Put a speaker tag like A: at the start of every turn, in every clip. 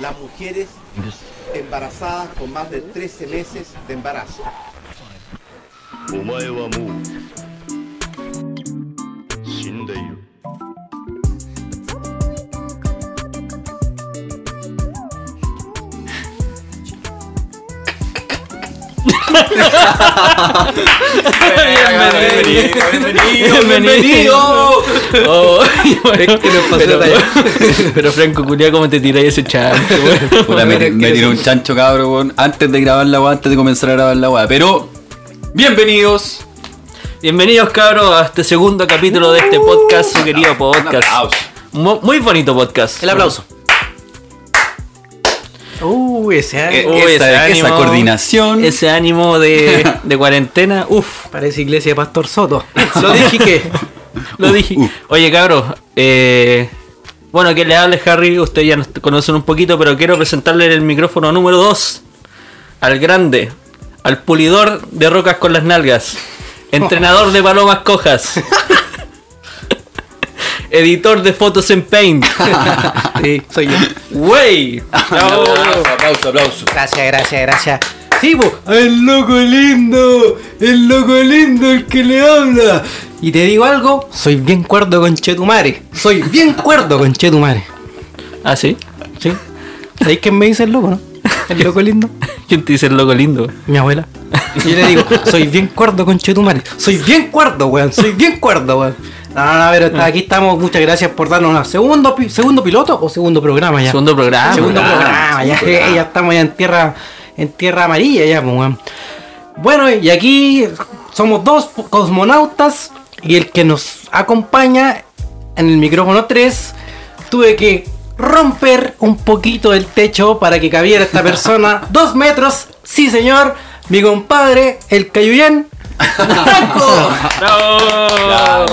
A: Las mujeres embarazadas con más de 13 meses de embarazo.
B: Bienvenido,
C: bienvenido,
B: bienvenido. Oh,
C: Es que nos pasó
B: Pero-
C: la talla.
B: Pero Franco Culia, ¿cómo te tiráis ese chancho?
C: Puta, me, me tiró un chancho cabro, weón. Antes de grabar la weá, antes de comenzar a grabar la weá. Pero, bienvenidos.
B: Bienvenidos, cabros, a este segundo capítulo de este podcast, su querido
C: Uh, Un
B: podcast.
C: aplauso.
B: Mu- Muy bonito podcast.
C: El aplauso.
D: Uh, ese
C: Eh,
D: año.
B: Uy,
C: esa,
B: ese
C: esa
B: ánimo.
C: coordinación.
B: Ese ánimo de, de cuarentena, uff,
D: Parece iglesia de Pastor Soto. Lo dije que.
B: lo
D: Uh,
B: dije. Oye, cabros, eh, bueno, que le hable Harry, ustedes ya nos conocen un poquito, pero quiero presentarle el micrófono número 2 al grande, al pulidor de rocas con las nalgas, entrenador de palomas cojas. Editor de fotos en Paint.
D: Sí, soy yo.
B: ¡Wey!
C: Aplauso, aplauso, aplauso.
D: Gracias, gracias, gracias. Sí, po. El loco lindo. El loco lindo el que le habla. Y te digo algo, soy bien cuerdo con Chetumare. Soy bien cuerdo con Chetumare.
B: ¿Ah, sí?
D: ¿Sí? ¿Sabéis quién me dice el loco, no? El loco lindo.
B: ¿Quién te dice el loco lindo?
D: Mi abuela. Y yo le digo, soy bien cuerdo con Chetumare. Soy bien cuerdo, weón. Soy bien cuerdo, weón. No, no, no, pero está- aquí estamos. Muchas gracias por darnos una segundo, pi- segundo piloto o segundo programa ya.
B: Segundo programa.
D: Segundo
C: programa,
D: programa, ya,
C: Ah, segundo programa.
D: ya estamos ya en tierra, en tierra amarilla ya, pues, weón. Bueno, y aquí somos dos cosmonautas y el que nos acompaña en el micrófono 3 tuve que romper un poquito el techo para que cabiera esta persona. dos metros, sí señor, mi compadre, el Cayuyán. ¡Franco!
B: ¡Bravo!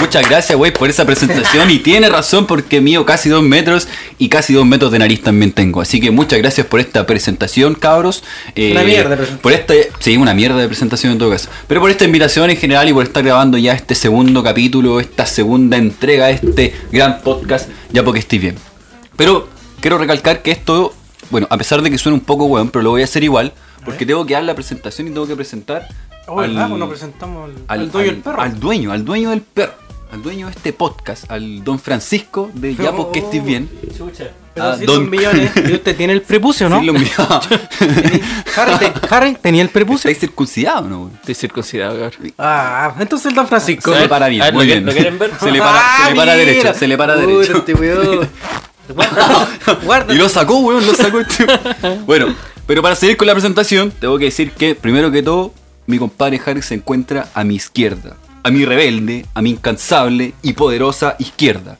C: Muchas gracias, wey, por esa presentación. Y tiene razón porque mío casi dos metros y casi dos metros de nariz también tengo. Así que muchas gracias por esta presentación, cabros. Eh,
D: Una mierda de presentación.
C: Por este, sí, una mierda de presentación en todo caso. Pero por esta invitación en general y por estar grabando ya este segundo capítulo, esta segunda entrega de este gran podcast, ya porque estoy bien. Pero quiero recalcar que esto, bueno, a pesar de que suene un poco weón, pero lo voy a hacer igual. Porque tengo que dar la presentación y tengo que presentar al-
D: presentamos
C: al, al- al dueño, al dueño del perro, al dueño de este podcast, al don Francisco de Ya porque
D: oh,
C: estoy bien.
D: Pero
C: Ah,
D: si
C: don-
D: son millones. Y usted tiene el prepucio, ¿no?
C: Sí, lo mío.
D: Harry, te- Harry, tenía el prepucio.
C: ¿Estáis circuncidado o no? güey?
B: Estoy circuncidado, cabrón.
D: Ah, entonces el Don Francisco.
C: Se le para bien,
B: A ver, ¿lo
C: muy
B: que-
C: bien.
B: lo quieren ver?
C: Se le para,
D: Ah,
C: se le para derecho, se le para derecho.
D: derecho. este Guarda.
C: Y lo sacó, weón, lo sacó este. Bueno, pero para seguir con la presentación, tengo que decir que, primero que todo, mi compadre Harry se encuentra a mi izquierda. A mi rebelde, a mi incansable y poderosa izquierda.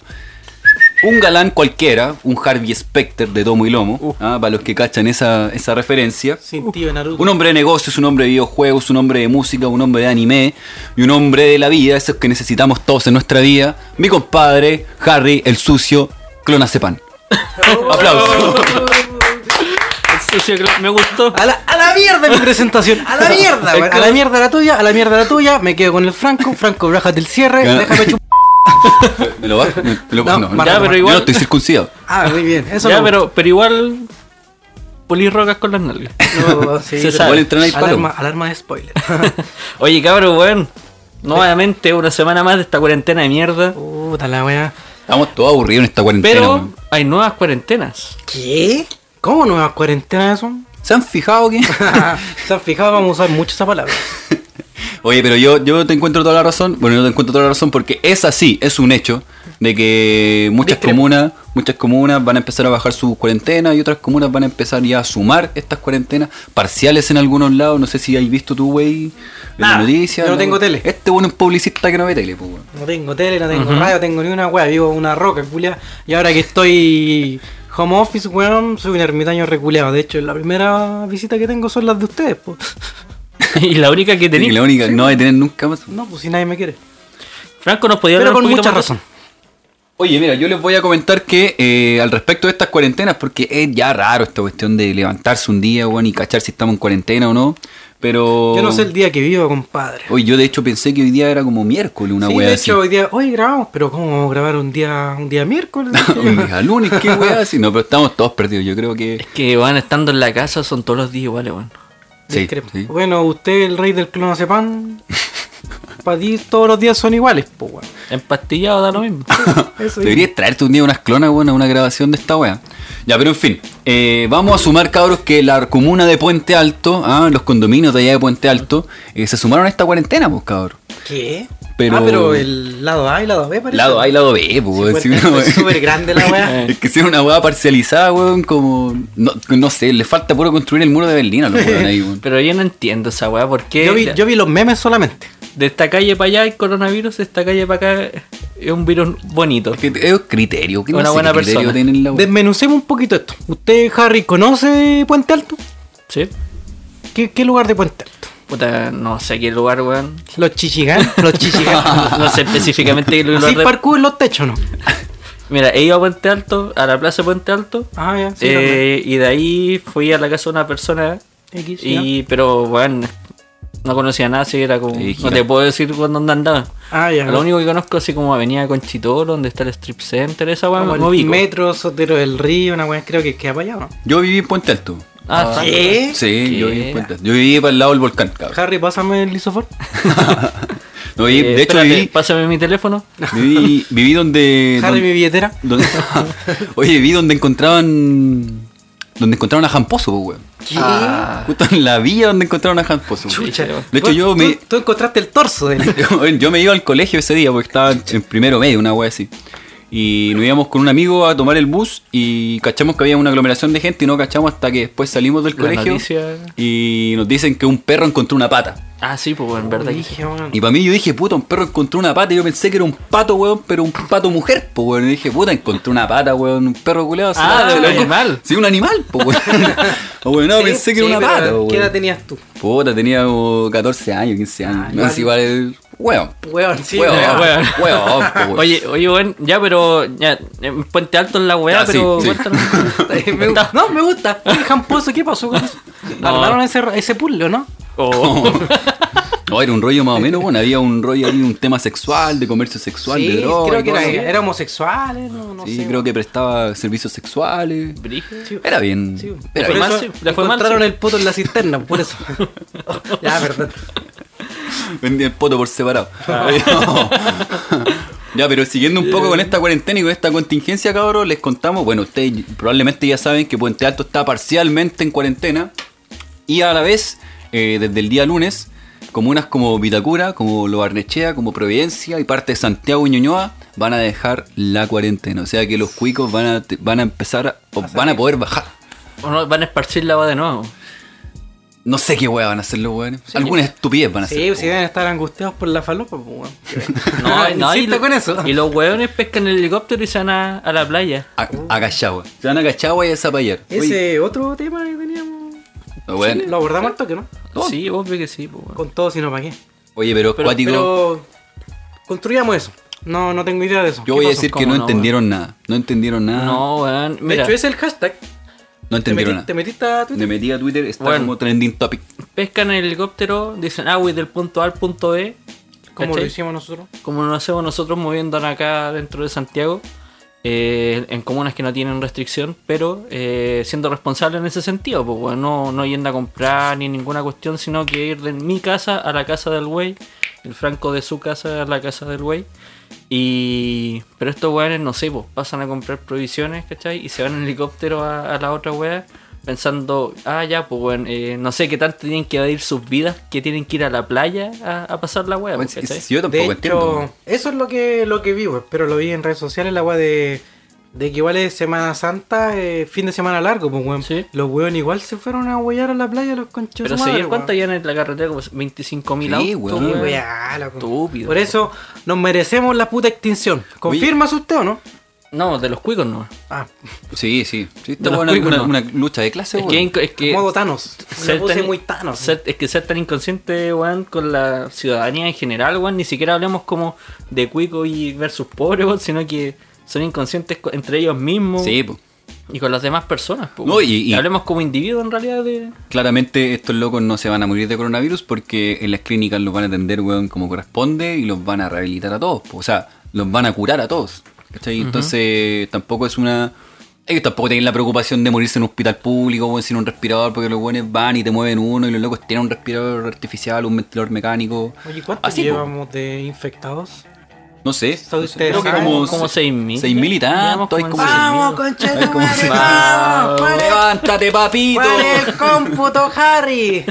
C: Un galán cualquiera, un Harvey Specter de Domo y Lomo, ah, para los que cachan esa, esa referencia.
D: Sin tío Naruto.
C: Un hombre de negocios, un hombre de videojuegos, un hombre de música, un hombre de anime y un hombre de la vida, esos que necesitamos todos en nuestra vida. Mi compadre, Harry, el sucio, clona Cepan. Aplausos.
B: Me gustó.
D: A la, a la mierda mi presentación, a la mierda, güey. a la mierda la tuya, a la mierda la tuya, me quedo con el Franco, Franco, bájate el cierre,
C: Ya.
D: déjame chupar.
C: ¿Me lo vas? Me- me lo-
D: No,
C: no, no.
D: Marco,
B: Ya, pero
C: Yo
B: igual.
C: no estoy circuncidado.
D: Ah, muy bien, eso
B: ya,
D: no-
B: pero, pero igual. Polís rocas con las nalgas.
D: no,
B: Se
D: sí, pero-
B: sabe. Igual
C: entrenáis palo.
D: alarma, alarma de spoiler.
B: Oye, cabrón, weón. Nuevamente, una semana más de esta cuarentena de mierda.
D: Puta la wea.
C: Estamos todos aburridos en esta cuarentena.
B: Pero
C: weón.
B: hay nuevas cuarentenas.
D: ¿Qué? ¿Cómo nuevas cuarentenas son?
C: ¿Se han fijado que?
D: Se han fijado, vamos a usar mucho esa palabra.
C: Oye, pero yo, yo te encuentro toda la razón. Bueno, yo te encuentro toda la razón porque es así, es un hecho de que muchas
D: Discrepo.
C: comunas, muchas comunas van a empezar a bajar sus cuarentenas y otras comunas van a empezar ya a sumar estas cuarentenas parciales en algunos lados. No sé si hay visto tú, güey, en la
D: Nada,
C: noticia.
D: yo no
C: la-
D: tengo tele.
C: Este bueno es publicista que no ve tele, pues, weón.
D: No tengo tele, no tengo radio, tengo ni una wea, vivo en una roca, culia. Y ahora que estoy home office, weón, soy un ermitaño reculeado. De hecho, la primera visita que tengo son las de ustedes, pues.
B: y la única que
C: Y
B: tenía.
C: la única, no va a tener nunca más.
D: No, pues si nadie me quiere.
B: Franco nos podía hablar
D: Pero con
B: un poquito
D: mucha
B: más de
D: razón.
C: Oye, mira, yo les voy a comentar que eh, al respecto de estas cuarentenas, porque es ya raro esta cuestión de levantarse un día, weón, y cachar si estamos en cuarentena o no. Pero.
D: Yo no sé el día que vivo, compadre.
C: Oye, yo de hecho pensé que hoy día era como miércoles, una
D: sí,
C: wea
D: de
C: así.
D: hecho, hoy día, hoy grabamos, pero ¿cómo vamos a grabar un día, un día miércoles?
C: Un día lunes, qué wea así. No, pero estamos todos perdidos. Yo creo que.
B: Es que, van estando en la casa son todos los días iguales, weón.
C: Sí,
D: Discrepo.
C: sí.
D: Bueno, usted, el rey del clonazepam, para ti todos los días son iguales, pues, weón.
B: Empastillado da lo mismo.
D: Eso es.
C: Deberías traerte un día unas clonas, weón, a una grabación de esta wea. Ya, pero en fin. eh, vamos a sumar, cabros, que la comuna de Puente Alto, ah, los condominios de allá de Puente Alto, eh, se sumaron a esta cuarentena, pues, cabros.
D: ¿Qué?
C: Pero-
D: Ah, pero el lado A y lado B parece.
C: Lado A y lado B, pues, weón,
D: Puente
C: sí,
D: Alto
C: una
D: es
C: wea.
D: súper grande la weá.
C: Es que hicieron una weá parcializada, weón, como. No, no sé, le falta puro construir el muro de Berlín a los weón ahí, weón.
B: Pero yo no entiendo esa weá, ¿por qué?
D: Yo vi, yo vi los memes solamente.
B: De esta calle para allá hay coronavirus, de esta calle para acá es un virus bonito.
C: Es que es criterio, que no
B: Una
C: sé
B: buena
C: qué criterio
B: persona.
C: tienen la weá.
D: Desmenucemos un poquito esto. ¿Usted, Harry, conoce Puente Alto?
B: ¿Sí?
D: ¿Qué, qué lugar de Puente Alto?
B: Puta, no sé qué lugar, weón.
D: Los chichigán, los chichigán.
B: No sé específicamente qué lugar.
D: Así
B: de-
D: parkour en los techos, ¿no?
B: Mira, he ido a Puente Alto, a la plaza de Puente Alto.
D: Ah, ya, sí.
B: eh, y de ahí fui a la casa de una persona.
D: también. X, ya.
B: Y, pero, weón, no conocía nada, así era como.
C: Sí,
B: no te puedo decir por dónde andaba.
D: Ah, ya.
B: Lo único que conozco así como Avenida Conchitoro, donde está el strip center, esa weón,
D: Como
B: me
D: el
B: moví.
D: metro, Sotero del Río, una weá, creo que queda para allá, ¿no?
C: Yo viví en Puente Alto.
B: Ah, está.
D: ¿Qué?
C: Sí,
B: ¿Qué?
C: yo viví en Puente Alto. Yo viví para el lado del volcán, cabrón.
D: Harry, pásame el lisofor.
C: No, viví-
B: Eh,
C: de hecho,
B: espérate,
C: viví,
B: Pásame mi teléfono.
C: viví, viví donde.
D: Harry, mi billetera.
C: donde- oye, viví donde encontraban. Donde encontraron a Jamposo, pues, weón.
B: Ah.
C: Justo en la villa donde encontraron a Jamposo. weón.
B: Chucha.
C: De hecho,
D: Tú-
C: yo me.
D: Tú, tú encontraste el torso de él.
C: Yo, yo me iba al colegio ese día porque estaba en primero medio, una wea así. Y nos íbamos con un amigo a tomar el bus y cachamos que había una aglomeración de gente y no cachamos hasta que después salimos del
B: La
C: colegio
B: noticia.
C: y nos dicen que un perro encontró una pata.
B: Ah, sí, pues en verdad. que-
D: Dije, man,
C: Y para mí yo dije, puta, un perro encontró una pata. Y yo pensé que era un pato, weón, pero un pato mujer, po, weón. Y dije, puta, encontré una pata, weón, un perro culeado. se
B: Ah,
C: la- se
B: un
C: la-
B: animal.
C: Sí, un animal, po, weón. O, weón, no,
D: sí,
C: pensé que
D: sí,
C: era una
D: pero
C: pata, weón.
D: ¿Qué edad tenías tú?
C: Puta, tenía como 14 años, 15 años.
D: Ah,
C: no es igual, weón.
D: Weón, sí,
C: Weón,
D: weón.
C: weón, weón, po, weón.
B: Oye, oye, weón, ya, pero. Ya, en Puente Alto en la weá,
C: Ah, sí,
B: pero.
C: sí.
B: cuéntanos.
D: Me gusta. No, me gusta. El jamposo, ¿qué pasó con eso?
B: No.
D: Armaron ese, ese puzzle, ¿no?
B: Oh.
C: No, era un rollo más o menos, bueno, había un rollo ahí, un tema sexual, de comercio sexual, de droga.
D: creo
C: y
D: que
C: todo
D: era,
C: eso.
D: era homosexual, eh, no, no
C: Sí,
D: sé.
C: creo que prestaba servicios sexuales. Era bien.
D: Sí, weón.
C: era
B: fue
D: por
C: bien.
B: mal,
D: eso
B: sí, le fue mal,
D: encontraron
B: sí.
D: el puto en la cisterna, por eso. ya, perdón.
C: Vendía el poto por separado. Oye, no. Ya, pero siguiendo un poco con esta cuarentena y con esta contingencia, cabros, les contamos. Bueno, ustedes probablemente ya saben que Puente Alto está parcialmente en cuarentena. Y a la vez, eh, desde el día lunes, comunas como Vitacura, como Lo Barnechea, como Providencia y parte de Santiago y Ñuñoa van a dejar la cuarentena. O sea que los cuicos van a, te- van a empezar, a- o van a poder bajar.
B: O no, van a esparcir la va de nuevo.
C: No sé qué hueá van a hacer los hueones. Alguna estupidez van a hacer.
D: Sí, pues,
C: po,
D: si deben estar angustiados por la falopa, pues, weón. Ah,
B: No, no, y,
D: Insisto
B: lo-
D: con eso.
B: y los weones pescan el helicóptero y se van a, a la playa.
C: A, a Cachagua. Se van a Cachagua y a Zapallar. Oye,
D: Ese otro tema que teníamos.
C: los hueones-
D: Lo abordamos al toque, ¿no?
C: Oh.
B: Sí, obvio que sí, pues, weón.
D: Con todo, si no, ¿para qué?
C: Oye, pero, es
B: Pero-
C: cuático.
D: Pero construyamos eso. No, no tengo idea de eso.
C: yo
D: ¿Qué
C: voy a
D: pasó?
C: decir que
B: ¿Cómo
C: no,
B: no,
C: entendieron nada. No entendieron nada. No,
B: No, weón.
D: De
B: Mira,
D: hecho, ese es el hashtag. Te,
C: entendieron
D: meti- te
C: nada.
D: metiste a Twitter.
C: Me metí a Twitter, está
B: Bueno.
C: como trending topic.
B: pescan el helicóptero, dicen, ah, güey, del punto A al punto B.
D: Como
B: ¿cachai?
D: lo hicimos nosotros.
B: como lo hacemos nosotros moviéndonos acá dentro de Santiago, eh, en comunas que no tienen restricción, pero eh, siendo responsable en ese sentido, pues weón, no, no yendo a comprar ni ninguna cuestión, sino que ir de mi casa a la casa del güey, el franco de su casa a la casa del güey. Y. Pero estos weones, no sé, pues, pasan a comprar provisiones, ¿cachai? Y se van en helicóptero a, a la otra wea, pensando, ah, ya, pues, weón, eh, no sé qué tanto tienen que evadir sus vidas, que tienen que ir a la playa a, a pasar la wea,
C: Bueno,
B: pues,
C: si-
B: ¿cachai?
C: si yo
D: De
C: tampoco entiendo.
D: hecho, eso es lo que, lo que vi, güey, pero lo vi en redes sociales, la weá de, de que igual es Semana Santa, eh, fin de semana largo, pues weón.
B: Sí.
D: Los weón igual se fueron a huellar a la playa los conchos.
B: Pero
D: de su
B: se
D: madre,
B: dieron cuenta
D: weón.
B: ya en la carretera como 25.000
C: Sí,
B: autos.
C: weón.
B: weón.
C: Sí,
D: Weá, loco.
B: Estúpido.
D: Por eso nos merecemos la puta extinción. ¿Confirmas usted o no?
B: No, de los cuicos no.
D: Ah,
C: Sí, sí. sí está
B: De los
C: buena-
B: cuicos,
C: una,
B: no.
C: una lucha de clase,
B: Es que,
C: weón.
B: inco- es que
D: modo Thanos. Me
B: ser
D: puse
B: tan-
D: muy Thanos.
B: ser- es que ser tan inconsciente, weón, con la ciudadanía en general, weón, ni siquiera hablemos como de cuico y versus pobre, weón, sino que son inconscientes co- entre ellos mismos.
C: Sí, po.
B: Y con las demás personas. pues,
C: No,
B: weón.
C: y- y-
B: Hablemos como individuo en realidad de...
C: Claramente estos locos no se van a morir de coronavirus porque en las clínicas los van a atender, weón, como corresponde y los van a rehabilitar a todos. po. O sea, los van a curar a todos. ¿Cachai? Entonces tampoco es una... Ellos tampoco tienen la preocupación de morirse en un hospital público, weón, sin un respirador, porque los weones van y te mueven uno y los locos tienen un respirador artificial, un ventilador mecánico.
D: Oye, ¿cuánto
C: Así, po.
D: llevamos de infectados?
C: No sé.
D: ¿Sabe
C: no sé,
D: ustedes
C: creo que
D: saben?
C: como,
B: Como 6.000.
C: 6.000 y
B: Llevamos
C: tanto. hay
B: como
C: como
B: en
C: 6.000.
B: Vamos,
D: conchete,
C: Ay, como-
D: Ah,
C: Vamos, Ah, ¡Levántate, papito!
D: el cómputo, Harry!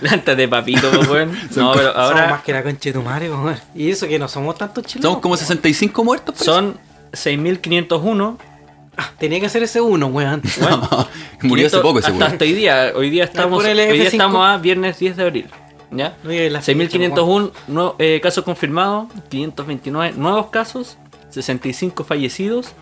B: Lántate, papito, pues, weón.
C: Son
B: No,
C: co-
B: pero
D: Somos más
B: ahora
D: que la concha de tu madre, po, weón. Y eso que no somos tantos chilenos.
C: Somos como 65 muertos. parece.
B: son 6.501.
D: Ah, Tenía que ser ese uno, weón.
C: Murió hace
B: 500
C: poco ese
B: hasta,
C: weón.
B: hasta hoy día. Hoy día estamos,
D: por el
B: hoy día
D: F5.
B: estamos a viernes 10 de abril. ¿Ya?
D: No llegué a la fecha,
B: 6.501 nuevo- eh, casos confirmados, 529 nuevos casos, 65 fallecidos.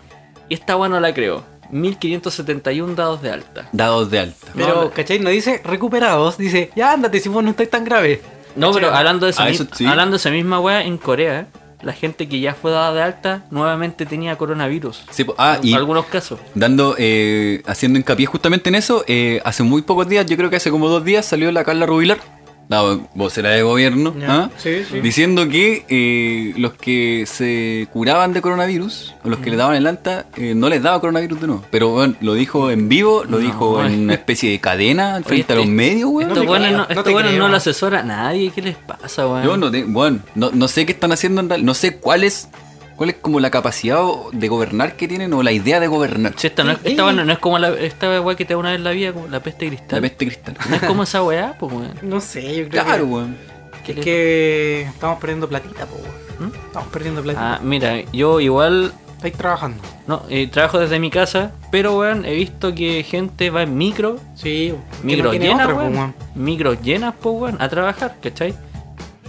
B: Y esta bueno la creo. 1.571 dados de alta.
C: Dados de alta.
D: Pero,
B: No,
D: ¿cachai? No dice recuperados, dice, ya ándate si vos no estáis tan grave.
B: No, pero hablando de, esa
C: Ah,
B: mi-
C: eso sí.
B: hablando de esa misma wea, en Corea, la gente que ya fue dada de alta nuevamente tenía coronavirus.
C: Sí, po- ah,
B: En
C: y
B: algunos casos.
C: dando, eh, haciendo hincapié justamente en eso, eh, hace muy pocos días, yo creo que hace como dos días, salió la Carla Rubilar, la vocera de gobierno,
D: Ya.
C: ¿ah?
D: Sí, sí.
C: diciendo que eh, los que se curaban de coronavirus, o los que le daban el alta, eh, no les daba coronavirus de nuevo. Pero bueno, lo dijo en vivo, lo dijo en una especie de cadena frente a los
B: este-
C: medios, weón.
B: Estos
D: te
B: buenos
D: creo,
B: no,
D: no
B: estos
D: te
B: buenos
D: creo.
B: no lo asesora a nadie. ¿Qué les pasa, weón?
C: Yo no te- bueno, no, no sé qué están haciendo en realidad, no sé cuál es, cuál es como la capacidad o- de gobernar que tienen o la idea de gobernar.
B: Si esta no es,
D: Sí.
B: esta, bueno, no es como la, esta weá que te da una vez en la vida, como la peste cristal.
C: La peste cristal.
B: No es como esa weá, pues weón.
D: No sé, yo creo
C: Claro,
D: que,
C: weón.
D: que es que estamos perdiendo platita, po,
B: ¿Mm?
D: weón. Estamos perdiendo platita.
B: Ah, mira, yo igual
D: Estáis trabajando.
B: no eh, trabajo desde mi casa, pero weón, he visto que gente va en micro,
D: Sí,
B: micro
D: que no tiene
B: llenas,
D: otra, po,
B: weón.
D: weón.
B: Micro llenas, pues weón, a trabajar, ¿cachai?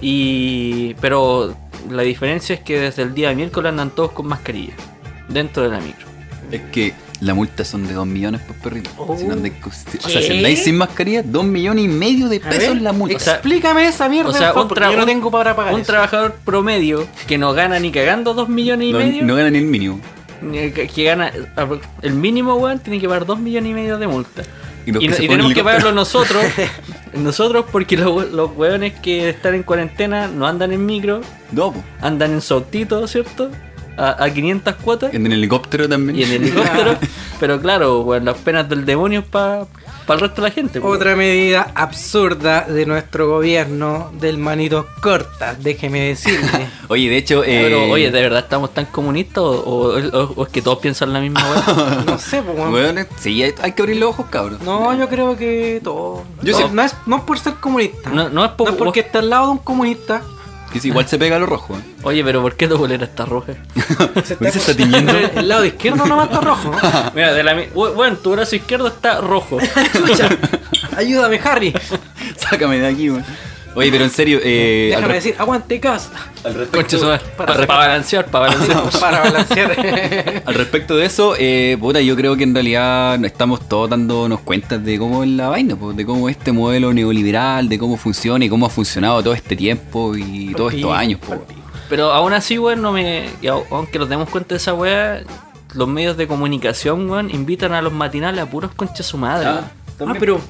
B: Y. Pero la diferencia es que desde el día de miércoles andan todos con mascarilla. Dentro de la micro.
C: Es que la multa son de 2 millones por perrito.
D: Oh.
C: Si no andáis con- o sea,
D: ¿Qué?
C: si andáis sin mascarilla, 2 millones y medio de
D: A
C: pesos
D: ver,
C: la multa.
B: o sea,
D: Explícame esa mierda,
B: O sea,
D: por favor,
B: un,
D: porque
B: tra-
D: yo no
B: un-
D: tengo para pagar
B: un
D: Ah, eso.
B: trabajador promedio que no gana ni cagando 2 millones y
C: no,
B: medio.
C: no ganan ni el mínimo.
B: Eh, que que gana apro- el mínimo, weón, tiene que pagar 2 millones y medio de multa.
C: Y
B: Y,
C: los que
B: no-
C: se
B: y tenemos
C: fueron
B: que
C: en helicóptero.
B: pagarlo nosotros, nosotros porque los, los weones que están en cuarentena no andan en micro,
C: No, po.
B: andan en su autito, ¿cierto? A, a 500 cuotas
C: En el Ah. helicóptero también.
B: y en helicóptero. pero claro, weón, las penas del demonio para el resto de la gente. pues. weón.
D: Otra medida absurda de nuestro gobierno del manito corta, déjeme decirle.
C: Oye, de hecho. Eh,
B: Pero, oye, ¿de verdad estamos tan comunistas o, o- o- o es que todos piensan la misma weón?
D: no sé, po, weón.
C: weón, eh, sí, hay, hay que abrir los ojos, cabrón.
D: No, yo creo que todo.
C: Yo
D: no,
C: sé-
D: no es, no es por ser comunista.
B: No- no es por-
D: porque está al lado de un comunista.
C: Que si igual se pega a lo rojo. ¿eh?
B: Oye, pero ¿por qué tu bolera está roja?
D: Se
C: Porque se está tiñendo.
D: El lado izquierdo nomás está rojo.
B: Mira, de la, mi- we- weón, tu brazo izquierdo está rojo.
D: Chucha. Ayúdame, Harry.
C: Sácame de aquí, weón. Oye, pero en serio. Eh, al
D: Déjame
C: re-
D: decir, aguante gas.
C: al respecto-
B: Concha su madre.
D: Para-
B: Para, Ah, para balancear, para balancear.
D: Para balancear.
C: Al respecto de eso, eh, puta, yo creo que en realidad no estamos todos dándonos cuenta de cómo es la vaina, po, de cómo este modelo neoliberal, de cómo funciona y cómo ha funcionado todo este tiempo y todos estos años. pues. po.
B: Pero aún así, weón, no me. y au- Aunque nos demos cuenta de esa weá, los medios de comunicación, weón, invitan a los matinales a puros conchas su madre.
C: Ah,
D: Ah, pero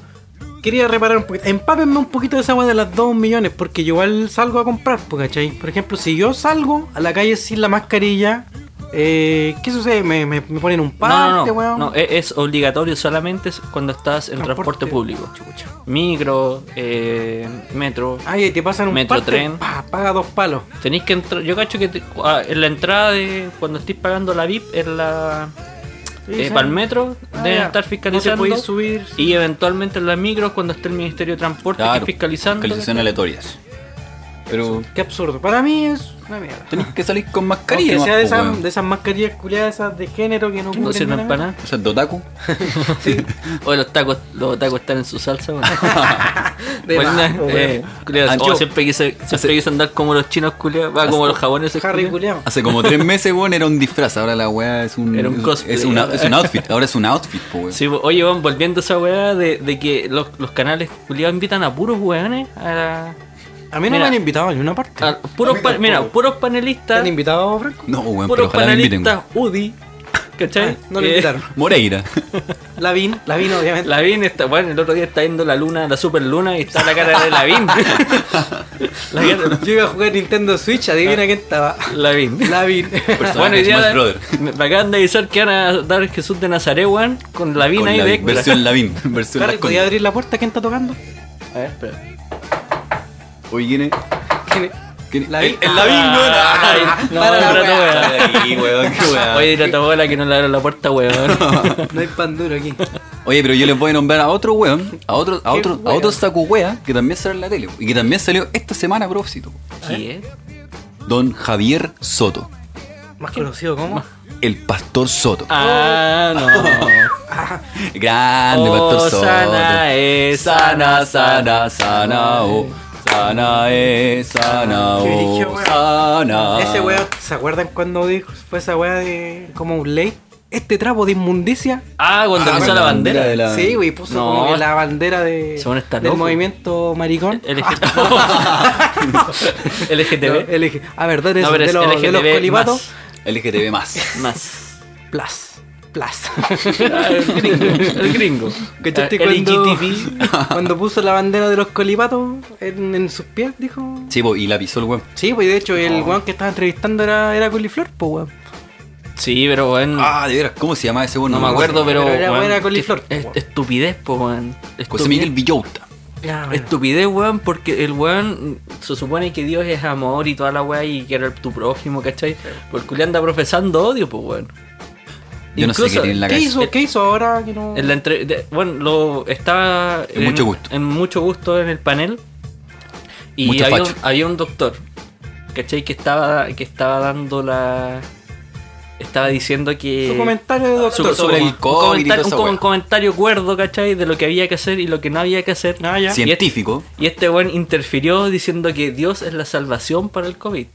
D: quería reparar un poquito. Empápenme un poquito de esa weá de las 2 millones, porque yo igual salgo a comprar, po, ¿cachai? Por ejemplo, si yo salgo a la calle sin la mascarilla, eh, ¿qué sucede? ¿Me, me, me ponen un
B: no, no,
D: parte,
B: no,
D: weón?
B: no, e- es, obligatorio solamente cuando estás en transporte, público.
D: Chucha.
B: Micro, eh, metro.
D: Ay, te pasan un
B: Metro,
D: parte,
B: tren.
D: pa, paga dos palos.
B: Tenéis que entrar. Yo cacho que te- ah, en la entrada de. Cuando estés pagando la VIP, en la.
D: Sí,
B: eh,
D: sí.
B: para el metro,
D: Ah,
B: deben
D: ya.
B: estar fiscalizando.
D: No te podéis subir.
B: Y eventualmente en las micros, cuando esté el Ministerio de Transporte, que
C: Claro,
B: fiscalizando.
C: fiscalizaciones aleatorias. Pero
D: Qué absurdo. Para mí es una mierda.
C: tenés que salir con mascarilla.
D: Aunque
C: nomás,
D: sea de
C: po,
D: esas,
C: weón.
D: de esas mascarillas culiadas, esas de género que no
B: No
D: cubren
B: sirven
D: nada.
B: para nada.
C: O sea, dotaku.
B: Oye, los tacos, los tacos están en su salsa, weón. Bueno,
D: más, po,
B: eh,
D: weón.
B: culiao,
C: Ah,
B: oh,
C: yo-
B: siempre quise, siempre
C: hace-
B: quise andar como los chinos culiados, va, como los japoneses
D: Harry
B: culiao.
D: culiao.
C: Hace como tres meses, weón, era un disfraz. Ahora la weá es un.
B: Era un
C: es-
B: cosplay.
C: Es, una- es un outfit. Ahora es un outfit, po, weón.
B: Sí, po. oye, weón, volviendo a esa weá de, de que los, los canales culiados invitan a puros weones, a,
D: A mí no
B: Mira. Ah,
D: me han invitado a ninguna parte.
B: a puros, pa- mira, puros
D: ¿Te
B: panelistas,
D: han invitado, Franco?
C: No, weón, pero
B: puros
C: ojalá me inviten.
B: panelistas
C: weón.
B: UDI, ¿cachai?
D: No lo
B: Eh,
D: invitaron.
C: Moreira.
D: Lavín, Lavín obviamente.
B: Lavín está, bueno, el otro día está viendo la luna, la super luna, y está la cara de Lavín.
D: Yo iba a jugar Nintendo Switch, adivina quién estaba.
B: Lavín.
D: Lavín.
C: Personaje
B: Bueno, hoy
C: de Smash
B: día
C: Brother.
B: me me acaban de avisar que van a dar Jesús de Nazaret, weón, con Lavín
C: Con
B: ahí
C: la
B: de extra.
C: versión Lavín. Versión
D: Harry,
C: Las
D: ¿podía
C: Condes.
D: abrir la puerta? ¿Quién está tocando?
B: A ver, espera.
C: Oye, ¿quién es?
D: ¿Quién es?
C: ¿Quién es?
D: Lavín.
C: El, el Lavín, weón.
B: Ay, no,
D: para la
B: pero no,
D: wea.
B: weón.
C: Ay, ahí, weón, qué weón.
B: Oye, dile a tu abuela que no le abran la puerta, weón.
D: No hay pan duro aquí.
C: Oye, pero yo les voy a nombrar a otro weón, a otro, a
D: ¿Qué
C: otro, a
D: weón?
C: otro saco wea que también salió en la tele y que también salió esta semana a propósito.
B: ¿Quién?
C: Don Javier Soto,
D: Más conocido como.
C: el pastor Soto.
B: Ah, no.
C: Grande
B: Oh,
C: pastor Soto.
B: sana es,
C: sana, sana, sana, oh. Sana es, sana,
D: Qué brillo,
C: oh,
D: weón.
C: sana.
D: Ese weón, ¿se acuerdan cuando dijo, fue esa weá de como un ley? Este trapo de inmundicia.
B: Ah, cuando
C: Ah,
B: puso
C: con
B: la bandera.
C: de la-
D: Sí, güey, puso
B: No.
D: como que la bandera de,
B: Ese weón está
D: del
B: loco.
D: movimiento maricón. Ah,
B: LGTB. LGTB.
D: No, LG a ver, ¿dónde
B: No,
D: es
B: pero
D: de
B: es
D: los, de los
B: LGTB+.
D: colibatos?
C: LGTB más.
B: Más.
D: Plus. Plus.
B: Ah, El gringo. El gringo.
D: ¿Cachaste
B: Ah,
D: cuando,
B: LGTB.
D: cuando puso la bandera de los colibatos en, en sus pies? Dijo.
C: Sí, po, y la pisó el weón.
D: Sí, pues de hecho el weón que estaba entrevistando era, era coliflor, pues weón.
B: Sí, pero weón.
C: Ah, de veras, ¿cómo se llama ese weón?
B: No me acuerdo, pero.
D: Pero era
B: weón,
D: buena coliflor,
B: es-
D: weón.
B: Estupidez, po, weón.
C: José
B: Estupidez.
C: Miguel Villota.
D: Ya, bueno.
B: Estupidez, weón, porque el weón se supone que Dios es amor y toda la weá y que era tu prójimo, ¿cachai? Porque le anda profesando odio, pues weón.
C: Yo no sé qué
B: Incluso,
C: tiene en la
D: ¿Qué
C: cabeza.
D: hizo, ¿Qué hizo ahora que no.?
B: En la entre- de- bueno, lo estaba
C: En mucho gusto.
B: en mucho gusto en el panel. Y
C: Mucho
B: había un,
C: facho.
B: había un doctor, ¿cachai? Que estaba, que estaba dando la. Estaba diciendo que.
D: Su comentario de
B: su-
D: doctor.
B: su-
C: sobre el
B: un
C: COVID y
B: comentario-
C: toda esa
B: un com-
C: wea.
B: comentario cuerdo, ¿cachai? De lo que había que hacer y lo que no había que hacer.
D: Ah, ya.
C: Científico.
B: Y este buen interfirió diciendo que Dios es la salvación para el COVID,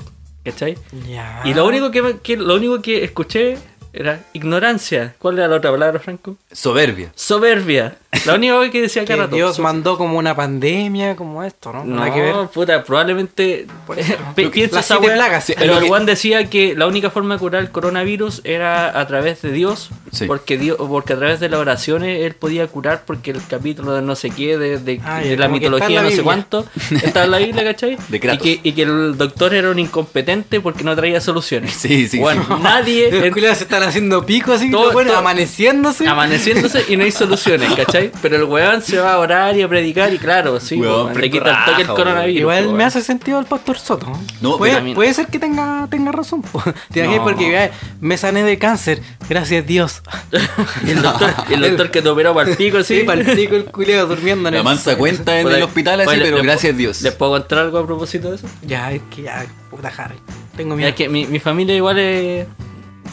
B: ¿cachai?
D: Ya.
C: Ah.
B: Y lo único que, me- que- lo único que escuché era ignorancia. ¿Cuál era la otra palabra, Franco?
C: Soberbia.
B: Soberbia. La única vez que decía
D: que
B: cada rato.
D: Dios mandó como una pandemia, como esto, ¿no?
B: No,
D: Nada que ver.
B: puta, probablemente
D: Por eso, ¿no?
B: Pe-
D: Lo que-
B: piensa
D: las
B: esa
D: siete
B: weá,
D: plagas. Sí,
B: Pero
C: lo
B: el
C: que-
B: Juan decía que la única forma de curar el coronavirus era a través de Dios,
C: Sí.
B: porque Dios, porque a través de las oraciones él podía curar, porque el capítulo de no sé qué, de, de-
D: Ah,
B: de
D: ya,
B: la
D: como que está en la
B: mitología, no sé
D: Biblia.
B: cuánto, está en la Biblia, ¿cachai?
C: De
B: y,
C: Kratos.
B: que, y que el doctor era un incompetente porque no traía soluciones.
C: Sí, sí,
B: Bueno,
C: sí.
B: nadie
D: Los
B: en-
D: culiados se están haciendo pico así,
B: Todo-
D: bueno,
B: todo-
D: amaneciéndose.
B: amaneciéndose y no hay soluciones, ¿cachai? Pero el weón se va a orar y a predicar y claro, sí,
C: Weón,
B: weón, le
C: Franco
B: quita el toque el
C: raja, weón.
B: coronavirus.
D: Igual
B: weón.
D: me hace sentido el pastor Soto. ¿no?
C: No, pero a
D: puede,
B: mí-
D: puede ser que tenga, tenga razón. po. Te imaginas
B: No.
D: porque vea, me sané de cáncer, gracias Dios.
B: Y el doctor, y el doctor que te operó para el pico, sí.
D: Sí, palpico el culiado durmiendo en
C: La
D: el-
C: mansa cuenta en
B: Por
C: el
B: ahí.
C: hospital así,
B: Oye,
C: pero
B: les-
C: gracias a Dios.
B: ¿Les puedo contar algo a propósito de eso?
D: Ya, es que ya, puta Harry. Tengo
B: Mira,
D: miedo.
B: es que mi, mi familia igual eh,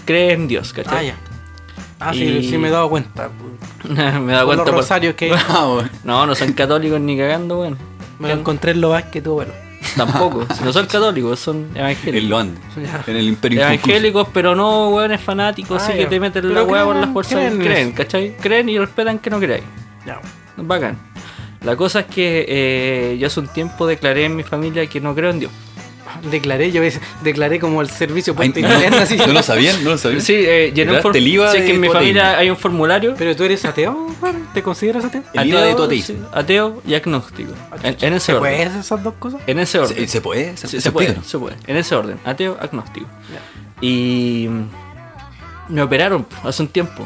B: cree en Dios,
D: Ah,
B: ¿cachai?
D: ya. Ah,
B: Y-
D: sí, sí me he dado cuenta. po.
B: me da
D: Con
B: cuenta
D: los
B: por...
D: rosarios que
C: Ah, bueno.
B: No, no son católicos ni cagando, bueno.
D: me lo encontré en lo que tu abuelo.
B: Tampoco. Si no son católicos, son
C: En
B: evangélicos.
C: lo ande.
D: Ya.
C: En el imperio inconcluso.
B: Evangélicos, pero no hueones fanáticos,
D: Ah,
B: así que
D: ya.
B: te meten la
D: Pero
B: hueá por
D: creen-
B: las fuerzas.
D: creen
B: Creen,
D: en eso.
B: ¿cachai? Creen y respetan que no creáis.
D: Ya.
B: Bacán. La cosa es que eh, yo hace un tiempo declaré en mi familia que no creo en Dios.
D: Declaré, yo ves- declaré como el servicio
C: Ay,
D: puesto interno así.
C: No, no lo sabían, no lo sabían.
B: pues, Sí, eh, llené un
C: ¿Pagaste el IVA
B: formulario. Sí, es que
C: de
B: en mi
C: tu
B: familia
C: ateísmo?
B: hay un formulario.
D: Pero tú eres ateo, Juan? ¿te consideras ateo?
C: El IVA de tu ateísmo.
B: sí, ateo y agnóstico. En, en ese
D: Ah, ¿Se
B: orden.
D: puede
B: Eh,
D: hacer esas dos cosas?
B: En ese orden.
C: ¿Se, se puede? ¿Se,
B: Sí,
C: se
B: se puede,
C: explica?
B: se puede. En ese orden. Ateo, agnóstico. Y mm, me operaron po, hace un tiempo.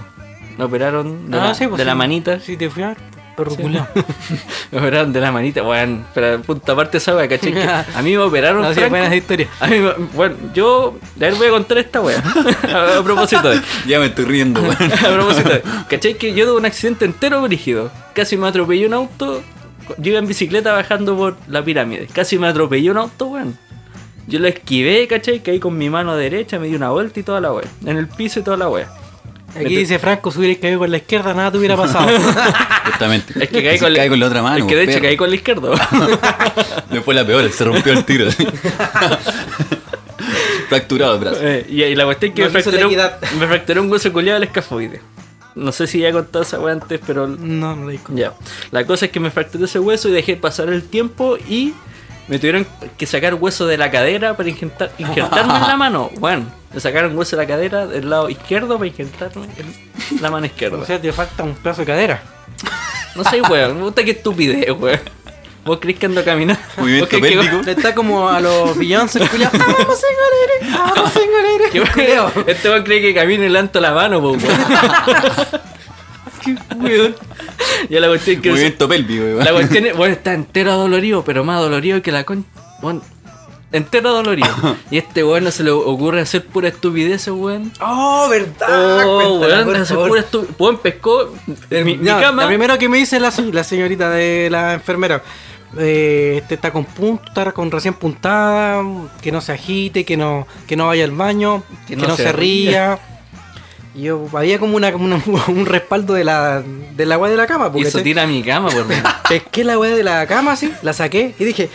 B: Me operaron de,
D: Ah,
B: la,
D: sí, pues
B: de la
D: sí.
B: manita.
D: Sí, te fui a ver, perro
B: Sí.
D: culiao.
B: me operaron de la manita. Bueno, pero punta aparte esa wea, ¿cachai? Que A mí me operaron.
D: No, sí,
B: Franco.
D: buenas historias.
B: A mí me- bueno, yo. A ver, voy a contar esta wea. a, a propósito de.
C: Ya me estoy riendo, weón.
B: A propósito, ¿cachai? Que yo tuve un accidente entero brígido. Casi me atropelló un auto. Yo iba en bicicleta bajando por la pirámide. Casi me atropelló un auto, weón. Yo lo esquivé, ¿cachai? Caí con mi mano derecha, me di una vuelta y toda la wea. En el piso y toda la wea. Me
D: Aquí
B: te-
D: dice Franco, si hubieras caído con la izquierda, nada te hubiera pasado.
C: Justamente.
B: Es que caí
C: Si
B: con, la-
C: la otra mano.
B: Es que de hecho
C: perro.
B: caí con la izquierda.
C: Después la peor, se rompió el tiro. Fracturado el brazo.
B: Eh, y, y la cuestión es que
D: No
B: me,
D: quiso
B: fracturé un,
D: equidad.
B: me fracturé un hueso culiado del escafoide. No sé si ya he contado esa wea antes, pero
D: no, no lo digo.
B: Ya. La cosa es que me fracturé ese hueso y dejé pasar el tiempo y me tuvieron que sacar hueso de la cadera para injertar- injertarme en la mano. Bueno, Me sacaron hueso de la cadera del lado izquierdo para injertarme en la mano izquierda.
D: O sea, te falta un pedazo de cadera.
B: No sé, weón. Me gusta que estupidez, weón. ¿Vos crees que ando caminando? ¿Vos
C: Movimiento
B: crees que-
C: pélvico.
D: Está como a los Beyoncé, culiao. Ah, Vamos, señores. Ah, Vamos, eh. señores.
B: que-
D: Culiao.
B: Este weón cree que camino y levanto la mano, po, weón.
C: Qué weón.
B: Ya la cuestión que...
C: Movimiento pélvico, weón.
B: La cuestión es, bueno, está entero dolorido, pero más dolorido que la con... Bueno, entero dolorido. y este weón no se le ocurre hacer pura estupidez, weón.
D: Oh, verdad.
B: Oh,
D: Cuéntala,
B: weón,
D: por
B: hacer
D: favor.
B: pura estupidez. Weón pescó en mi, mi
D: Ya,
B: cama.
D: La primera que me dice la, se- la señorita de la enfermera. eh, este está con punta, está con recién puntada, que no se agite, que no, que no vaya al baño, que, no, se, ría. Y Yo, había como una, como una- un respaldo de la, de la weá de la cama.
B: Y
D: Porque
B: eso
D: te-
B: tira a mi cama, por weón.
D: pesqué la weá de la cama así, la saqué y dije,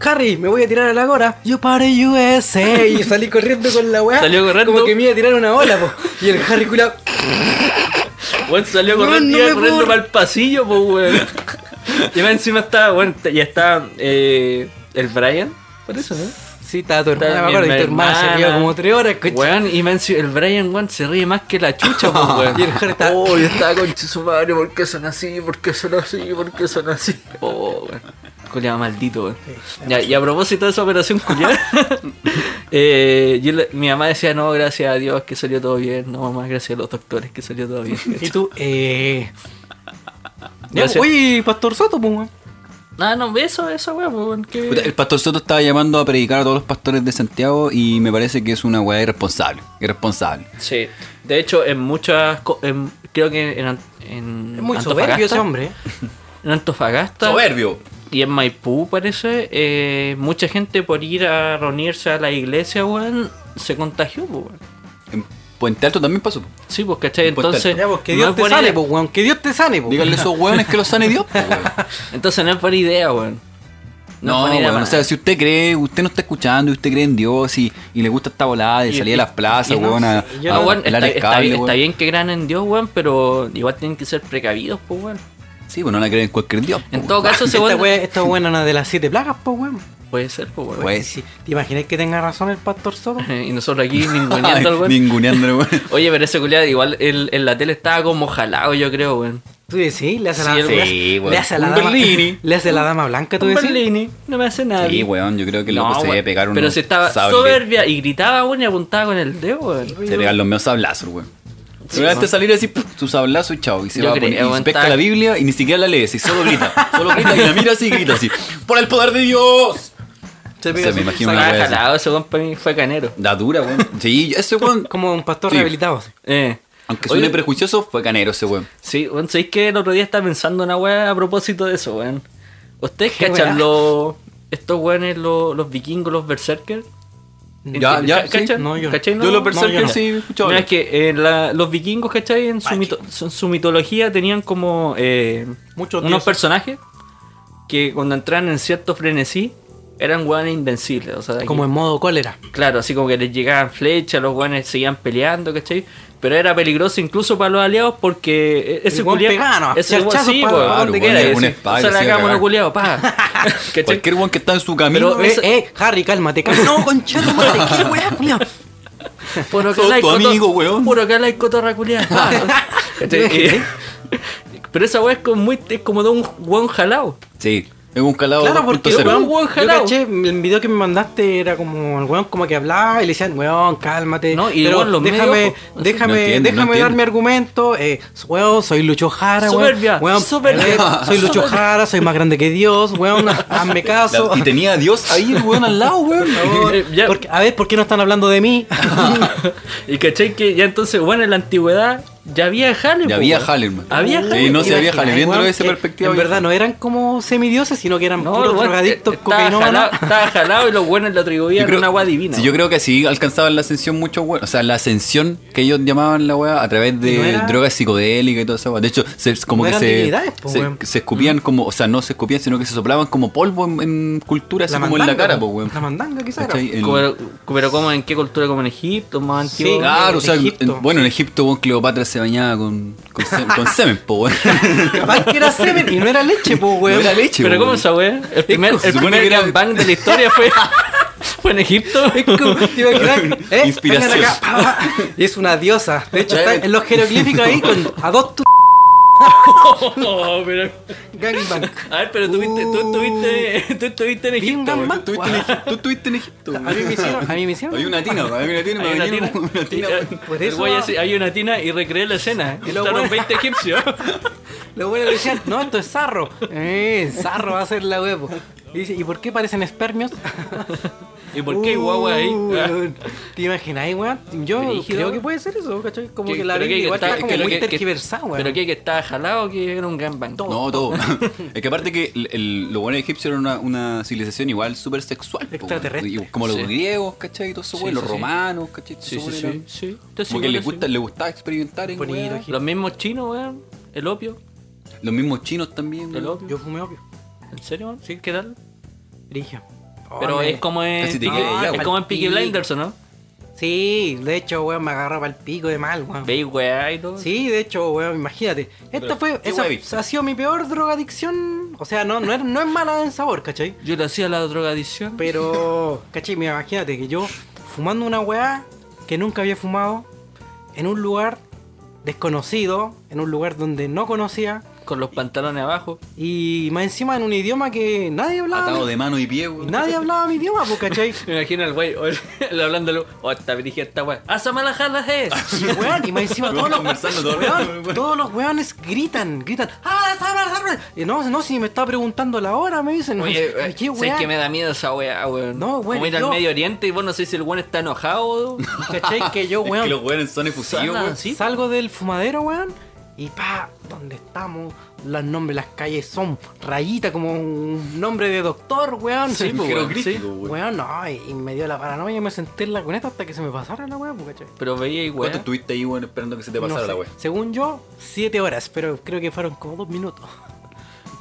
D: Harry, me voy a tirar a la gora. Yo para USA. Y salí corriendo con la weá.
B: Salió corriendo.
D: Como que me iba a tirar una ola, po. Y el Harry culiao,
B: Weón salió
D: Weón,
B: corriendo,
D: no
B: iba
D: me
B: corriendo
D: puedo-
B: para el pasillo, pues, weón. y más encima estaba, weón, ya estaba eh, el Brian. Por eso, ¿no?
D: Sí, estaba tu hermana,
B: Está
D: me
B: mi
D: acuerdo, y tu hermana se rió
B: hermana.
D: como tres horas, coche.
B: Weón, y man, si- el Brian weón, se ríe más que la chucha, po, weón.
D: Y el Jara está-
B: Oh, yo estaba con su madre, ¿por qué son así? ¿Por qué son así? ¿Por qué son así? Oh, weón. Culeado maldito, weón. Ya, y a propósito de esa operación culiada, eh, yo le- mi mamá decía, no, gracias a Dios que salió todo bien. No, mamá, gracias a los doctores que salió todo bien.
D: Y tú, eh. Ya, pues,
B: Gracias.
D: oye, Pastor Soto, pues, weón.
B: Ah, no, eso, eso, weón, po, weón. que-
C: Puta, El pastor Soto estaba llamando a predicar a todos los pastores de Santiago y me parece que es una weá irresponsable. Irresponsable.
B: Sí. De hecho, en muchas... co- en- creo que en... Ant- en
D: Es muy
B: Antofagasta-
D: soberbio ese hombre. eh.
B: En Antofagasta...
C: Soberbio.
B: y en Maipú parece, eh, mucha gente por ir a reunirse a la iglesia, weón, se contagió, po, weón.
C: En Puente Alto también pasó. po.
B: Sí, pues, ¿cachai?
C: Importante.
B: Entonces,
D: Ya, pues, que
B: no
D: Dios
B: es
D: te
B: buena
D: sane,
B: idea-
D: pues, weón. Que Dios te sane, pues.
C: Díganle a esos weones que los sane Dios. po, weón.
B: Entonces no es buena idea, weón.
C: pues. No,
B: es buena idea
C: weón,
B: para
C: o sea, si usted cree, usted no está escuchando y usted cree en Dios y, y le gusta esta volada de
B: Y-
C: salir a las plazas,
B: y no
C: weón, a,
D: sé,
B: nada.
D: yo
C: a
B: Ah, weón,
C: pelar
B: está,
C: el
B: está
C: cable,
B: bien, está
C: weón.
B: bien que crean en Dios, weón, pero igual tienen que ser precavidos, pues, weón.
C: Sí, bueno, no la creen en cualquier Dios. po,
B: En todo
C: weón.
B: caso, ese
D: Esta
B: weón
D: weá- esta weá era una de las siete plagas, pues, weón.
B: puede ser, pues, weón.
C: Puede
D: Y si- ¿Te imaginas que tenga razón el Pastor Soto?
B: Y nosotros aquí ninguneando al weón.
C: Ninguneándole, weón.
B: Oye, pero ese culiado igual el- en la tele estaba como jalado, yo creo, weón.
D: Tú decís, le hace a la,
B: Sí,
D: le hace-
C: sí, weón.
D: le hace a la
C: Un
D: dama.
C: Berlini.
D: Le hace a la dama blanca, tú decís.
B: Berlini, no me hace nada.
C: Sí, weón, yo creo que el loco se
B: weón,
C: debe pegar unos
B: Pero se estaba
C: sables.
B: soberbia y gritaba, weón, y apuntaba con el dedo, weón.
C: Se pegan los meos sablazos, weón. Seguramente salir así, pff, su sablazo y chao. Y se
B: Yo
C: va a
B: creo,
C: poner, y se
B: weón,
C: pesca
B: está-
C: la Biblia y ni siquiera la lee, si solo grita. Solo grita y la mira así y grita así. ¡Por el poder de Dios!
D: Se
C: pega me su- imagino una
B: Estaba
C: weá así.
B: jalado, ese weón para mí fue canero.
C: Da dura, weón. Sí, ese weón,
D: Como un pastor
C: Sí.
D: rehabilitado. así.
B: Eh.
C: aunque suene
B: Oye,
C: prejuicioso, fue canero ese weón.
B: Sí, weón, ¿sabéis que el otro día estaba pensando en una weá a propósito de eso, weón? ¿Ustedes
D: ¿Qué
B: cachan
D: weá?
B: los... estos weones, los, los vikingos, los berserkers?
C: Ya,
B: ¿Entiendes?
C: ya,
B: ¿Ca-
C: sí.
B: ¿Cachan?
D: No, yo no.
B: ¿Cachai?
C: Yo los
D: yo
C: berserkers
D: no.
C: sí he escuchado.
B: Mira,
C: hablar.
B: es que eh, la- los vikingos, ¿cachai? En su, mito- su- su mitología tenían como eh,
D: Muchos
B: unos
D: dioses.
B: personajes que cuando entraban en cierto frenesí eran guanes invencibles. O sea, de aquí-
D: Como en modo cólera.
B: Claro, así como que les llegaban flechas, los guanes seguían peleando, ¿cachai? Pero era peligroso incluso para los aliados porque eh, ese
D: El guan
B: culiao-
D: pegaba nomás,
B: Ese guan-
D: charchazo
B: sí,
D: pa-
B: weón,
D: pa
C: donde
B: donde
C: quiera,
B: quiera,
C: algún
B: ese-
C: espada,
B: se
C: que
B: la
C: sea
B: cagamos,
C: cagar.
B: culiao, pa. ¿Cachai?
C: Cualquier weón que está en su camino.
B: Pero
C: Pero,
D: Eh,
B: esa-
D: eh, Harry, cálmate, cálmate. No, concha, tu madre, qué weá, culiao.
B: Puro
C: Sos
B: calaico,
C: tu amigo, weón.
B: Puro calaico torraculeado. Pero esa weá es como, muy, es como de un weón jalado.
C: Sí, es un calado
D: Claro, porque el
C: 2.0.
D: weón,
B: Un weón
D: yo
B: jalao.
D: caché, el video que me mandaste era como el weón como que hablaba y le decían, weón, cálmate.
B: No, y el
D: pero
B: weón, los
D: déjame,
B: medios,
D: déjame,
C: No entiende, no
D: déjame dar
C: entiende.
D: mi argumento. Eh, weón, soy Lucho Jara, weón.
B: Soberbia,
D: weón.
B: soberbia,
D: eh, soy Lucho
B: soberbia.
D: Jara, soy más grande que Dios, weón, hazme caso.
C: La- y tenía a Dios ahí, el weón, al lado, weón.
D: Por favor.
B: Eh, ya.
D: Porque- a ver, ¿por qué no están hablando de mí?
B: y caché que ya entonces, bueno, en la antigüedad ya había jale.
C: Ya
B: po,
C: había
B: weón.
C: jale, hermano.
B: Había
C: Sí,
B: jale.
C: no se
B: po.
C: había jale. Viéndolo
D: Weón,
C: desde esa
D: que
C: perspectiva,
D: En
C: había
D: verdad,
C: jale.
D: no eran como semidioses, sino que eran
B: No,
D: puros
B: el weón,
D: drogadictos,
B: eh, estaba, jalado,
D: cocainómanos.
B: estaba jalado y los buenos le atribuían una agua divina.
C: sí, yo creo que sí alcanzaban la ascensión mucho, weón. O sea, la ascensión que ellos llamaban la weá a través
D: ¿No
C: de
D: era?
C: drogas psicodélicas y toda esa weá. De hecho, se, como
D: No
C: que
D: eran
C: se,
D: divinidades, po,
C: se,
D: weón. Mm.
C: se escupían como, o sea, no se escupían, sino que se soplaban como polvo en, en cultura, así como en la cara, po, weón.
D: La mandanga, quizás. era.
C: ¿Cachai? El-
B: Pero, pero como en qué cultura, como en Egipto, más
D: Sí,
B: antiguo.
C: Claro, o sea,
D: Egipto.
C: en- bueno, en Egipto, weón, Cleopatra se bañaba con, con, se- con semen, po, weón.
D: Capaz que era semen y no era leche, pues,
C: No
D: weón.
C: era leche,
B: Pero
C: weón.
B: ¿cómo esa weá? El primer, el
C: supone
B: primer
C: que era-
B: gran bang de la historia fue Fue en Egipto.
D: Es como, te imaginas, ¿eh?
C: Inspiración.
D: Vengan acá, pa, pa. Y es una diosa. De
B: Eh.
D: hecho, está en los jeroglíficos ahí con a dos tu
B: No, Oh, pero.
D: gangbang.
B: A ver, pero tuviste, tú estuviste,
C: Uh.
B: tú estuviste en
D: Bien
B: Egipto.
D: gangbang.
C: Tú estuviste en Egipto. Tú estuviste en Egipto.
D: A mí me hicieron, a mí me hicieron.
C: Hay una tina, hay una tina,
B: Hay una tina. eh,
C: una tina.
D: Por
B: El
D: eso-
B: güey así, hay una tina y recreé la escena. Y
D: lo
B: Estaban
D: bueno-
B: 20 egipcios.
D: Los buenos decían, no, esto es sarro. Eh, sarro va a ser la huevo. Y dice, ¿y por qué parecen espermios?
B: ¿Y por qué hay guagua ahí?
D: Uh,
B: Ah.
D: weón. ¿Te imaginas, weón? Yo
B: Brígido.
D: creo que puede ser eso, ¿cachai? Como
B: Que-
D: que la
B: pero que
D: Biblia
B: hay que
D: igual
B: estar-
D: está como
B: que lo
D: muy
B: que- que-
D: tergiversada, weón.
B: Pero que que estaba jalado que era un gangbang.
C: No, todo. es que aparte que el, el- los buenos egipcios eran una, una civilización igual súper sexual. po,
D: Extraterrestre.
C: y como los
B: Sí.
C: griegos, ¿cachai? Y todo eso,
B: Sí,
C: güey, los
B: sí, sí.
C: romanos, ¿cachai? Todo
B: Sí, sí,
C: eso, güey,
B: sí.
C: era-
B: sí. Entonces,
C: Como que les,
B: igual
C: gusta,
B: así.
C: les gustaba experimentar en
D: Bonito,
C: weas.
B: Los mismos chinos, weón. El opio.
C: Los mismos chinos también.
B: El
C: güey.
B: opio.
D: Yo fumé opio.
B: ¿En serio, weón? ¿Sí? ¿Qué tal?
D: Brigio.
B: Pero
D: Oh,
B: es
D: me-
B: como en.
C: Casi te
B: no,
C: quedas helado.
B: es como en Peaky Blinders, ¿o ¿no?
D: Sí, de hecho, weón, me agarraba el pico de mal, weón.
B: Veis, weá y todo.
D: Sí, de hecho, weón, imagínate. Esta fue,
C: ¿Qué weón viste?
D: esa ha sido mi peor drogadicción. O sea, no, no, es, no es mala en sabor, ¿cachai?
B: Yo le hacía la drogadicción.
D: Pero, caché, mira, imagínate que yo fumando una weá que nunca había fumado, en un lugar desconocido, en un lugar donde no conocía,
B: Con los pantalones abajo.
D: y más encima en un idioma que nadie hablaba.
C: Atado de mano y pie, güey.
D: Nadie hablaba mi idioma, pues, ¿cachai?
B: Me imagino al güey o- le hablándole. Oh, esta brigia esta weá. ¡Hazme la jala, eh!
D: Weón, y más encima
C: Weón,
D: todos los,
C: conversando todo el
D: weón,
C: rato, weón.
D: todos los weones gritan, gritan. "Ah, "Habla, habla, habla". Y no, no, si me está preguntando la hora, me dicen.
B: Oye, eh,
D: "Ay, qué
B: sé
D: weá".
B: que me da miedo esa weá, weón.
D: No, weón,
B: Como ir
D: yo-
B: al Medio Oriente y vos no sé si el weón está enojado.
D: ¿Cachai? Que yo,
C: Es
D: weón,
C: que los güeyes son efusivos,
B: Sana,
C: güey.
B: sí.
D: Salgo del fumadero, weón, y pa, ¿dónde estamos? Los nombres, las calles son rayita como un nombre de doctor, weón.
B: Sí, po, weón, sí.
C: Jeroglífico, güey.
D: Weón, no, y, y me dio la paranoia y me senté en la cuneta hasta que se me pasara la weón, ¿cachai?
B: Pero veía y
C: ¿Cuánto
B: weá.
C: estuviste ahí, güey, esperando que se te
D: No
C: pasara
D: sé.
C: la wea?
D: Según yo, siete horas, pero creo que fueron como dos minutos.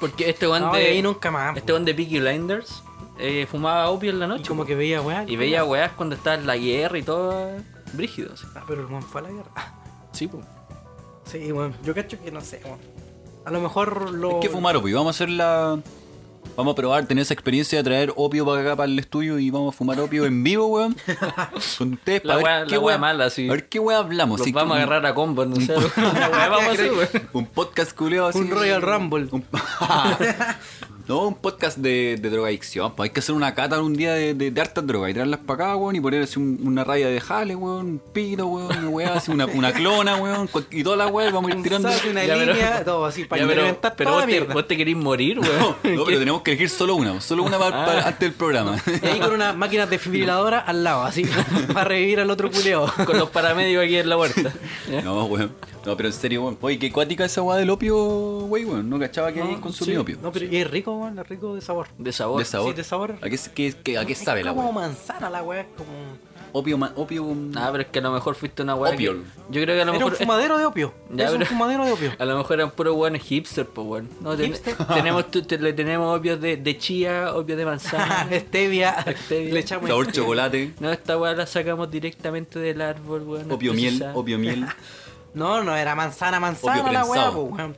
B: Porque este weón
D: No, y
B: de.
D: ahí nunca más.
B: Este weón de Peaky Blinders eh, fumaba opio en la
D: Y
B: noche.
D: como que veía, weón.
B: Y veía weás cuando estaba en la guerra y todo. eh, Brígido, así.
D: Ah, Pero el weón fue a la guerra.
B: Sí, pues.
D: Sí, weón. Yo cacho que no sé, weón. A lo mejor lo.
C: Hay que fumar opio. Vamos a hacer la. Vamos a probar, tener esa experiencia de traer opio para acá, para el estudio y vamos a fumar opio en vivo, weón. Con ustedes,
B: La
C: para
B: wea-
C: ver
B: la
C: qué
B: wea mala, sí.
C: A ver qué wea hablamos.
B: Los
C: sí,
B: vamos a
C: un-
B: agarrar a combo, no sé. Una weá vamos a hacer, weón.
C: Un podcast culeado así.
D: Un Royal Rumble.
C: Un- no, un podcast de, de drogadicción. pues, hay que hacer una cata un día de, de, de hartas drogas y traerlas para acá, weón, y poner así un- una raya de jale, weón, un pito, weón, una weá, así, una, una clona, weón, cual- y toda la weá, y vamos a ir
D: Un
C: tirando.
D: saco, una
B: Ya, pero-
D: línea, todo así, para
B: Ya, pero-
D: implementar
B: pero
D: toda
B: vos
D: la
B: te,
D: mierda.
B: vos te querís morir,
C: No,
B: weón.
C: no, pero tenemos que elegir solo una, solo una para,
B: Ah.
C: para- antes del programa.
D: Y ahí con una máquina desfibriladora al lado, así, para revivir al otro culeo.
B: Con los paramédicos aquí en la puerta.
C: No, weón. No, pero en serio, weón. Oye, qué cuática esa weá del opio, wey, weón. No cachaba que hay consumido opio.
D: No, pero y es rico, weón, es rico de sabor.
B: De sabor.
C: De sabor.
D: Sí, de sabor.
C: ¿A qué, qué- qué- a qué
D: Es
C: sabe la
D: como
C: weá?
D: manzana la weá, es como...
C: Opio, ma- opio.
B: Ah, pero es que a lo mejor fuiste una weá. que-
C: Opio.
B: Yo creo que a lo
D: Era
B: mejor.
D: un fumadero de opio.
B: Ya,
D: es un
B: pero-
D: fumadero de opio.
B: A lo mejor eran puros weones hipster, pues weón. No, ten-
D: Hipster.
B: tenemos, tu- te- le tenemos opios de, de chía, opios de manzana.
D: Stevia,
B: Stevia.
D: le echamos...
C: sabor chocolate.
B: no, esta weá la sacamos directamente del árbol, weón.
C: Opio miel,
B: procesada.
C: opio miel.
D: No, no, era manzana, manzana
C: Opio
D: la weá,
C: prensado.
D: pues, weón.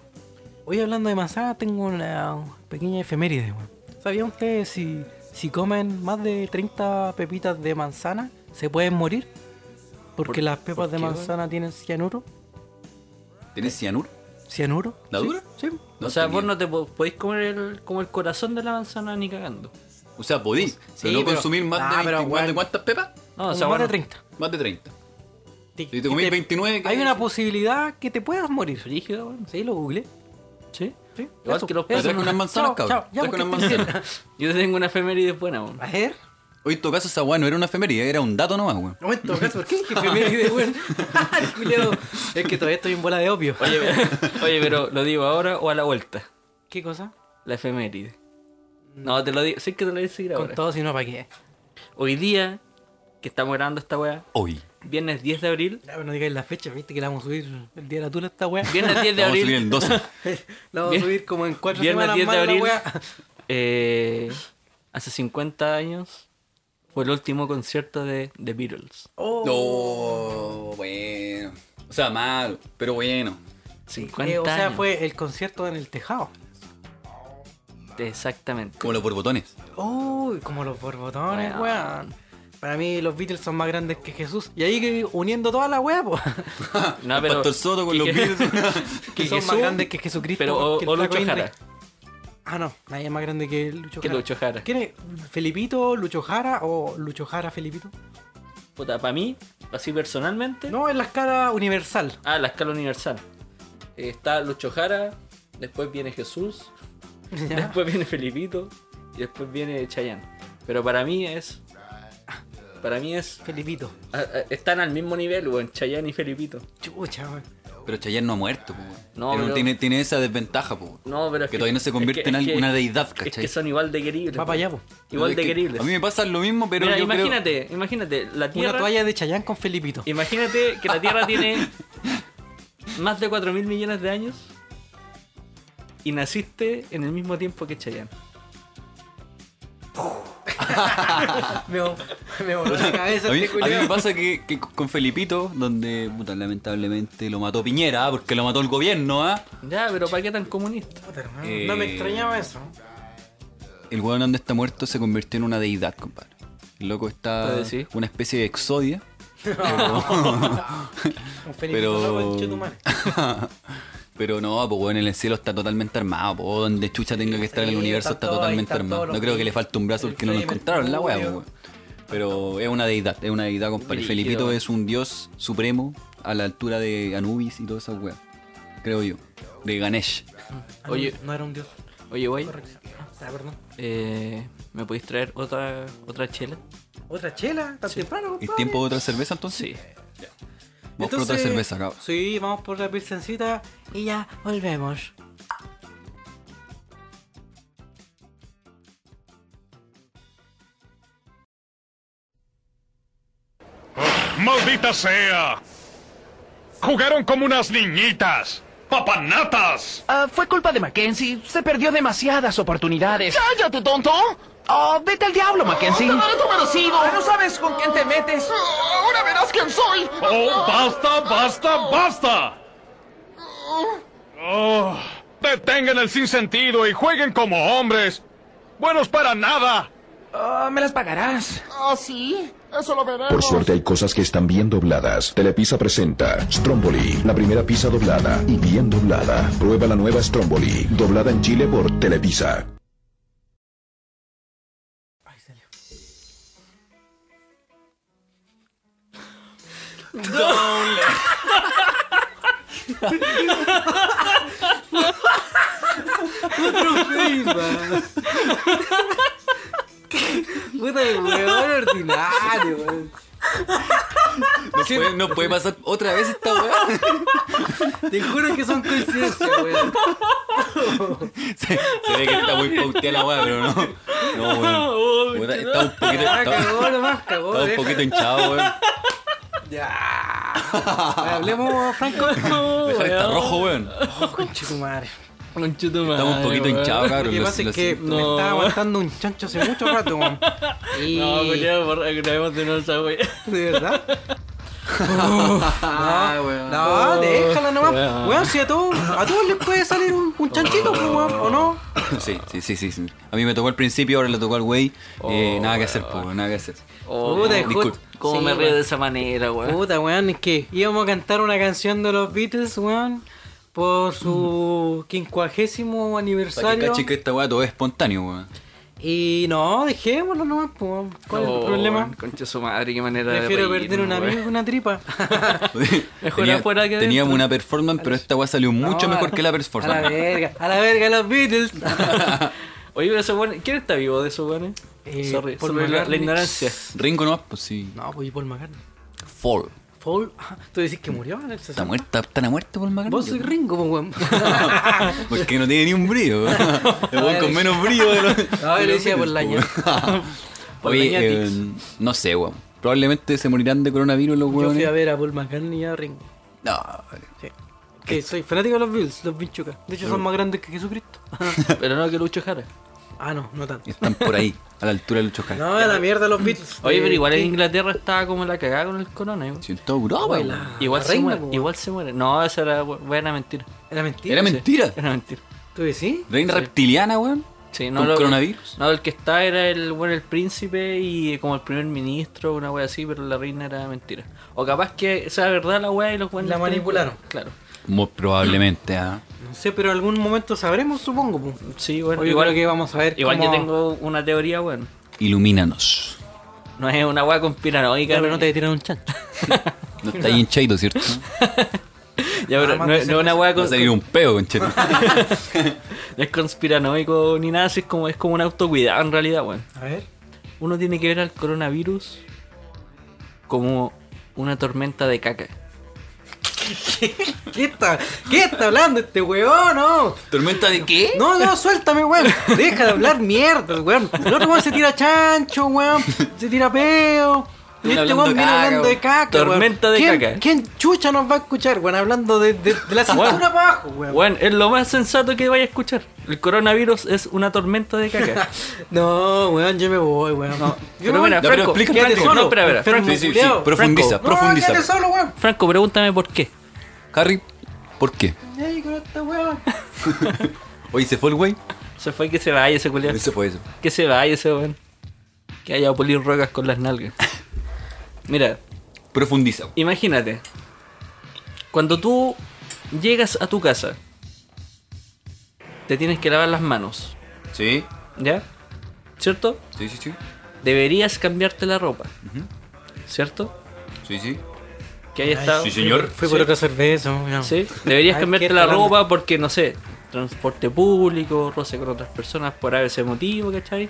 D: Hoy hablando de manzana, tengo una pequeña efeméride, weón. ¿Sabían ustedes si, si comen más de 30 pepitas de manzana, se pueden morir? Porque
B: ¿Por-
D: las pepas
B: por
D: de
B: qué,
D: manzana tienen cianuro.
C: ¿Tenés cianuro?
D: ¿Cianuro?
C: ¿La
D: Sí,
C: dura?
D: Sí.
C: No
B: o sea,
C: tenía.
B: vos no te po- podéis comer el, como el corazón de la manzana ni cagando.
C: O sea, podís. pero no
D: pero-
C: consumir más
D: Ah,
C: de, 20
D: pero,
C: más
D: weón.
C: de cuántas pepas?
B: No, o
D: Como
B: sea,
D: más de
B: bueno,
D: 30.
C: Más de 30. Si
D: Y
C: te comís 29, ¿qué
D: Hay una
C: dices?
D: posibilidad que te puedas morir.
B: Rígido, weón.
D: Sí, lo googleé.
B: Sí.
D: Sí,
B: Igual
D: eso,
B: que los
D: eso.
C: Traje unas manzanas,
D: Chao,
C: cabrón.
D: chao, ya,
C: Traje
D: porque
C: unas
D: estoy
C: manzanas.
B: Yo tengo una efeméride buena, weón.
D: A ver.
C: Oye, en todo caso, esa weá no era una efeméride, era un dato nomás, weón.
D: No, en todo caso, ¿por qué dije efeméride, weón? El culiao. Es que todavía estoy en bola de opio.
B: Oye, pero- oye, pero lo digo ahora o a la vuelta.
D: ¿Qué cosa?
B: La efeméride. No, te lo digo. Sí que te lo voy a decir
D: Con
B: ahora.
D: todo, si no, ¿para qué?
B: Hoy día, que estamos grabando esta weá,
C: Hoy.
B: viernes 10 de abril.
D: Ya, pero no digáis la fecha, viste que la vamos a subir el día de la tula esta weá.
B: Viernes 10 de
C: Vamos a subir
B: abril.
C: el 12.
D: La vamos
B: Vier-
D: a subir como en cuatro
B: Viernes
D: semanas
B: 10
D: más
B: de abril.
D: la weá.
B: eh, hace 50 años fue el último concierto de The Beatles.
D: Oh,
C: No, bueno. O sea, malo, pero bueno.
B: 50
D: eh, o sea,
B: años.
D: fue el concierto en el tejado.
B: Exactamente.
C: Como los borbotones.
D: Uy, como los borbotones,
B: Weón.
D: weón. Para mí los Beatles son más grandes que Jesús. Y ahí que uniendo toda la weá, po.
B: No,
D: Ah,
C: El
B: pero-
C: Pastor Soto con
B: y
C: los
B: que-
C: Beatles.
D: Que
B: Que
D: son más
B: Jesús,
D: grandes que Jesucristo.
B: Pero o,
D: que el
B: o
D: Flaco
B: Lucho
D: Inri.
B: Jara.
D: Ah, no. Nadie es más grande que Lucho
B: Que
D: Jara.
B: Lucho Jara.
D: ¿Quién es? ¿Felipito, Lucho Jara o Lucho Jara, Felipito?
B: Puta, para mí, así personalmente.
D: No, es la escala universal.
B: Ah, la escala universal. Eh, está Lucho Jara, después viene Jesús,
D: ¿Ya?
B: después viene Felipito y después viene Chayanne. Pero para mí es. Para mí es.
D: Felipito.
B: a- a- están al mismo nivel, weón, Chayanne y Felipito.
D: Chucha, weón.
C: Pero Chayanne no ha muerto, po, weón.
B: No,
C: Pero
B: pero-
C: tiene, tiene esa desventaja, po, weón.
B: No, pero es
C: Que todavía no se convierte en algo- una deidad,
B: Es
C: ¿cachai?
B: que son igual de queribles.
D: Va para allá, po.
B: Igual
C: Es
B: de
C: que
B: queribles.
C: A mí me pasa lo mismo, pero
B: Mira,
C: yo creo-
B: imagínate, imagínate, la Tierra.
D: Una toalla de Chayán con Felipito.
B: Imagínate que la Tierra tiene más de 4 mil millones de años y naciste en el mismo tiempo que Chayanne.
D: Me, me voló la cabeza este
C: a mí, a mí me
D: culiao.
C: pasa que, que con Felipito, donde puta, lamentablemente lo mató Piñera, ah, porque lo mató el gobierno, ¿ah?
B: Ya, pero ¿para qué tan comunista?
D: Puta, hermano,
C: Eh,
D: No me extrañaba eso.
C: El weón donde está muerto se convirtió en una deidad, compadre. El loco está
B: ¿Puedes decir?
C: una especie de exodia.
D: Un
C: Pero.
D: Felipito loco en Chetumal. Ah,
C: pero no, pues bueno, en el cielo está totalmente armado. po, donde chucha tenga que estar en el
D: Sí,
C: universo
D: está
C: está
D: todo-
C: totalmente
D: está todo
C: armado. No
D: lo
C: creo
D: que-
C: que le falte un brazo porque
D: el
C: no lo
D: Freddy
C: encontraron la weá, po,
D: Mercurio.
C: weón. Pero es una deidad, es una deidad, compadre.
B: Brígido.
C: Felipito es un dios supremo a la altura de Anubis y todas esas weas. Creo yo. De Ganesh.
D: Ah, no,
B: Oye.
D: No era un dios.
B: Oye, güey,
D: Corrección. Ah, perdón.
B: eh, ¿me podéis traer otra, otra chela?
D: ¿Otra chela? ¿Tan temprano,
C: ¿Es
D: compadre?
C: tiempo de otra cerveza entonces? Vamos por otra
D: Entonces,
C: cerveza, cabrón.
D: Sí, vamos por la pilsencita y ya volvemos.
E: ¡Maldita sea! Jugaron como unas niñitas. ¡Papanatas!
F: Ah, fue culpa de Mackenzie. Se perdió demasiadas oportunidades.
G: ¡Cállate, tonto!
F: Ah, vete al diablo, Mackenzie.
G: ¡Tomaré tu merecido!
F: No sabes con quién te metes.
G: ¡Ahora verás quién soy!
E: ¡Oh, basta, basta, basta! Oh, detengan el sinsentido y jueguen como hombres. ¡Buenos para nada!
F: Ah, me las pagarás.
G: ¿Ah, sí? Eso lo veremos.
H: Por suerte hay cosas que están bien dobladas. Telepisa presenta Stromboli, la primera pizza doblada y bien doblada. Prueba la nueva Stromboli, doblada en Chile por Telepisa.
D: Puta de weón ordinario, weón.
C: No puede, no puede pasar otra vez esta weá.
D: Te juro que son coincidencias, weón.
C: Se, se ve que está muy pauteada la weá, pero no. No, weón. Puta, Está un poquito,
D: Ah,
C: está,
D: cagó nomás, cagó.
C: está un
D: Oh, deja.
C: poquito hinchado, weón.
D: Hablemos, Franco. Oh,
C: Dejar está rojo, weón.
D: Conchetumare.
C: Estamos un poquito
D: Lo
C: hinchados, cabrón.
D: que
C: lo-
D: pasa
C: lo-
D: es que me
B: No.
D: estaba aguantando un chancho hace mucho rato, weón. Y...
B: No, culiao, borra, grabemos de nuevo esa wea.
D: ¿De verdad? no, no, déjala nomás.
B: Ah, Weón. Oh.
D: Weón, si a todos, a todos les puede salir un, un chanchito, pues, weón, ¿o no?
C: Sí, sí, sí, sí, sí. A mí me tocó al principio, ahora le tocó al güey.
D: Oh,
C: Eh, nada que hacer, po, weón, nada que hacer.
B: Oh,
D: Puta,
C: disculpa.
D: justo-
B: ¿Cómo
D: Sí,
B: me río
D: weón.
B: de esa manera, weón?
D: Puta, weón, es que íbamos a cantar una canción de los Beatles, weón, por su
B: Mm.
D: quincuagésimo
C: O sea, que
D: aniversario.
C: caché que esta weá todo es espontáneo, weón.
D: Y no, dejémoslo nomás, pues, weón. ¿cuál es el
B: Oh,
D: problema?
B: Concha su madre, qué manera de
D: Prefiero
B: reírnos,
D: perder un
B: weón.
D: amigo que una tripa.
B: Mejor afuera que dentro.
C: Teníamos una performance, pero esta weá salió mucho
D: No,
C: mejor
D: a-
C: que la
D: Ah. A la
C: performance.
D: verga, a la verga, los Beatles.
B: Oye, pero ese weón, ¿quién está vivo de esos weones?
D: Eh,
B: Sorry,
D: Paul
B: sorry, la, la
D: McCartney.
B: ignorancia.
C: Ringo nomás, pues sí.
D: no, pues y Paul McCartney.
C: Fall.
D: Paul, tú decís que murió en el
C: Está
D: 60.
C: muerta, está la muerte por el
D: Vos sois Ringo, pues, weón.
C: Porque no tiene ni un brillo. El weón con menos brillo de
D: No,
C: los. de
D: yo lo
C: los
D: decía por la
C: Beatles,
D: ña-
C: po, weón.
B: Por la ña
C: Oye,
B: tics.
C: eh, no sé, weón. Probablemente se morirán de coronavirus los
D: Yo fui a
C: weones.
D: ver a Paul McCartney y a Ringo.
C: No,
D: Sí. Que soy fanático de los Beatles, los Vinchucas. De
C: Uh.
D: hecho, son más grandes que Jesucristo.
B: Pero no que Lucho Jara.
D: ah, no, no tanto.
C: están por ahí, a la altura del chocar.
D: No, la mierda los Beatles. Eh,
B: Oye, pero igual en
D: en
B: Inglaterra estaba como la cagada con el corona, weón.
C: Si en toda Europa, weón.
B: Igual se,
D: reina, pues,
B: muere,
D: po.
B: igual se muere. No, esa era buena mentira.
D: Era mentira.
C: Era mentira.
B: Era mentira.
D: ¿Tú decís?
C: Reina reptiliana, weón.
B: Sí, no
C: ¿Con
B: lo-
C: coronavirus?
B: No, el que está era el bueno el príncipe y como el primer ministro, una wea así, pero la reina era mentira. O capaz que sea verdad la wea y los buenos.
D: La manipularon.
B: Claro.
C: Muy probablemente, ¿ah?
D: No sé, pero en algún momento sabremos, supongo. pues. po.
B: Sí, bueno,
D: Oye,
B: igual
D: creo que vamos a ver
B: Igual
D: cómo-
B: yo tengo una teoría, bueno.
C: Ilumínanos.
B: No es una wea
D: Ya,
B: conspiranoica.
D: pero no te tiran un chancho.
C: No está ahí en Chaito, ¿cierto?
B: Ya, pero
D: Nada más
B: no, es-
D: de
B: no es una wea
C: Va a salir un peo con Chaito.
B: No es conspiranoico ni nada, así es como, es como un autocuidado en realidad, weón.
D: A ver.
B: Uno tiene que ver al coronavirus como una tormenta de caca.
D: ¿Qué está, ¿Qué está hablando este weón? No.
C: ¿Tormenta de qué?
D: No, no, suéltame, weón. Deja de hablar mierda, weón. El otro weón se tira chancho, weón. Se tira peo. Y
C: Viene
D: este weón
C: hablando
D: viene
C: caca,
D: hablando de
C: weón.
D: caca, weón.
B: Tormenta de
D: ¿Quién-
B: caca. Ah,
D: ¿Quién chucha nos va a escuchar, weón? Hablando de, de- de la cintura
B: Weón.
D: para abajo, weón.
B: Bueno, es lo más sensato que vaya a escuchar. El coronavirus es una tormenta de caca.
D: No, weón, yo me voy, weón.
B: No,
D: yo
B: pero
D: me voy.
B: mira,
C: Ya, pero
B: Franco,
C: explica,
B: quédate
C: Franco.
B: solo. No, espera, espera,
D: Enfermo
B: Franco,
C: Sí, sí, sí,
D: culiao.
C: profundiza,
D: Franco.
C: profundiza.
D: No, quédate solo, weón.
B: Franco, pregúntame por qué.
C: Harry, ¿por qué?
D: Ey, con esta weón.
C: Oye, ¿se fue el güey?
B: Se fue que se vaya ese culiado.
C: Ese fue eso.
B: Que se vaya ese weón. Que haya pulir rocas con las nalgas. Mira,
C: Profundiza.
B: imagínate. Cuando tú llegas a tu casa, te tienes que lavar las manos.
C: Sí,
B: ¿Ya? ¿Cierto?
C: sí, sí, sí.
B: Deberías cambiarte la ropa. ¿Cierto?
C: Sí, sí.
B: Que haya estado.
C: Sí, señor.
D: Fui por otra cerveza, weón.
B: Sí, deberías
D: Ay,
B: cambiarte
D: qué
B: la
D: talante.
B: ropa porque, no sé, transporte público, roce con otras personas por ese motivo, ¿cachai?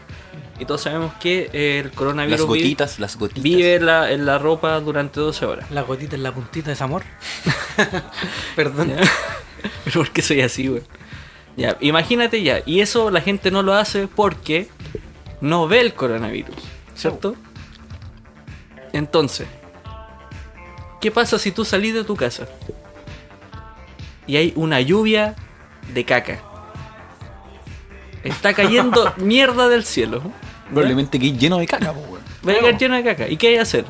B: Y todos sabemos que eh, el coronavirus
C: Las
B: vive-
C: gotitas, las gotitas.
B: vive en la- en la ropa durante 12 horas.
D: La gotita en la puntita de ese amor. Perdón.
B: Pero ¿por qué soy así, güey? Ya, imagínate ya. Y eso la gente no lo hace porque no ve el coronavirus, ¿cierto? Entonces, ¿qué pasa si tú salís de tu casa y hay una lluvia de caca? Está cayendo mierda del cielo. ¿ya?
C: Probablemente que lleno de caca, po, weón.
B: Va a llegar lleno de caca. ¿Y qué hay que hacer?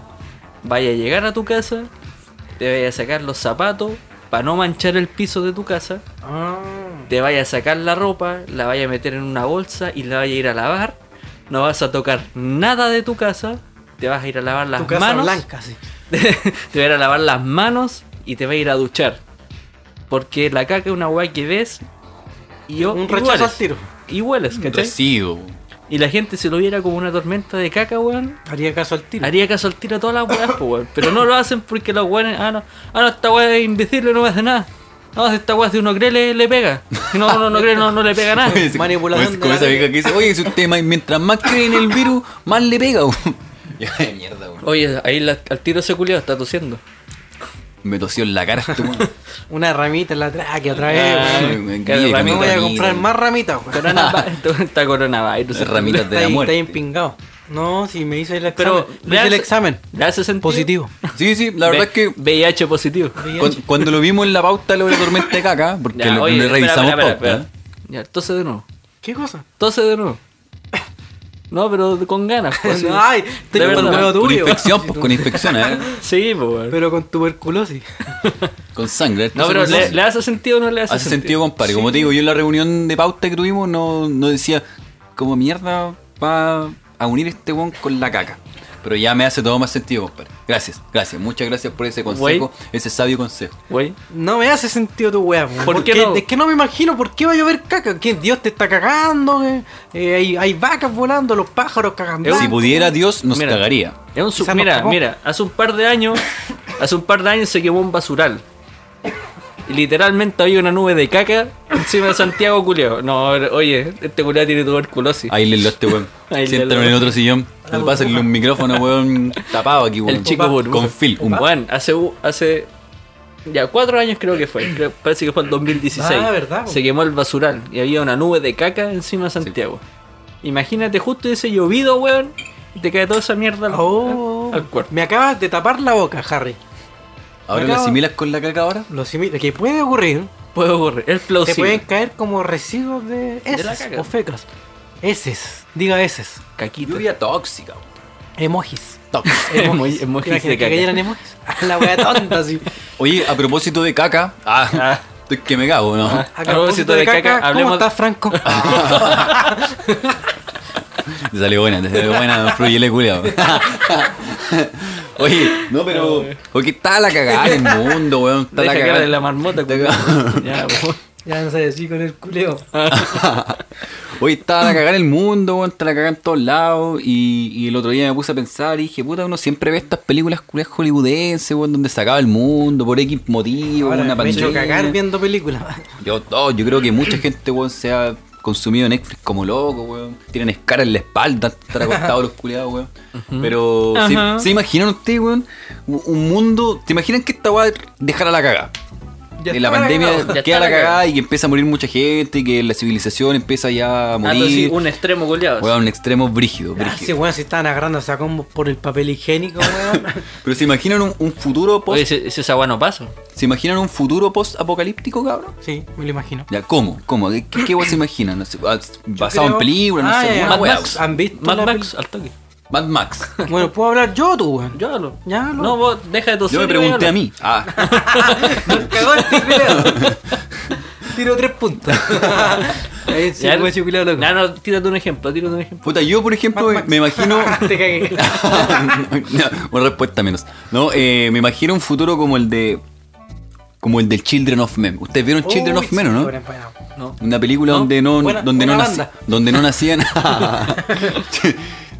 B: Vaya a llegar a tu casa, te vaya a sacar los zapatos para no manchar el piso de tu casa
D: Ah.
B: te vaya a sacar la ropa, la vaya a meter en una bolsa y la vaya a ir a lavar. No vas a tocar nada de tu casa, te vas a ir a lavar las
D: tu casa
B: manos.
D: blanca, sí.
B: te vas a ir a lavar las manos y te vas a ir a duchar. Porque la caca es una weá que ves y yo.
D: Un
B: y
D: rechazo
B: hueles.
D: al tiro.
B: Y hueles, ¿cachai?
C: Residuo.
B: Y la gente si lo viera como una tormenta de caca, weón.
D: Haría caso al tiro.
B: Haría caso al tiro a todas las weas, po, weón. Pero no lo hacen porque los weones. Ah, no, ah, no esta wea es invisible, no me hace nada. No, si esta wea si uno cree le, le pega. Si no, uno no cree, no, no le pega nada.
D: Manipulación de
C: Con
D: la
C: esa
D: caca.
C: vieja que dice, oye, si usted más- mientras más cree en el virus, más le pega, weón. Ya de mierda, weón.
B: Oye, ahí la- al tiro ese culiado está tosiendo.
C: Me tosió en la cara este weón.
D: Una ramita en la tráquea otra vez.
B: Ah,
D: weón.
C: Me
B: claro,
C: guía,
B: para mí
D: Me
C: camino
D: voy a
C: de
D: comprar
C: vida.
D: más ramitas, weón.
B: Coronavirus, está coronavirus.
C: Las ramitas de
D: Está
C: la
D: ahí- está ahí
C: muerte.
D: empingado. No, si me hice el examen.
B: Pero,
D: me hice el examen.
B: ¿Le hace sentido?
D: Positivo.
C: Sí, sí, la verdad es que
B: VIH positivo.
C: cuan- cuando lo vimos en la pauta lo de la tormenta de caca, porque
B: Ya,
C: lo,
B: oye,
C: le
B: espera,
C: revisamos ¿eh?
B: espera, espera,
C: pauta.
B: espera. Ya, tose de nuevo.
D: ¿Qué cosa?
B: Tose de nuevo. No, pero con ganas. pues, sí.
D: Ay, estoy
B: De
D: con el
B: verdad.
D: huevo
C: Con
D: tuyo.
C: infección, pues con infección, ¿eh?
B: Sí, pues. weón.
D: Pero con tuberculosis.
C: Con sangre.
B: No, pero
C: Entonces,
B: ¿le, le hace sentido o no le hace,
C: Hace sentido, compadre. Como te digo, yo en la reunión de pauta que tuvimos no, no decía, como mierda va a unir este weón con la caca. Pero ya me hace todo más sentido, compadre. Gracias, gracias. Muchas gracias por ese consejo,
B: Güey.
C: ese sabio consejo.
B: Güey.
D: No me hace sentido tu weá. weón.
B: ¿Por
D: Porque
B: qué no?
D: Es que no me imagino por qué va a llover caca. ¿Quién? Dios te está cagando. eh. Eh, hay, hay vacas volando, los pájaros cagan.
B: Es un-
C: Si
D: blanco.
C: pudiera Dios, nos
B: Mira.
C: cagaría.
B: Es un su-
D: Quizá nos
B: mira,
D: cagó.
B: mira, hace un par de años, hace un par de años se quemó un basural. Y literalmente había una nube de caca encima de Santiago Culeo. No, oye, este culeo tiene tuberculosis.
C: Ahí le lo a este weón.
B: Ahí le
C: Siéntalo
B: lo-
C: en el otro sillón. No pasa que un micrófono, weón, tapado aquí, weón.
B: El chico burbuja.
C: Con Phil. Un
B: Juan, hace, u- hace ya cuatro años creo que fue. creo- parece que fue el 2016.
D: Ah, ¿verdad, po?
B: Se quemó el basural y había una nube de caca encima de Santiago. Imagínate justo ese llovido, weón. Y te cae toda esa mierda al,
D: Oh,
B: al cuerpo.
D: me acabas de tapar la boca, Harry.
C: Ahora lo
D: Acabo-
C: asimilas con la caca ahora.
D: Lo simi- que puede ocurrir,
B: Puede ocurrir. Es
D: te pueden
B: plausible.
D: caer como residuos de
B: la
D: heces
B: caca.
D: o fecas. Heces, diga heces.
B: Caquita.
C: Lluvia tóxica, weón.
D: Emojis.
C: Tóxica.
B: Emoji- emojis
D: Imagínate
B: de
D: que
B: caca.
D: cayeran emojis. La wea tonta, sí.
C: Oye, a propósito de caca. Ah, Estoy que me cago, ¿no?
D: A
B: A propósito de caca,
D: ¿Cómo
B: hablemos- Ah.
D: estás, Franco?
C: Te salió buena, te salió buena, don Fluyele culiao. Oye, no, pero. Porque está la cagada en el mundo, weón. Está
B: eh. Deja
C: la
B: que
C: cagada.
B: hable la marmota,
C: Está
B: culiao. Ya, po.
D: ya no sé decir con el culeo.
B: Ah,
C: Hoy está la cagada en el mundo, weón, está la cagada en todos lados. Y, y el otro día me puse a pensar y dije, puta, uno siempre ve estas películas culias hollywoodenses, weón, donde se acaba el mundo por X motivo,
D: Ahora
C: una
D: me he hecho cagar
C: pandemia.
D: viendo películas. Ah,
C: Yo, todo, yo creo que mucha gente, weón, se ha consumido Netflix como loco, weón. Tienen escara en la espalda, están acostados los culiados, weón. Pero, ¿se- ¿se, imaginan ustedes, weón? Un- Un mundo. ¿Te imaginan que esta va a dejar a la cagada?
D: Ya
C: en la
D: está la
C: pandemia
D: cagada.
B: Ya
C: queda
B: está
C: la
B: la
C: cagada
B: cagada.
C: y que empieza a morir mucha gente, y que la civilización empieza ya a
B: Ah, tú sí,
C: morir.
B: un extremo culiado.
C: Weón, un extremo brígido,
D: Ah, sí,
C: brígido.
D: weón, si estaban agarrándose a combos por el papel higiénico, weón.
C: Pero se imaginan un, un futuro post.
B: Oye, ese, ese agua no pasa.
C: ¿Se imaginan un futuro post apocalíptico, cabrón?
D: Sí, me lo imagino.
C: Ya, ¿cómo? ¿Cómo? ¿Qué, qué weón se imaginan? No sé, ah, basado
D: creo-
C: en películas, no
D: Ah,
C: sé,
D: ya,
C: una
D: Mad
C: weá,
D: Max.
C: weón.
D: ¿Han visto
B: Mad
D: la
B: Max, al toque.
C: Mad Max.
D: Bueno, puedo hablar yo, tú, weón.
B: Yo hablo.
D: Ya, hablo.
B: No, vos deja de toser.
C: Yo me
B: y voy
C: pregunté a
B: hablar.
C: mí. Ah,
D: Nos cagó este culiao. Tiro tres puntos. Ahí sí, pues,
B: Ya,
D: weón, chuculeo, loco.
B: No, no, tírate un ejemplo, tírate un ejemplo.
C: puta, yo por ejemplo
D: Mad
C: me,
D: Max. Ah,
C: me imagino.
B: pues.
D: Te cagué.
C: No, una respuesta menos. No, eh, me imagino un futuro como el de. Como el del Children of Men. ¿Ustedes vieron Children
D: Uy,
C: of Men o
D: sí,
C: no?
D: weón, empanado.
C: Una película
D: ¿No?
C: donde no
D: Buena-
C: donde no
D: buena
C: naci-
D: banda.
C: donde no nacían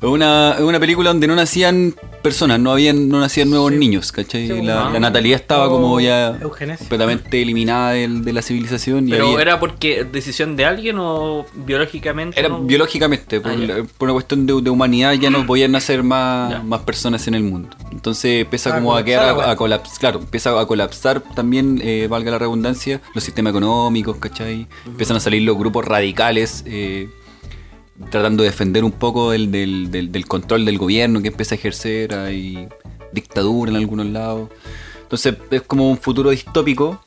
C: una, una película donde no nacían personas, no habían no nacían nuevos niños, ¿cachai?
D: Sí,
C: la,
D: ah.
C: la natalidad estaba como
D: O
C: ya
D: eugenesia.
C: completamente eliminada del- de, la civilización y
B: Pero
C: había-
B: era porque decisión de alguien o biológicamente.
C: era
B: no?
C: biológicamente, por,
B: Ah, ya. Ah.
C: por una cuestión de, de humanidad ya no podían nacer más,
B: Ya.
C: más personas en el mundo. Entonces empieza
D: Ah,
C: como a
D: colapsar,
C: quedar a,
D: bueno.
C: colapsar, claro, empieza a colapsar también, eh, valga la redundancia, los sistemas económicos, ¿cachai? Empiezan a salir los grupos radicales. eh, Tratando de defender un poco del, del- del- del control del gobierno que empieza a ejercer, hay dictadura en algunos lados. Entonces es como un futuro distópico,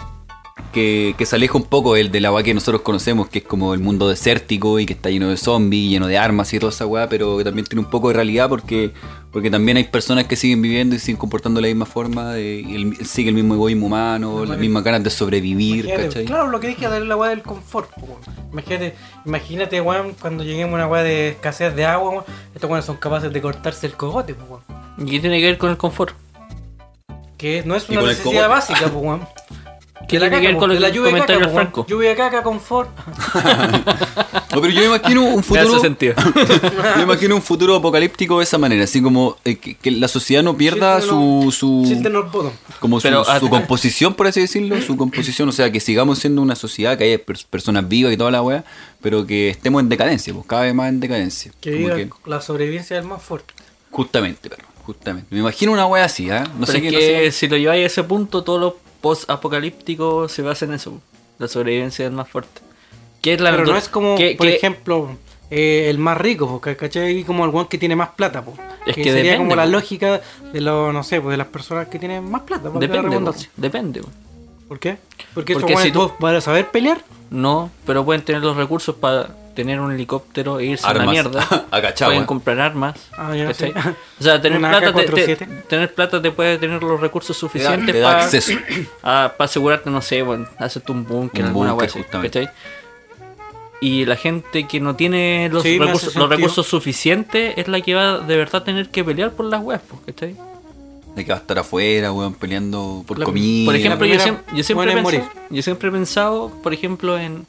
C: que, que se aleja un poco el de la weá que nosotros conocemos, que es como el mundo desértico y que está lleno de zombies, lleno de armas y toda esa weá, pero que también tiene un poco de realidad porque, porque también hay personas que siguen viviendo y siguen comportando de la misma forma, de- y el- sigue el mismo egoísmo humano, las mismas ganas de sobrevivir,
D: Imagínate,
C: ¿cachai?
D: Claro, lo que dije darle la weá del confort, po, weón. Imagínate, imagínate, weón, cuando lleguemos a una weá de escasez de agua, weón, estos weones son capaces de cortarse el cogote, po, weón.
B: ¿Y qué tiene que ver con el confort?
D: Que no es
C: Y
D: una
C: con el
D: necesidad
C: cogote.
D: básica, po, weón.
B: ¿Qué
D: la
B: tiene que ver
D: po,
B: con el
D: la lluvia de
B: comentario
D: caca,
B: del
D: po, weón.
B: Franco?
D: Lluvia de caca, confort.
C: No, pero yo me imagino un
B: Me hace
C: futuro.
B: sentido.
C: yo imagino un futuro apocalíptico de esa manera, así como eh, que, que la sociedad no pierda
D: Children
C: su,
B: Uh.
C: su-
D: Chilten los bottom.
C: como su,
B: Pero, ah,
C: su composición, por así decirlo, su composición, o sea, que sigamos siendo una sociedad, que haya pers- personas vivas y toda la weá, pero que estemos en decadencia, pues cada vez más en decadencia.
D: Que
C: Como
D: viva
C: que-
D: la sobrevivencia del más fuerte.
C: justamente, pero, justamente. Me imagino una weá así, ¿eh? No
B: Pero
C: sé
B: es
C: qué.
B: que
C: no sé-
B: si lo lleváis a ese punto, todos los post-apocalípticos se basan en eso. La sobrevivencia es más fuerte. ¿Qué es la
D: Pero
B: natu-
D: no es como,
B: qué-
D: por
B: qué-
D: ejemplo, eh, el más rico, po, ca- ¿cachai? Como el weón que tiene más plata, po.
B: Es
D: que,
B: que
D: sería
B: depende,
D: como la
B: po.
D: lógica de los, no sé, pues de las personas que tienen más plata. valga la
B: Depende, po,
D: redundancia.
B: depende. po.
D: ¿Por qué? Porque,
B: Porque
D: estos
B: si
D: si
B: tú-
D: todos van a saber pelear.
B: No, pero pueden tener los recursos para tener un helicóptero e irse a la
C: Armas.
B: mierda.
C: A Cachagua.
B: Pueden comprar armas.
D: Ah, ya,
B: ¿cachai?
D: sí.
B: O sea, tener
D: Una
B: plata, te, te-
D: AK-47.
B: tener plata te puede tener los recursos suficientes
C: te da
B: para
C: acceso.
B: asegurarte, no sé, bueno, hacerte un búnker,
C: Un
B: alguna
C: búnker,
B: wea así,
C: justamente.
B: ¿cachai? Y la gente que no tiene los,
D: Sí, me hace
B: recursos,
D: sentido.
B: los recursos suficientes es la que va de verdad a tener que pelear por las weas, po, ¿cachai?
C: De que va a estar afuera, weón, peleando por
B: La-
C: comida.
B: Por ejemplo,
D: La
B: yo,
D: primera
B: siem- yo siempre
D: buena
B: he
D: es
B: pensado, yo siempre he pensado, por ejemplo, en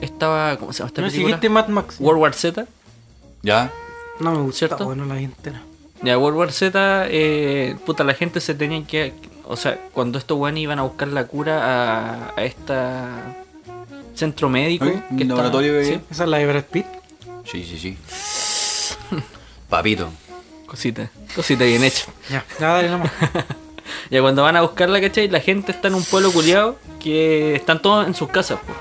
B: estaba ¿cómo se llama esta
D: ¿No
B: película?
D: seguiste Mad Max?
B: World War Z.
C: ¿Ya?
D: No me gusta,
B: ¿Cierto?
D: bueno, la vi entera.
B: Ya, World War Z, eh, puta, la gente se tenía que. O sea, cuando estos weones iban a buscar la cura a, a esta. Centro médico.
C: ¿Eh?
B: que
C: ¿Un laboratorio de-
B: sí,
D: Esa es la de Brad Pitt.
C: Sí, sí, sí. Papito.
B: cosita, cosita bien hecha.
D: Ya, ya dale nomás.
B: Ya cuando van a buscarla, ¿cachai? La gente está en un pueblo culiado que están todos en sus casas, po.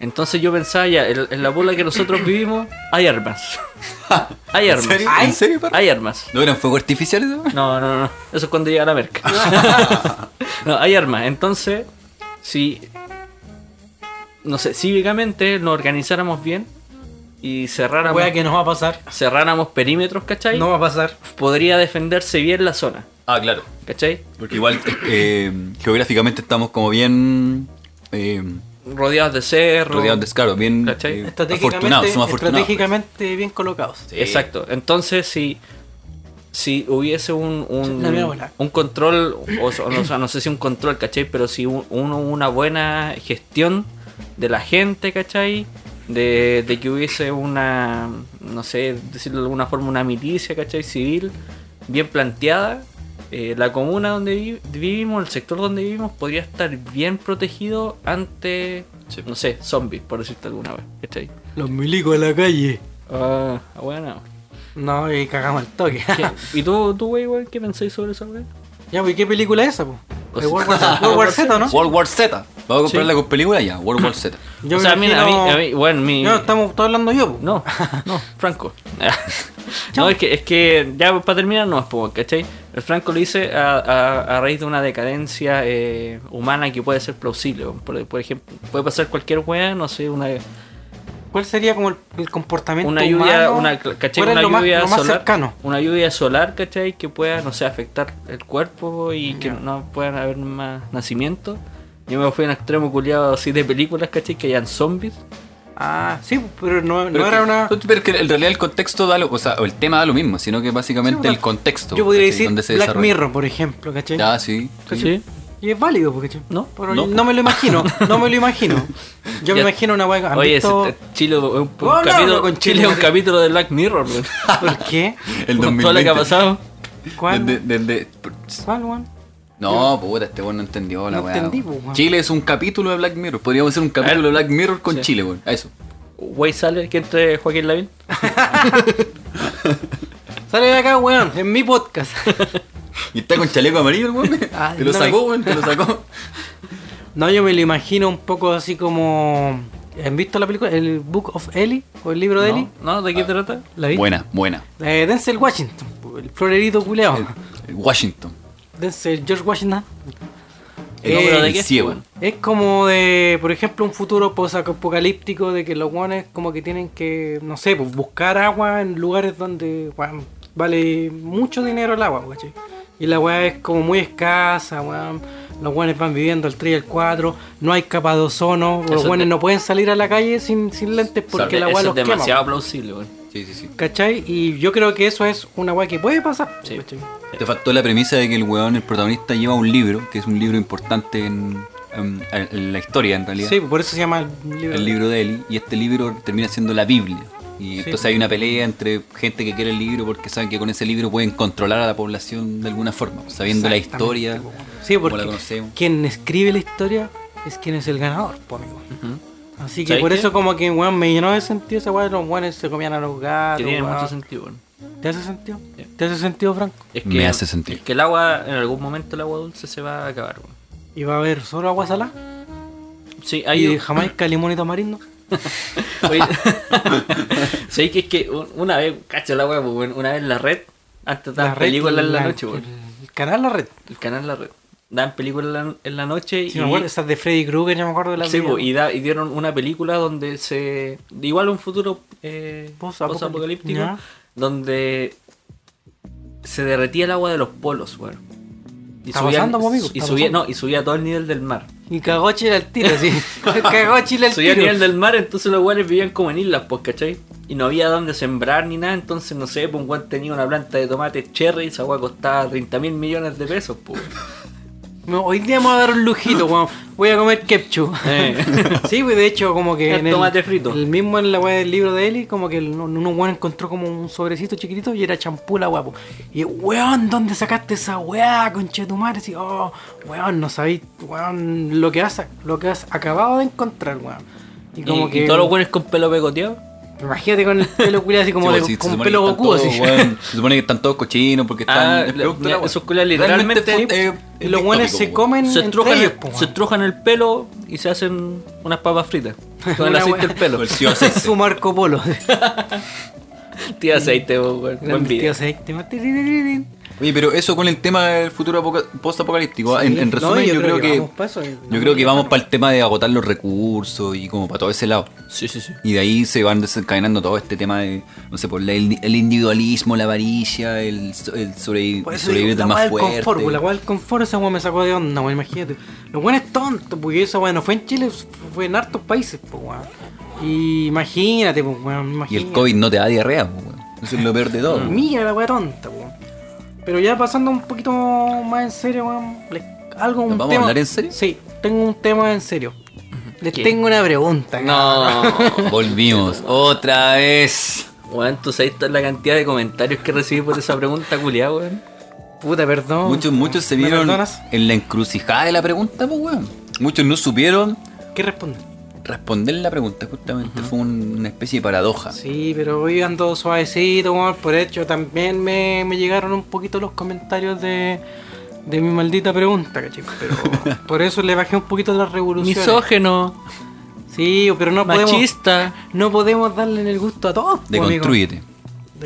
B: Entonces yo pensaba, ya, en, en la bola que nosotros vivimos, hay armas. Hay
C: ¿En
B: armas.
C: serio?
B: Hay-
C: ¿En serio, perro?
B: Hay armas.
C: ¿No eran fuegos artificiales? no?
B: No, no, no. Eso es cuando llega la merca. no, hay armas. Entonces, si. No sé, cívicamente nos organizáramos bien y cerráramos,
D: Wea que no va a pasar.
B: cerráramos perímetros, ¿cachai?
D: No va a pasar.
B: Podría defenderse bien la zona,
C: Ah, claro.
B: ¿cachai?
C: Porque igual eh, geográficamente estamos como bien eh,
B: Rodeados de cerro.
C: rodeados de escaro, bien
B: ¿Cachai?
C: eh, afortunados,
D: Estratégicamente,
C: somos afortunados.
D: estratégicamente bien colocados.
C: Sí.
B: Exacto. Entonces, si, si hubiese un, un,
D: La mía buena.
B: un control, o, so- no, o sea, no sé si un control, ¿cachai? Pero si un- uno- una buena gestión de la gente, ¿cachai? De, de que hubiese una, no sé, decirlo de alguna forma, una milicia, ¿cachai? Civil, bien planteada. eh, la comuna donde vi- vivimos, el sector donde vivimos, podría estar bien protegido ante,
C: Sí.
B: no sé, zombies, por decirte alguna vez, ¿cachai?
D: Los milicos de la calle.
B: Ah, bueno.
D: No, y cagamos el toque.
B: ¿Qué? ¿Y tú, tú güey, güey, qué pensáis sobre esa güey?
D: ya, pues, ¿qué película es esa, po?
B: Pues-
D: Eh, World War, World War Z, ¿no?
C: World War Z. Vamos a comprarla con película ya, World War Z.
D: Yo
B: o sea,
D: me
B: mira, a mí,
D: imagino-
B: a mí, bueno, mi...
D: No, estamos todos hablando yo, po.
B: No, no, Franco. no, es que, es que ya para terminar no es ¿cachai? El Franco lo hice a, a- a raíz de una decadencia eh, humana que puede ser plausible. weón. Por, por ejemplo, puede pasar cualquier weá, no sé, una,
D: ¿Cuál sería como el, el comportamiento
B: una lluvia,
D: humano?
B: una, ¿cachai?
D: ¿Cuál es
B: Una
D: lo más,
B: lluvia
D: lo más
B: solar.
D: cercano?
B: Una lluvia solar, ¿cachai? Que pueda, no sé, afectar el cuerpo y que no puedan haber más nacimientos. Yo me fui a un extremo culiado así de películas, ¿cachai? Que hayan zombies.
D: Ah, sí, pero no, no
C: Pero
D: era
C: que-
D: una...
C: Pero que en realidad el contexto da lo, o sea, o el tema da lo mismo, sino que
D: Sí,
C: básicamente
D: una-
C: el contexto.
D: Yo podría
C: ¿cachai?
D: decir
C: Donde se
D: Black
C: desarrolla.
D: Mirror, por ejemplo, ¿cachai?
C: Ya, sí. sí.
B: Sí.
D: Y es válido, porque
B: No,
D: pero
C: no.
D: no, me lo imagino, no me lo imagino. Yo me
B: Ya.
D: imagino una hueá.
B: Oye, ese- eh, Chile, es un, un
D: No, no,
B: capítulo,
D: no, con Chile,
B: Chile es un
D: madre.
B: capítulo de Black Mirror, weón.
D: ¿Por qué?
C: El
B: Con todo lo que ha
C: 2020.
B: pasado.
D: ¿Cuál?
C: De- de- de- de-
D: ¿Cuál, weón?
C: no, puta, este weón no entendió la
D: No
C: weá.
D: entendí, pues,
C: weón.
D: weón.
C: Chile es un capítulo de Black Mirror. Podríamos hacer un capítulo de Black Mirror con
B: Sí.
C: Chile, weón. Eso.
B: Wey sale que entre Joaquín Lavín.
D: Sale de acá, weón, en mi podcast.
C: Y está con chaleco amarillo, el weón.
D: Ah,
C: te lo
D: no
C: sacó,
D: me-
C: weón, te lo sacó.
D: No, yo me lo imagino un poco así como. ¿Han visto la película? ¿El Book of Ellie? ¿O el libro de Ellie?
B: ¿No? ¿De Ah. qué trata?
D: ¿La vi?
C: Buena, buena.
D: Eh, Denzel Washington, el florerito culeado.
C: El- el Washington.
D: Denzel George Washington.
C: El
D: Eh,
C: hombre
D: ¿de
C: del
B: qué?
C: ciego.
D: Es como de, por ejemplo, un futuro apocalíptico de que los guanes como que tienen que, no sé, pues, buscar agua en lugares donde weón, vale mucho dinero el agua, ¿cachai? Y la weá es como muy escasa, weón. Los guanes van viviendo el 3 y el 4, no hay capa de ozono, los
B: Eso
D: guanes
B: te-
D: no pueden salir a la calle sin, sin lentes porque
B: Eso
D: la agua
B: es
D: los quema.
B: demasiado
D: weón,
B: plausible, weón.
C: Sí, sí, sí.
D: ¿Cachai? Y yo creo que eso es una weá que puede pasar.
B: Sí.
D: ¿cachai?
C: Te faltó la premisa de que el weón, el protagonista, lleva un libro, que es un libro importante en, en- en la historia, en realidad.
D: Sí, pues, por eso se llama el libro.
C: el libro de Eli, y este libro termina siendo la Biblia. Y entonces
D: pues.
C: hay una pelea entre gente que quiere el libro porque saben que con ese libro pueden controlar a la población de alguna forma, sabiendo la historia,
D: Exactamente, po. Sí,
C: como la
D: porque
C: conocemos.
D: quien escribe la historia es quien es el ganador, po, amigo. Así que
B: ¿Sabes
D: por
B: qué?
D: eso como que weón, me llenó de sentido esa weá, los weones se comían a los gatos.
B: Que tiene
D: weón.
B: mucho sentido, weón.
D: ¿Te hace sentido?
B: Sí.
D: ¿Te hace sentido, Franco?
B: Es
C: Me hace sentido.
B: es que el agua, en algún momento el agua dulce se va a acabar, weón.
D: ¿Y va a haber solo agua salada?
B: Sí, hay
D: ¿Y Jamaica, limón y tamarindo?
B: Oye, ¿sabéis que es que un- una vez, cacho la wea, pues, bueno, una vez en la red, antes daban películas en la noche,
D: el,
B: weón.
D: el canal La Red.
B: El canal La Red. Daban películas en la, en la noche
D: Si
B: y.
D: me acuerdo, esas de Freddy Krueger, ya me acuerdo de la
B: sí, pues, y, da- y dieron una película donde se. Igual un futuro eh,
D: Post-apocalíptico.
B: post-apocalíptico,
D: Ya.
B: donde se derretía el agua de los polos, weón. Y
D: Está pasando, pues, amigo,
B: y
D: está
B: subía,
D: pasando.
B: no, y subía todo el nivel del mar.
D: Y cagó Chile al tiro, sí. cagó Chile al
B: Subía a
D: tiro.
B: nivel del mar, entonces los guanes vivían como en islas, pues, ¿cachai? Y no había dónde sembrar ni nada, entonces no sé, pues un guan tenía una planta de tomate cherry y esa agua costaba 30 mil millones de pesos, pues.
D: No, hoy día me voy a dar un lujito, weón. Voy a comer ketchup.
B: Eh.
D: Sí, pues de hecho, como que.
B: El tomate frito.
D: El mismo en la weá del libro de Eli, como que el- uno weón encontró como un sobrecito chiquitito y era champú la guapo. Y weón, ¿dónde sacaste esa weá, conche tu madre? Así, oh, weón, no sabéis, weón, lo que has, lo que has acabado de encontrar, weón. Y
B: Y,
D: como
B: y
D: que.
B: todos los guanes con pelo pegoteado.
D: Imagínate con el pelo culiado así como
C: Sí,
D: de,
C: pues, sí, se
D: con
C: supone
D: pelo
C: que están
D: Goku, así.
C: todos, weón, se supone que están todos cochinos porque están.
B: Ah,
C: el
B: la-
C: producto de
B: mira,
C: la weá.
B: esos culiados literalmente-
C: fue, eh,
D: Y los
C: distópico,
D: buenos se
C: weón.
D: comen
B: Se
D: entre
B: estrujan,
D: ellos,
B: el,
D: po,
B: se
D: pues, weón.
B: estrujan el pelo y se hacen unas papas fritas. Con el
D: Una
B: aceite
D: wea.
B: del pelo.
C: Con el tío aceite.
D: Su Marco Polo.
B: Tío aceite, po, weón. Buen
D: Grande
B: video.
D: tío aceite.
C: Oye, pero eso con el tema del futuro apoca- post-apocalíptico, en, en
D: No,
C: resumen, yo, creo que,
D: vamos pa' eso.
C: yo creo que vamos para el tema de agotar los recursos y como para todo ese lado.
B: Sí, sí, sí.
C: Y de ahí se van desencadenando todo este tema de, no sé, por la- el, el individualismo, la avaricia, el, so- el sobrevi-
D: Por eso
C: sobrevivir
D: digo,
C: del
D: la weá del
C: más fuerte.
D: confort, pues, la weá del confort, esa weá me sacó de onda, weón, imagínate. Lo bueno es tonto, porque esa weá no fue en Chile, fue en hartos países, pues weón. Y imagínate, pues weón,
C: y
D: imagínate.
C: el COVID no te da diarrea, pues, weón. Eso es lo peor de todo.
D: Mira la weá tonta, weón. Pero ya pasando un poquito más en serio, weón. les- Algo, un
C: vamos a
D: tema-
C: hablar en serio?
D: Sí, tengo un tema en serio. Les
B: ¿Qué?
D: tengo una pregunta,
B: No.
C: Volvimos otra vez.
B: Weón, tú sabes toda la cantidad de comentarios que recibí por esa pregunta, culiá, weón.
D: Puta, perdón.
C: Muchos, muchos se
D: Oh, ¿Me
C: vieron
D: perdonas?
C: en la encrucijada de la pregunta, pues, weón. Muchos no supieron
D: ¿Qué responden?
C: responder la pregunta, justamente. Fue un- una especie de paradoja.
D: Sí, pero hoy ando suavecito, weón. Por hecho, también me, me llegaron un poquito los comentarios de, de mi maldita pregunta, cachai. Pero por eso le bajé un poquito las revoluciones.
B: Misógeno,
D: Sí, pero no podemos,
B: machista.
D: no podemos darle en el gusto a todos.
C: De
D: po, amigo.
C: construyete.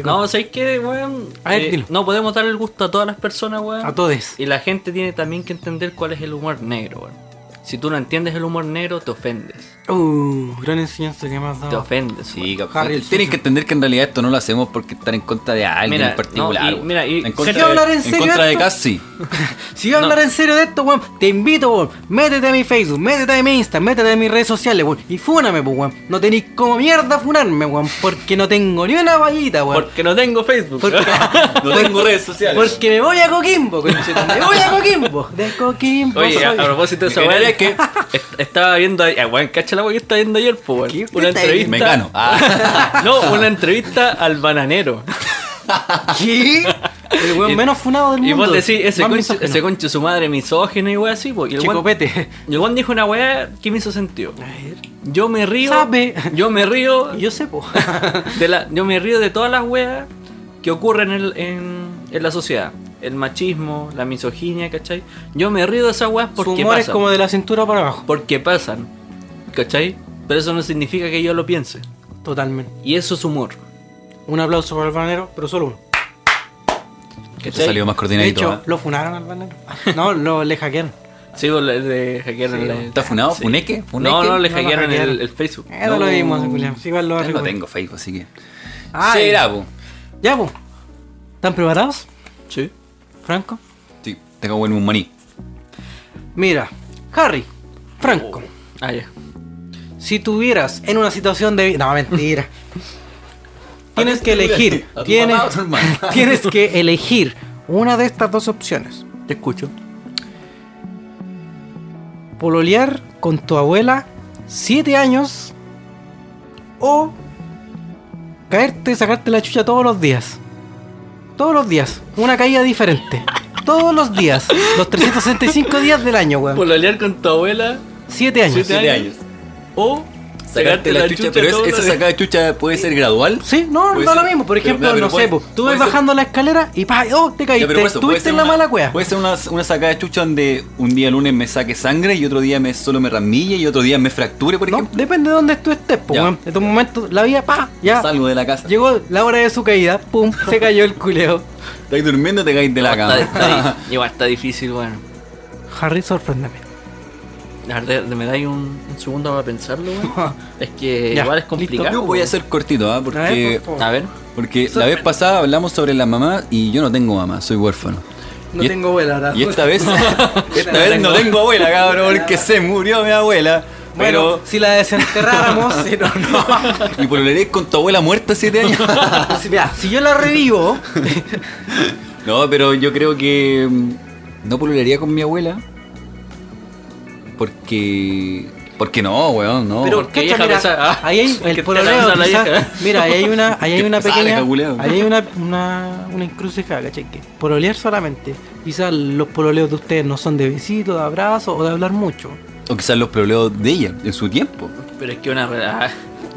B: No, ¿sabes qué, weón? Eh,
D: A ver, dilo.
B: no podemos darle el gusto a todas las personas, weón.
D: A todes.
B: Y la gente tiene también que entender cuál es el humor negro, weón. Si tú no entiendes el humor negro, te ofendes.
D: Uh, gran enseñanza que me has
B: Te
D: dado.
B: ofendes,
C: Sí,
B: weón.
C: capaz.
D: Harry el
C: Tienes
D: sucio.
C: que entender que en realidad esto no lo hacemos porque estar en contra de alguien
B: Mira,
C: en particular.
B: no, y-
C: weón.
B: mira, y-
C: en contra,
B: ¿Quería
C: de,
D: hablar en
C: en
D: serio
C: contra de
D: esto?
C: Cassi.
D: Si voy a hablar en serio de esto, weón, te invito, weón. Métete a mi Facebook, métete a mi Insta, métete a mis redes sociales, weón. Y fúname, pues, weón. No tenéis como mierda funarme, weón. Porque no tengo ni una vallita, weón.
B: Porque no tengo Facebook.
D: Porque-
C: No tengo redes sociales.
D: Porque me voy a Coquimbo, conchetumare, Me voy a Coquimbo. De Coquimbo.
B: Oye, a,
D: soy.
B: a propósito de esa
C: Lo
B: weón,
C: genial
B: es que est- estaba viendo. ahí- ah, weón, cacha la weón que estaba viendo ayer, po, weón.
D: ¿Qué? ¿Qué
B: Una
D: está ahí?
B: entrevista.
C: Mecano. Ah.
B: No, una entrevista al bananero.
D: ¿Qué? El weón
B: Y-
D: menos funado del
B: Y
D: mundo.
B: vos decís, ese
D: Más
B: concho,
D: misógino.
B: ese concho su madre misógino y weón así, po. Y el weón-
D: Chicopete.
B: y el weón dijo una weá que me hizo sentido.
D: A ver,
B: Yo me río.
D: Sabe.
B: Yo me río.
D: Yo sé, po.
B: de la- yo me río de todas las weas que ocurren en, el- en- en la sociedad. El machismo, la misoginia, ¿cachai? Yo me río de esas weas
D: Su
B: porque
D: humor es
B: pasan.
D: como de la cintura para abajo.
B: Porque pasan, ¿cachai? Pero eso no significa que yo lo piense.
D: Totalmente.
B: Y eso es humor.
D: Un aplauso para el banero, pero solo uno.
C: Esto salió más
D: De
C: coordinadito.
D: hecho,
C: ¿ah?
D: lo funaron al banero. No, lo, le hackearon.
B: Sí, vos le, le hackearon la-
C: ¿Está funado? ¿Funeque? ¿Funeque?
B: No, no, le
D: No, lo
B: hackearon el- el,
D: hackearon.
B: Facebook.
D: Eh, no lo vimos, Julián. Sí, igual lo va a
C: Yo no
D: recuperar.
C: ¿eh? tengo Facebook, así que.
D: Ay.
C: Será, po.
D: Ya, po. ¿Están preparados,
B: Sí.
D: Franco?
C: Sí, te cago en un maní.
D: Mira, Harry, Franco.
B: Ah, ya.
D: Si tuvieras en una situación de... vi- No, mentira. tienes que elegir.
C: A tu
D: Tienes,
C: papá o a tu hermano.
D: tienes que elegir una de estas dos opciones.
B: Te escucho.
D: Pololear con tu abuela 7 años o caerte, sacarte la chucha todos los días. Todos los días. Una caída diferente. Todos los días. Los 365 días del año, weón.
B: Pololear con tu abuela
D: 7 años.
B: Siete
C: Siete
B: años. o
C: Sacarte la chucha, pero es- esa sacada de chucha puede ser gradual.
D: Sí, no,
C: Puede
D: no
C: ser.
D: lo mismo. Por
C: Pero,
D: ejemplo,
C: mira, pero
D: no
C: puede-
D: sé, po, tú
C: puede
D: vas
C: ser-
D: bajando la escalera y pa, oh, te
C: Ya,
D: caíste,
C: pero por eso, puede
D: estuviste
C: ser
D: en la
C: una-
D: mala cueva.
C: Puede ser una, una sacada de chucha donde un día lunes me saque sangre y otro día me solo me ramille y otro día me fracture, por
D: No,
C: ejemplo.
D: depende de dónde tú estés, po,
C: Ya.
D: weón. En tu momento, la vida, pa, ya.
C: Salgo de la casa.
D: Llegó la hora de su caída, pum, se cayó el culeo.
C: Estás durmiendo te caes de la
B: Está,
C: cama.
B: está di- igual está difícil, bueno.
D: Harry, sorpréndeme.
B: La verdad, me dais un, un segundo para pensarlo, weón. Es que
D: Ya,
B: igual es
D: listo.
B: complicado.
C: Yo voy a ser cortito, ¿ah?
D: A ver,
C: Porque,
D: por favor.
B: A ver,
C: pues, porque la vez pasada hablamos sobre la mamá y yo no tengo mamá, soy huérfano.
D: No
C: Y-
D: tengo abuela, ahora.
C: Y esta vez, Ah, esta vez no tengo abuela, cabrón, porque se murió mi abuela.
D: Bueno,
C: Pero,
D: si la desenterráramos, si no, no.
C: y por lo con tu abuela muerta siete años.
D: Si, mira, si yo la revivo,
C: No, pero yo creo que mm, no pololearía con mi abuela. Porque. Porque no, weón, no.
B: Pero- porque
D: cacha,
B: vieja
D: mira,
B: pesada. Ah,
D: ahí hay
B: que te
D: el
B: la
D: pololeo,
B: usa la
D: quizás-
B: vieja.
D: mira, ahí hay una, ahí hay
C: Qué
D: una
C: pesada,
D: pequeña,
C: culiao.
D: ahí hay una, una, una encrucijada, ¿cachai? Que pololear solamente, quizás los pololeos de ustedes no son de besito, de abrazo o de hablar mucho.
C: O quizás los problemas de ella, en su tiempo.
B: pero es que una rela-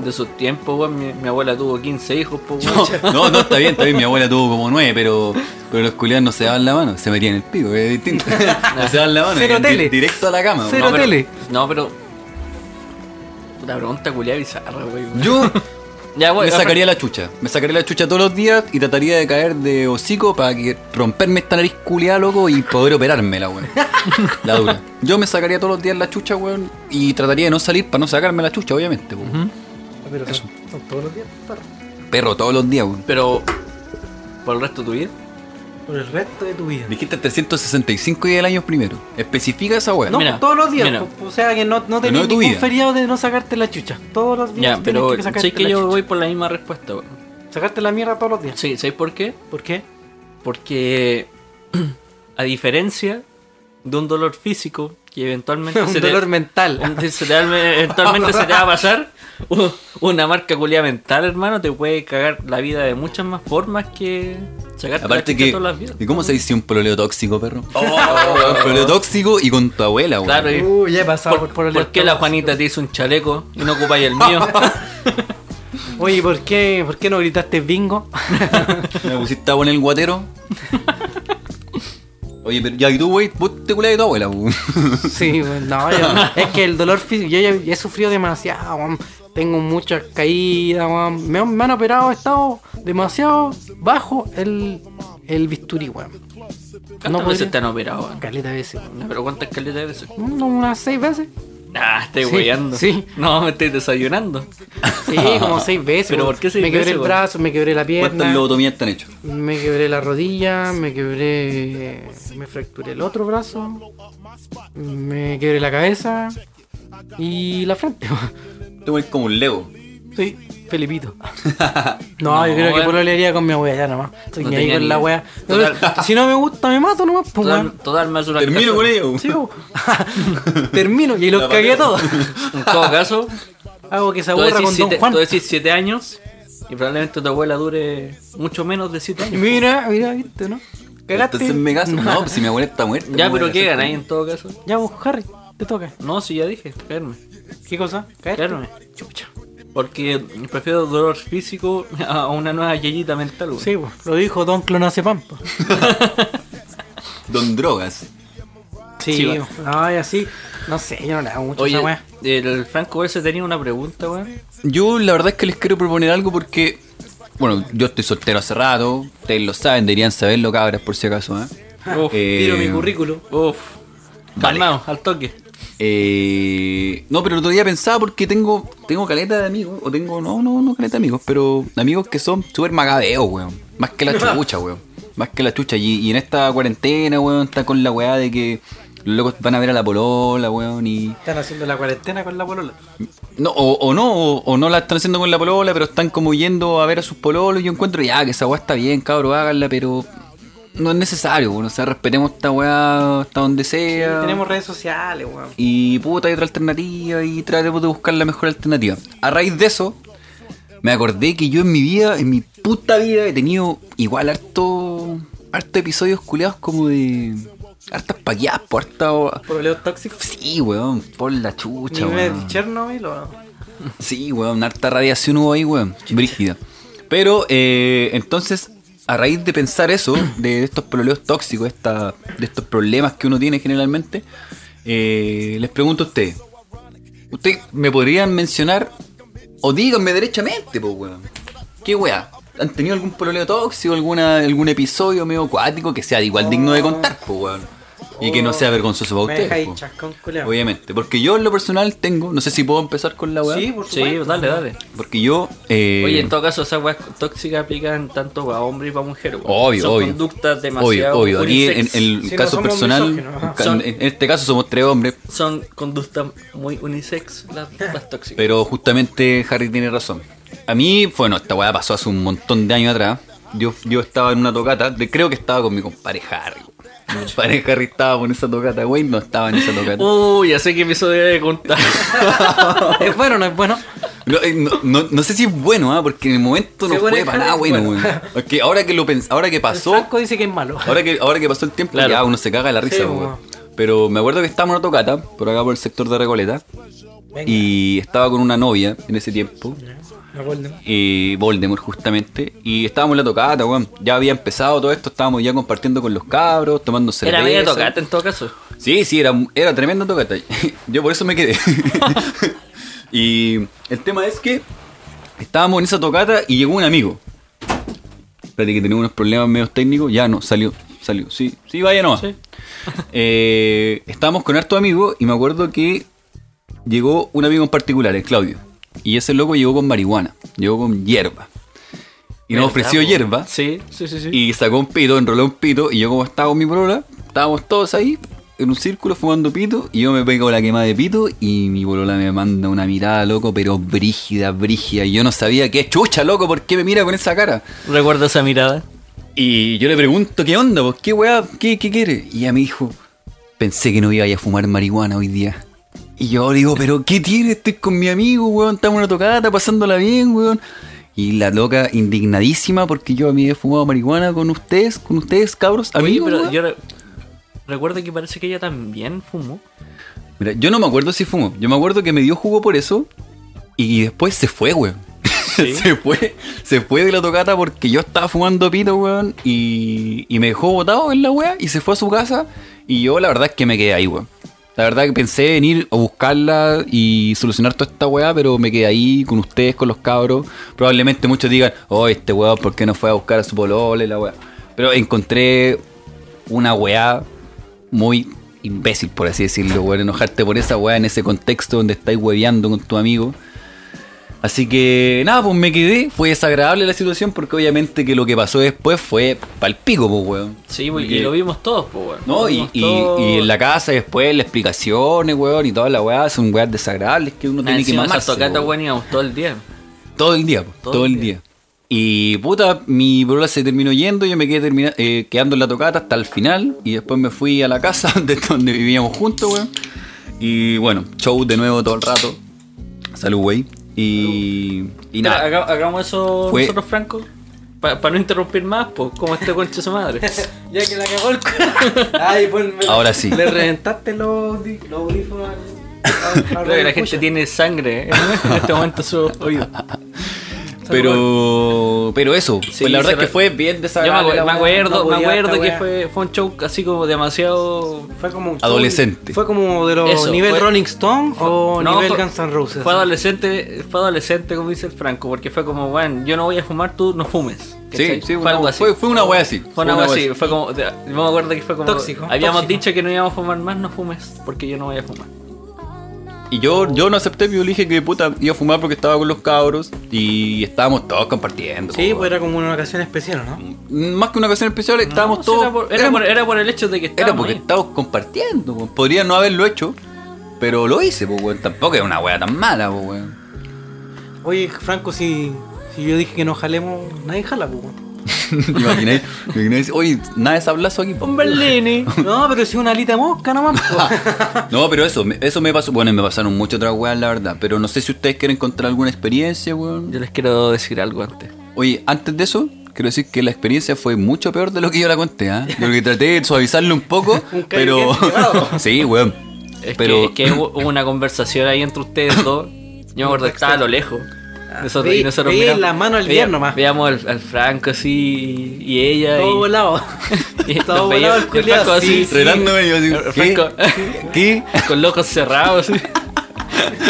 B: de sus tiempos, weón. Mi, mi abuela tuvo 15 hijos, po, weón.
C: No, no, no, está bien, está bien. Mi abuela tuvo como nueve, pero, pero los culiados no se daban la mano, se metían en el pico, es distinto. No se daban la mano,
D: Cero
C: iban di-
D: tele.
C: directo a la cama.
D: Cero
C: No, pero
D: tele.
B: No, pero. Puta pregunta culiada bizarra, weón.
C: Yo,
B: Ya,
C: me
B: Ah, bueno,
C: sacaría la chucha. Me sacaría la chucha todos los días y trataría de caer de hocico para que romperme esta nariz culiada, loco, y poder operármela, weón. La dura. Yo me sacaría todos los días la chucha, weón, y trataría de no salir para no sacarme la chucha, obviamente, weón.
D: Pero son, son todos los días, perro.
C: Perro todos los días, weón.
B: Pero. ¿Por el resto de tu vida?
D: Por el resto de tu vida.
C: Dijiste 365 días del año primero. Especifica esa weón.
D: No,
B: Mira,
D: pues, todos los días.
B: mira.
D: pues, O sea que no, no
C: de
D: tenés
C: tu
D: ningún
C: vida.
D: feriado de no sacarte la chucha. Todos los días.
B: ya,
D: tenés
B: pero.
D: que
B: Sé
D: sacarte
B: que
D: la
B: yo
D: chucha.
B: voy por la misma respuesta, weón.
D: Sacarte la mierda todos los días.
B: Sí, ¿sabes por qué?
D: ¿Por qué?
B: Porque a diferencia de un dolor físico que eventualmente
D: Un
B: se te-
D: dolor mental.
B: un- se te- eventualmente se te va a pasar, u- una marca culia mental, hermano, te puede cagar la vida de muchas más formas que sacarte
C: Aparte
B: la chucha
C: que.
B: todas las vidas. Oh.
C: ¿Y cómo se dice un pololeo tóxico, perro? un pololeo tóxico y con tu abuela, weón.
B: Claro, y
D: Uy, ya he pasado
B: por,
D: por, por el
B: ¿por qué la Juanita te hizo un chaleco y no ocupáis el mío?
D: Oye, ¿por qué, ¿por qué no gritaste bingo?
C: Me pusiste agua en el guatero. Oye, pero ya y tú, wey, vos te culás de tu abuela, weón.
D: Sí, bueno, no, yo- es que el dolor físico, yo ya, ya he sufrido demasiado, weón. tengo muchas caídas, weón. me, han- me han operado, he estado demasiado bajo el, el bisturí, weón.
B: ¿Cuántas
D: No
B: veces
D: podría.
B: te han operado? weón?
D: Caleta de veces, weón.
B: pues, ¿Pero cuántas caletas de veces?
D: Mm, unas seis veces.
B: Ah, estoy
D: Sí,
B: weyando.
D: sí.
B: No, me estoy desayunando.
D: Sí, como seis veces.
B: ¿Pero
D: weón.
B: por qué seis
D: Me quebré
B: veces,
D: el
B: weón?
D: brazo, me quebré la
C: ¿Cuántas
D: pierna,
C: lobotomías te han hecho?
D: me quebré la rodilla, me quebré, me fracturé el otro brazo, me quebré la cabeza y la frente, weón.
C: Te voy como un lego.
D: Sí, Felipito. No,
B: No,
D: yo creo que
B: bueno.
D: por lo haría con mi wea ya nomás. Estoy
B: No
D: ni ahí
B: tenía
D: con
B: ni
D: la
B: idea.
D: wea. No,
B: Total.
D: Si no me gusta, me mato nomás, pues
B: Total,
D: weón.
B: total me hace una
C: Termino
B: alcanza-
C: con ello.
D: Sí, po. Termino y los
C: La
D: cagué a
C: pateo.
D: todos.
B: En todo caso,
D: Hago que se
B: tú
D: aburra
B: decís,
D: con Don
B: siete,
D: Juan.
B: tú decís siete años y probablemente tu abuela dure mucho menos de 7 años.
D: Mira, mira, viste, ¿no? Cagaste.
C: Entonces me caso. No, pues si mi abuela está muerta.
B: Ya,
C: ¿cómo voy
B: pero
C: a
B: ¿qué
C: hacer?
B: ganáis en todo caso?
D: Ya vos, Harry, te toca.
B: No, si ya dije, caerme.
D: ¿Qué cosa? ¿Caerte?
B: Caerme. Porque prefiero dolor físico a una nueva yeyita mental. güey.
D: Sí, po. lo dijo Don Clonazepam. po.
C: Don drogas.
D: Sí,
B: Sí,
D: po. Ay, así. No sé, yo no le hago mucho a esa
B: Oye,
D: wea.
B: el Franco ese tenía una pregunta, weón.
C: Yo la verdad es que les quiero proponer algo porque, bueno, yo estoy soltero hace rato, ustedes lo saben, deberían saberlo cabras por si acaso, ¿eh?
B: Uf,
C: Eh,
D: Ah. Tiro mi currículum.
B: Uf. Calmado, al toque.
C: Eh, no, pero el otro día pensaba porque tengo tengo caleta de amigos, o tengo, no, no, no caleta de amigos, pero amigos que son súper magadeos, weón. Más que la chucha, weón. Más que la chucha. Y, y en esta cuarentena, weón, está con la weá de que los locos van a ver a la polola, weón, y...
D: Están haciendo la cuarentena con la polola.
C: No, o, o no, o, o no la están haciendo con la polola, pero están como yendo a ver a sus pololos. Y yo encuentro, ya, que esa weá está bien, cabrón, háganla, pero no es necesario, weón. O sea, respetemos esta weá hasta donde sea.
D: Tenemos redes sociales, weón.
C: Y puta, hay otra alternativa y tratemos de buscar la mejor alternativa. A raíz de eso, me acordé que yo en mi vida, en mi puta vida, he tenido igual harto, harto episodios culeados como de. hartas paqueadas, por harta.
D: Problemas tóxicos.
C: Sí, weón, por la chucha,
D: Nivel
C: weón.
D: Chernobyl o no?
C: Sí, weón, harta radiación hubo ahí, weón. Brígida. Pero, eh, entonces, a raíz de pensar eso, de estos problemas tóxicos, esta, de estos problemas que uno tiene generalmente, eh, les pregunto a ustedes. ¿Ustedes me podrían mencionar, o díganme derechamente, pues, weón? ¿Qué weá? ¿Han tenido algún problema tóxico, alguna, algún episodio medio acuático que sea igual digno de contar, pues, weón? Y que no sea vergonzoso para
D: Oh, Me
C: ustedes.
D: dejáis
C: po.
D: chascón, culiao.
C: Obviamente, porque yo en lo personal tengo, no sé si puedo empezar con la weá.
D: Sí, por
B: Sí,
D: supuesto.
B: dale, dale.
C: Porque yo. eh,
B: Oye, en todo caso, esas weas tóxicas aplican tanto para hombre y para mujer. weón.
C: Obvio,
B: Son
C: obvio.
B: conductas
C: Obvio,
B: demasiado.
C: obvio. Aquí en,
B: unisex.
C: en el
D: Sí, no
C: caso
D: somos misóginos,
C: personal,
D: ajá.
C: en- en este caso somos tres hombres,
B: Son conductas muy unisex las, las tóxicas.
C: pero justamente Harry tiene razón. A mí, bueno, esta weá pasó hace un montón de años atrás. Yo, yo estaba en una tocata, de- creo que estaba con mi compadre Harry. Mi compadre Harry estaba con esa tocata, güey, no estaba en esa tocata.
B: Uy, ya sé qué episodio de contar.
D: ¿Es bueno o no es bueno?
C: No, eh, no, no- no sé si es bueno, ¿ah? porque en el momento no
D: Según
C: fue
D: el
C: para nada
D: Harry,
C: bueno,
D: bueno.
C: weón. Porque ahora que lo pens- ahora que
D: El
C: pasó,
D: Franco dice que es malo.
C: Ahora que, ahora que pasó el tiempo,
B: Claro.
C: ya uno se caga de la risa,
D: Sí,
C: po,
D: po.
C: weón. Pero me acuerdo que estábamos en una tocata, por acá por el sector de Recoleta,
D: Venga,
C: y estaba con una novia en ese tiempo,
D: la Golden.
C: y Voldemort justamente, y estábamos en la tocata, weón. Ya había empezado todo esto, estábamos ya compartiendo con los cabros, tomando cerveza.
B: Era media tocata en todo caso.
C: Sí, sí, era, era tremenda tocata. Yo por eso me quedé. y el tema es que Estábamos en esa tocata y llegó un amigo. Espérate que tenemos unos problemas medios técnicos. Ya no, salió, salió. Sí, sí, vaya no. Eh, estábamos con harto amigos y me acuerdo que llegó un amigo en particular, el Claudio. Y ese loco llegó con marihuana, llegó con hierba. Y nos ofreció hierba.
B: Sí, sí, sí. sí.
C: Y sacó un pito, enroló un pito, y yo como estaba con mi polola, estábamos todos ahí, en un círculo, fumando pito, y yo me pego la quema de pito, y mi polola me manda una mirada, loco, pero brígida, brígida, y yo no sabía qué chucha, loco, por qué me mira con esa cara.
B: Recuerdo esa mirada.
C: Y yo le pregunto, ¿qué onda? Pues? ¿Qué weá? ¿Qué, ¿Qué quiere? Y ella me dijo, pensé que no iba a ir a fumar marihuana hoy día. Y yo digo, ¿pero qué tiene? Estoy con mi amigo, weón, estamos en una tocata, pasándola bien, weón. Y la loca indignadísima porque yo a mí he fumado marihuana con ustedes, con ustedes, cabros,
B: Oye,
C: amigos.
B: pero
C: weón.
B: yo re- recuerdo que parece que ella también fumó.
C: Mira, yo no me acuerdo si fumo. Yo me acuerdo que me dio jugo por eso y después se fue, weón. se fue, se fue de la tocata porque yo estaba fumando pito, weón, y, y me dejó botado en la weá y se fue a su casa y yo la verdad es que me quedé ahí, weón. La verdad que pensé en ir a buscarla y solucionar toda esta weá, pero me quedé ahí con ustedes, con los cabros. Probablemente muchos digan, oh, este weón, ¿por qué no fue a buscar a su polole, la weá? Pero encontré una weá muy imbécil, por así decirlo, weón. Enojarte por esa weá en ese contexto donde estáis hueveando con tu amigo. Así que nada, pues me quedé. Fue desagradable la situación porque obviamente que lo que pasó después fue palpico, pues weón.
B: Sí, porque
C: Porque-
B: lo vimos todos, pues, weón.
C: No,
B: Lo
C: y,
B: vimos
C: y-
B: todos.
C: y en la casa después las explicaciones, weón, y todas las weas son weas desagradables que uno
B: Nada, Ah,
C: tiene que
B: encima de
C: mamarse. pues,
B: esas tocatas,
C: weón.
B: weón, íbamos todo el día.
C: Todo el día, po, todo, el día. Y puta, mi brola se terminó yendo, yo me quedé termina- eh, quedando en la tocata hasta el final y después me fui a la casa de donde vivíamos juntos, weón. Y bueno, show de nuevo todo el rato. Salud, wey. Y, y
B: Espera,
C: nada.
B: haga- hagamos eso
C: Fue-
B: nosotros, Franco. Para no interrumpir más, pues, como este concha de su madre.
D: Ya que la cagó el cu- Ay, pues, me-
C: Ahora sí.
D: Le reventaste los, di- los audífonos. al- al- al-
B: Creo que la gente
D: escucha.
B: tiene sangre eh, en este momento en su oído.
C: Pero, pero eso,
B: Sí,
C: pues
B: se
C: la verdad es que
B: re-
C: fue bien
B: Yo me,
C: desagradable.
B: acu-
C: la
B: me
C: weá.
B: acuerdo,
D: no
B: me
D: podía
B: acuerdo
D: esta
B: que
D: weá.
B: fue, fue un show así como demasiado.
D: Fue como un
C: Adolescente.
D: Fue como de los
B: Eso,
D: nivel
B: fue-
D: Rolling Stone o
B: No,
D: nivel
B: fue-
D: Guns N' Roses.
B: Fue adolescente, fue adolescente, como dice el Franco, porque fue como, bueno, yo no voy a fumar, tú no fumes.
C: Sí,
B: ¿cachai?
C: sí, una- fue- fue una wea así,
B: Fue una wea así, fue como, de- yo me acuerdo que fue como,
D: Tóxico,
B: habíamos
D: tóxico.
B: dicho que no íbamos a fumar más, no fumes, porque yo no voy a fumar.
C: Y yo, yo no acepté, yo le dije que puta iba a fumar porque estaba con los cabros y estábamos todos compartiendo.
D: Sí,
C: po,
D: pues era como una ocasión especial, ¿no?
C: Más que una ocasión especial, estábamos
B: No, sí,
C: todos.
B: era, por, era
C: éramos-
B: por- era por el hecho de que estábamos
C: Era porque
B: ahí.
C: estábamos compartiendo. po. Podría no haberlo hecho, pero lo hice, pues, weón. Tampoco es una wea tan mala, pues, weón.
D: Oye, Franco, si, si yo dije que no jalemos, nadie jala, pues. weón.
C: Imagináis, imagináis, oye, nada de sablazo aquí, po.
B: Un Berlini.
D: No, pero si una alita mosca nomás, pues.
C: No, pero eso, me- eso me pasó. Bueno, me pasaron muchas otras weas, la verdad. Pero no sé si ustedes quieren contar alguna experiencia, weón.
B: Yo les quiero decir algo antes.
C: Oye, antes de eso, quiero decir que la experiencia fue mucho peor de lo que yo la conté, ¿ah? Yo Lo que traté de suavizarlo un poco,
D: Un
C: pero.
D: cariño privado.
C: sí, weón.
B: Es, que,
C: Pero.
B: es que hubo hubo una conversación ahí entre ustedes dos. Yo me acuerdo que estaba a lo lejos. Nosotros,
D: Ve-
B: y nosotros
D: veía
B: miramos-
D: Ah, la mano al
B: veía-
D: viernes nomás.
B: Veíamos al, al Franco así y y ella.
D: Todo
B: y-
D: volado.
B: y nos
D: Todo
B: veía-
D: volado
B: y
D: el
B: el
D: culiado.
B: Franco así,
D: así.
B: sí.
C: Relándome, yo así, ¿qué?
B: Franco,
C: ¿Qué?
B: con los ojos cerrados.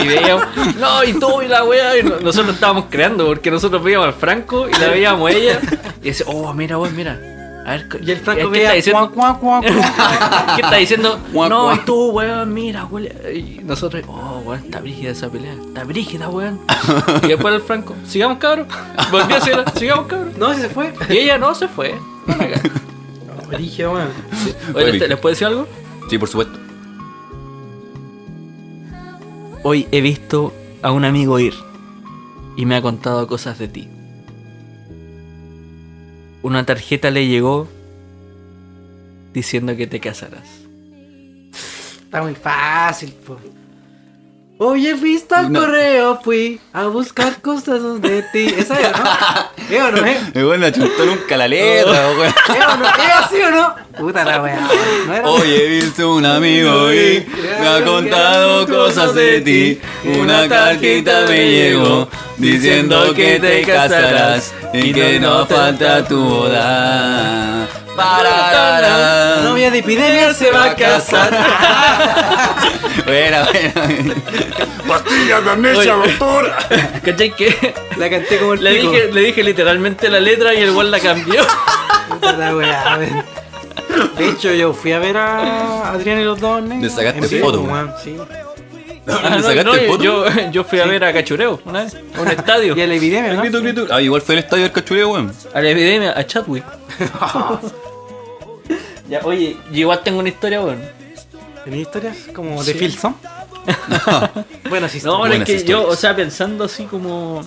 B: Y veíamos, no, y tú y la wea. Y no- nosotros estábamos creando porque nosotros veíamos al Franco y la veíamos a ella. Y decía, oh, mira, vos, mira. A ver,
D: Y el Franco
B: ¿qué
D: veía
B: está diciendo?
D: cuac, cuac, cuac, cuac.
B: ¿Qué está diciendo?
C: Guau,
B: no,
C: guau.
B: y tú, weón, mira, weón. Y nosotros, oh, weón, está brígida esa pelea. Está brígida, weón. Y después el Franco, sigamos, cabrón. Volví a hacerla, sigamos, cabrón.
D: No, si se fue.
B: Y ella no se fue. Fue la caga.
D: Dije, bueno.
B: Oye,
C: Oye,
B: ¿les, ¿les puedo decir algo?
C: Sí, por supuesto.
B: Hoy he visto a un amigo ir y me ha contado cosas de ti. Una tarjeta le llegó diciendo que te casarás.
D: Está muy fácil, po. Oye, fuiste al
C: No.
D: correo, fui a buscar cosas de ti. Esa es, ¿no? ¿Eh o no, eh?
C: Me bueno, chuntó nunca la letra, weón.
D: ¿Eh o no? ¿Eh así o no? Puta la weá. No
B: Oh,
D: era
C: Oye, he visto un amigo y me ha contado cosas de ti. Una tarjeta me llegó diciendo que te casarás y que no falta tu boda.
D: La
C: Para.
D: novia de epidemia se va a casar.
C: Buena, buena. Pastilla de
B: amnesia, Oye. ¿Cachai que?
D: La canté como el
B: Le
D: pico.
B: dije, le dije literalmente la letra y el weón la cambió.
D: Puta la weá, weón. De hecho, yo fui a ver a Adrián y los dos negros.
C: Le sacaste
D: en vivo,
C: foto,
D: weón, sí.
B: Ah,
C: ¿Le
B: no,
C: sacaste
B: no,
C: foto?
B: yo, yo fui a ver a Cachureo una vez, a un estadio.
D: Y a la epidemia, ¿no?
C: Grito, grito. Ah, igual fue el estadio del cachureo, weón.
B: A la epidemia, a Chadwick. ya, oye, yo igual tengo una historia, weón.
D: ¿Tenía historias como de Filson? bueno, sí.
B: No, pero es
C: Buenas
B: que yo,
C: historias.
B: o sea, pensando así como.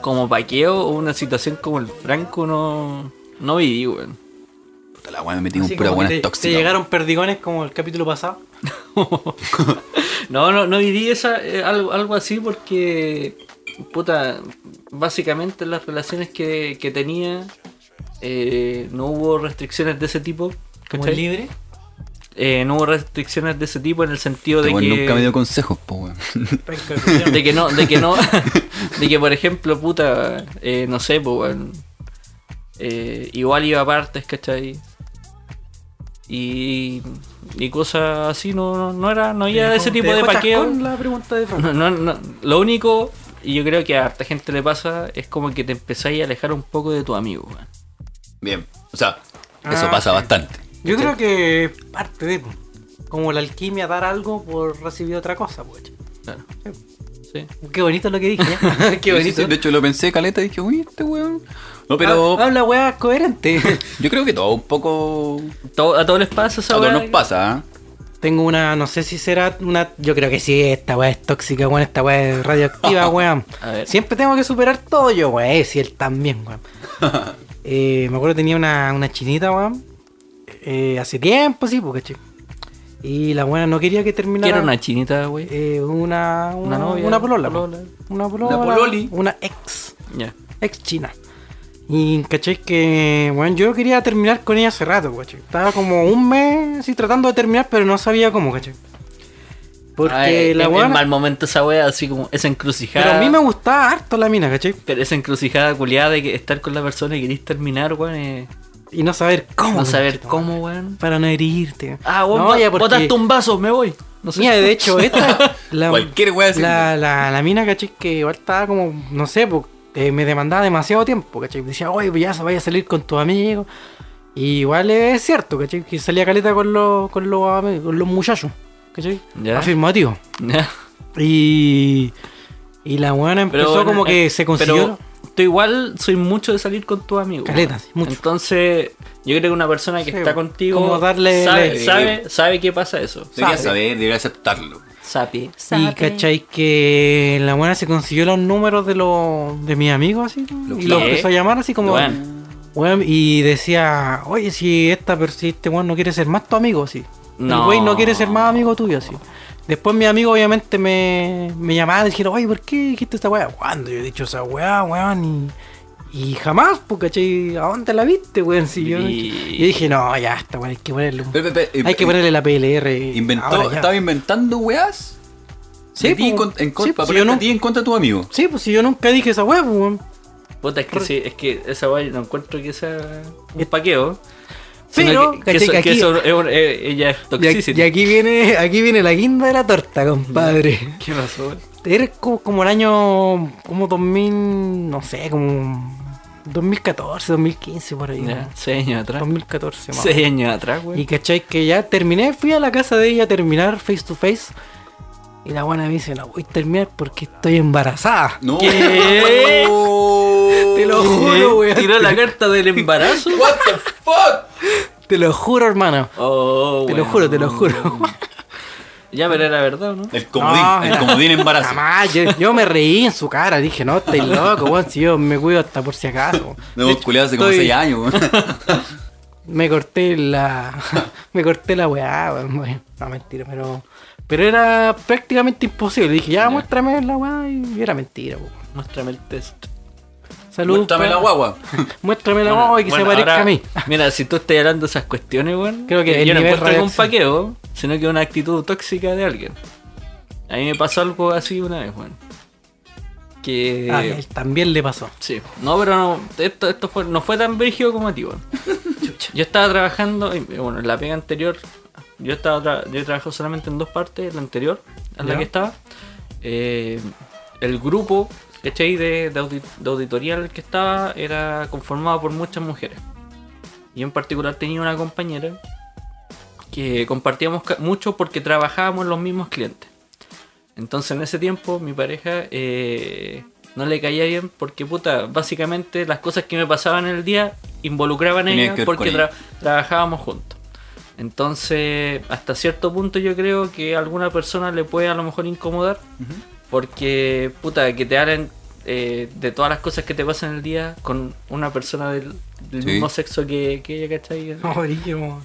B: Como paqueo o una situación como el Franco, no. No viví, weón.
C: Puta la weón, me metí un
D: Así
C: pura
D: como que
C: buena
D: te,
C: tóxica.
D: te llegaron perdigones como el capítulo pasado.
B: No, no, no viví esa, eh, algo, algo así porque, puta, básicamente las relaciones que, que tenía eh, no hubo restricciones de ese tipo.
D: Como
B: ¿cachai?
D: el libre.
B: Eh, no hubo restricciones de ese tipo en el sentido
C: Este
B: de
C: weón
B: que,
C: nunca me dio consejos, po, weón.
D: Franco de Culiao.
B: de que no, de que no, de que por ejemplo, puta, eh, no sé, pues, weón, eh, igual iba a partes, ¿cachai? Y, y cosas así, no, no, no era, no había
D: Te
B: ese
D: dejó-
B: tipo
D: te
B: de
D: dejó
B: paqueo.
D: chascón la pregunta de Franco.
B: No, no, no. Lo único, y yo creo que a harta gente le pasa, es como que te empezáis a alejar un poco de tu amigo, weón.
C: Bien. O sea, eso
D: Ah,
C: pasa
D: sí.
C: bastante.
D: Yo creo que es parte de. pues, Como la alquimia, dar algo por recibir otra cosa, pues.
B: Claro. Sí.
D: Qué bonito lo que dije. ¿eh? Qué
C: Sí, sí,
D: bonito.
C: sí, de hecho, lo pensé, caleta, y dije, uy, este weón. No, pero
D: Ah, Habla weá coherente.
C: yo creo que todo un poco.
B: Todo- a todos les pasa
C: A
B: esa
C: todos
B: weá.
C: nos pasa, ¿ah?
D: Tengo una, no sé si será una. Yo creo que sí, esta weá es tóxica, weón. Esta weá es radioactiva, weón.
B: A ver.
D: Siempre tengo que superar todo yo, weón. eh, Si él también, weón. Eh, me acuerdo tenía una, una chinita, weón. Eh, hace tiempo, sí, porque che. Y la weá no quería que terminara.
B: Que era una chinita, wey.
D: eh, una, una,
B: Una novia,
D: Una polola.
B: polola.
D: weón. Una polola.
C: Una pololi.
D: Una ex.
B: Ya.
D: Ex china. Y caché que, bueno, yo quería terminar con ella hace rato, caché. Estaba como un mes así tratando de terminar, pero no sabía cómo, caché. Porque
B: Ay,
D: la
B: en, en
D: buena.
B: mal momento esa wea, así como esa encrucijada.
D: Pero a mí me gustaba harto la mina, caché.
B: Pero esa encrucijada culiada de que estar con la persona y querís terminar, weón. eh,
D: Y no saber cómo.
B: no saber
D: caché,
B: cómo, weón.
D: Para no herirte.
B: Ah, vos
D: no,
B: bo-
D: ya porque-
B: botaste un vaso, me voy. No sé.
D: Mira, de hecho, eh, esta. la,
C: Cualquier weá
B: Ah,
C: así.
B: pues.
D: la, la, la mina, caché, que igual estaba como, no sé, po, eh, me demandaba demasiado tiempo, caché. Decía, oye, pues ya se vaya a salir con tus amigos. Y igual es cierto, caché, que salía caleta con los, con los, ami- con los muchachos, caché.
B: Ya.
D: Afirmativo.
B: Ya.
D: Y. Y la buena
B: Pero,
D: empezó como
B: eh,
D: que se consiguió.
B: Pero tú igual soy mucho de salir con tus amigos.
D: Caleta, sí, mucho.
B: Entonces, yo creo que una persona que
D: Sí,
B: está
D: bueno.
B: contigo
D: Como darle-
B: sabe,
D: le-
B: sabe, sabe qué pasa eso.
C: Debería
D: sabe.
C: saber, debería aceptarlo.
B: Sapi.
D: Y cachai que la buena se consiguió los números de los de mis amigos así.
C: Lo
D: y los
B: que-
D: empezó a llamar así como.
B: Bueno,
D: Weón, y decía, oye, si esta per- si este weón no quiere ser más tu amigo, sí.
B: No.
D: El güey no quiere ser más amigo tuyo, sí. Después mi amigo obviamente me, me llamaba y dijeron, oye, ¿por qué dijiste esta weá? ¿Cuándo yo he dicho esa weá, weón? Y, y jamás, pues, ¿cachai? ¿A dónde la viste, weón? Si yo,
B: Y-
D: yo dije, no, ya, esta weá hay que ponerle un-
C: Pero, pero, pero,
D: Hay que ponerle la PLR. ahora
C: eh, Inventó,
D: ya.
C: estaba inventando weas.
D: Sí,
C: de ti
D: po.
C: con- en
D: Sí,
C: contra,
D: po, si yo no-
C: en contra de tu amigo.
D: Sí, pues si yo nunca dije esa weá, pues, weón.
B: puta, es que, sí, es que esa guay no encuentro que sea un paqueo. sino
D: Pero,
B: que, que
D: ¿cachai?
B: eso-
D: que
B: que
D: aquí-
B: eso es un- eh, ella es
D: Y aquí-
B: toxicity.
D: y aquí viene, aquí viene la guinda de la torta, compadre.
B: ¿Qué pasó?
D: Era co- como el año, como 2000, no sé, como 2014, 2015 por ahí.
B: Ya,
D: ¿no?
B: seis años atrás.
D: 2014 más.
B: Seis años atrás,
D: Y
B: güey.
D: cachai que ya terminé, fui a la casa de ella a terminar face to face. Y la buena me dice, no voy a terminar porque estoy embarazada.
C: No.
B: ¿Qué?
D: Te lo juro, weón.
B: ¿Tiró la carta del embarazo?
C: What the fuck?
D: Te lo juro, hermano.
B: Oh,
D: Te lo
B: bueno.
D: juro, te lo juro.
B: Ya, pero era verdad, ¿no?
C: El comodín,
D: No,
C: el
D: era-
C: comodín embarazo.
D: Jamás, yo, yo me reí en su cara, dije, no, estáis loco, weón, si yo me cuido hasta por si acaso.
C: No,
D: De
C: hemos
D: hecho,
C: hace como
D: estoy-
C: 6 años, weón.
D: Me corté la. me corté la weá, weón. bueno, No, mentira, pero. Pero era prácticamente imposible. Dije, ya, muéstrame la weá y era mentira, weón.
B: Muéstrame el test.
D: Salud.
C: Muéstrame
D: pa-
C: la guagua.
D: Muéstrame la
B: Bueno,
D: weá y que
B: bueno,
D: se parezca
B: ahora,
D: a mí.
B: Mira, si tú estás hablando de esas cuestiones, weón,
D: Creo que el
B: yo no
D: nivel
B: encuentro algún
D: reacción.
B: paqueo, sino que una actitud tóxica de alguien. A mí me pasó algo así una vez, weón. Que.
D: Ah, él también le pasó.
B: Sí. No, pero no, esto, esto fue, no fue tan brígido como a ti, weón. Yo estaba trabajando, y, bueno, en la pega anterior, yo estaba tra- yo he trabajado solamente en dos partes, la anterior, en la
D: Ya.
B: que estaba. Eh, el grupo, ¿cachai? De, de, audi- de auditoría en el que estaba era conformado por muchas mujeres. Y en particular tenía una compañera que compartíamos ca- mucho porque trabajábamos en los mismos clientes. Entonces en ese tiempo mi pareja eh, no le caía bien porque puta, básicamente las cosas que me pasaban en el día involucraban a
C: Tenía
B: ella
C: que ver
B: porque
C: con ella.
B: tra- trabajábamos juntos. Entonces hasta cierto punto yo creo que a alguna persona le puede a lo mejor incomodar porque puta, que te hablen eh, de todas las cosas que te pasan en el día con una persona del, del
C: Sí.
B: mismo sexo que, que ella, ¿cachai?
D: Amarillo, weón.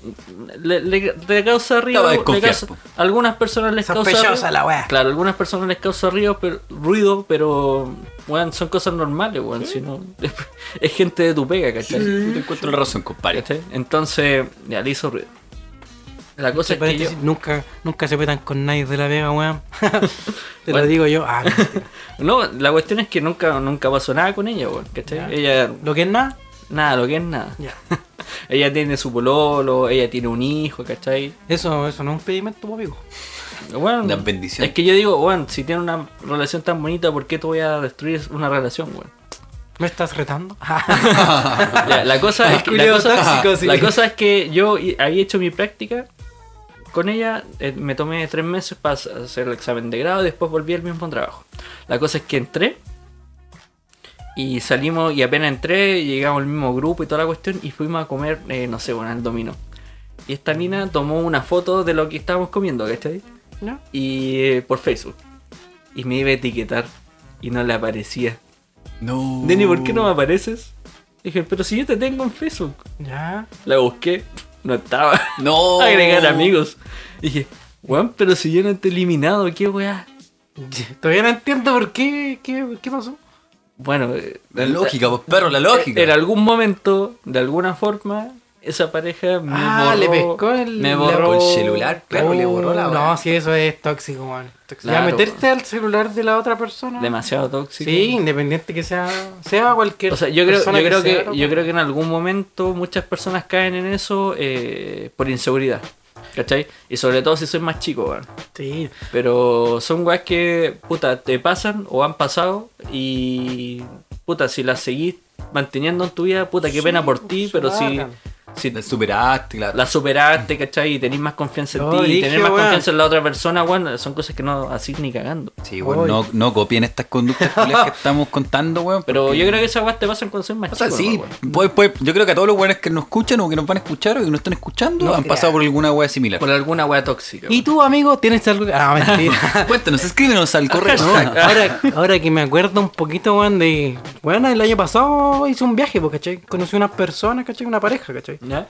B: le, le- le causa río.
C: Estaba
B: le
C: desconfiado,
B: causa-
C: po.
B: algunas personas les causa.
D: Sospechosa
B: río-
D: la weá.
B: Claro, algunas personas les causa río, pero, ruido, pero weón, son cosas normales, weón. si no- es gente de tu pega, ¿cachai?
C: Yo te encuentro la razón, compadre.
B: ¿Cachai? Entonces, ya le hizo ruido. La cosa es que yo,
D: Paréntesis, nunca, nunca se petan con nadie de la vega, weón. Te
B: Bueno.
D: lo digo yo. Ah, mentira.
B: No, la cuestión es que nunca, nunca pasó nada con ella, weón, ¿cachai? Ella,
D: lo que es nada,
B: nada, lo que es nada.
D: Ya.
B: ella tiene su pololo, ella tiene un hijo, ¿cachai?
D: eso, eso no es un pedimento, pues, amigo.
B: Bueno,
C: Las bendiciones.
B: Es que yo digo, bueno, si tiene una relación tan bonita, ¿por qué te voy a destruir una relación, weón?
D: ¿Me estás retando? Ah.
B: Ya, la cosa es que, la
D: Culiao
B: cosa,
D: tóxico, sí.
B: la cosa es que yo i- había hecho mi práctica con ella, eh, me tomé tres meses para hacer el examen de grado y después volví al mismo trabajo. La cosa es que entré y salimos y apenas entré, llegamos al mismo grupo y toda la cuestión y fuimos a comer, eh, no sé, bueno, al dominó. Y esta mina tomó una foto de lo que estábamos comiendo, ¿cachai?
D: ¿No?
B: Y eh, por Facebook. Y me iba a etiquetar y no le aparecía.
C: No.
B: Denny, ¿por qué no
C: Uh.
B: me apareces? Dije, pero si yo te tengo en Facebook.
D: Ya.
B: La busqué, no estaba.
C: No.
B: Agregar amigos. Dije, weón, pero si yo no te he eliminado, qué weá.
D: Todavía no entiendo por qué. ¿Qué, qué pasó?
B: Bueno, eh,
C: La lógica, pues, perro, la lógica.
B: en algún momento, de alguna forma, esa pareja me
D: Ah,
B: borró.
D: le pescó el-
B: me
D: le
B: borró
D: borró
C: el celular, claro, le borró la weá.
D: No, si eso es tóxico, weón. Tóxico.
B: Claro,
D: ya meterte
B: weón.
D: al celular de la otra persona.
B: Demasiado tóxico.
D: Sí, independiente que sea, sea cualquier.
B: O sea, yo creo, yo
D: persona
B: creo que,
D: sea,
B: yo creo que en algún momento muchas personas caen en eso eh, por inseguridad. ¿Cachai? Y sobre todo si soy más chico, weón.
D: Sí.
B: Pero son weas que, puta, te pasan o han pasado y, puta, si las seguís manteniendo en tu vida, puta, qué pena por ti, pero si,
D: pues, bacán.
B: si
C: La superaste, claro.
B: la superaste, ¿cachai? Y tenés más confianza en
D: No,
B: ti y
D: dije,
B: tener más
D: weón.
B: confianza en la otra persona, weón, son cosas que no así ni cagando.
C: Sí, weón, no, no copien estas conductas culias que estamos contando, weón.
B: Pero
C: porque-
B: yo creo que esas weas te pasan cuando sois más
C: O sea,
B: chico,
C: sí,
B: weón.
C: puede- puede- yo creo que a todos los weones que nos escuchan o que nos van a escuchar o que nos están escuchando han pasado por alguna wea similar.
B: Por alguna wea tóxica.
D: ¿Y tú, amigo, tienes algo que.? Ah, mentira.
C: Cuéntanos, escríbenos al correo.
D: No, ahora, ahora que me acuerdo un poquito, weón, de. Bueno, el año pasado hice un viaje, pues, ¿cachai? Conocí unas personas, ¿cachai? Una pareja, ¿cachai?
B: weón. ¿Ya?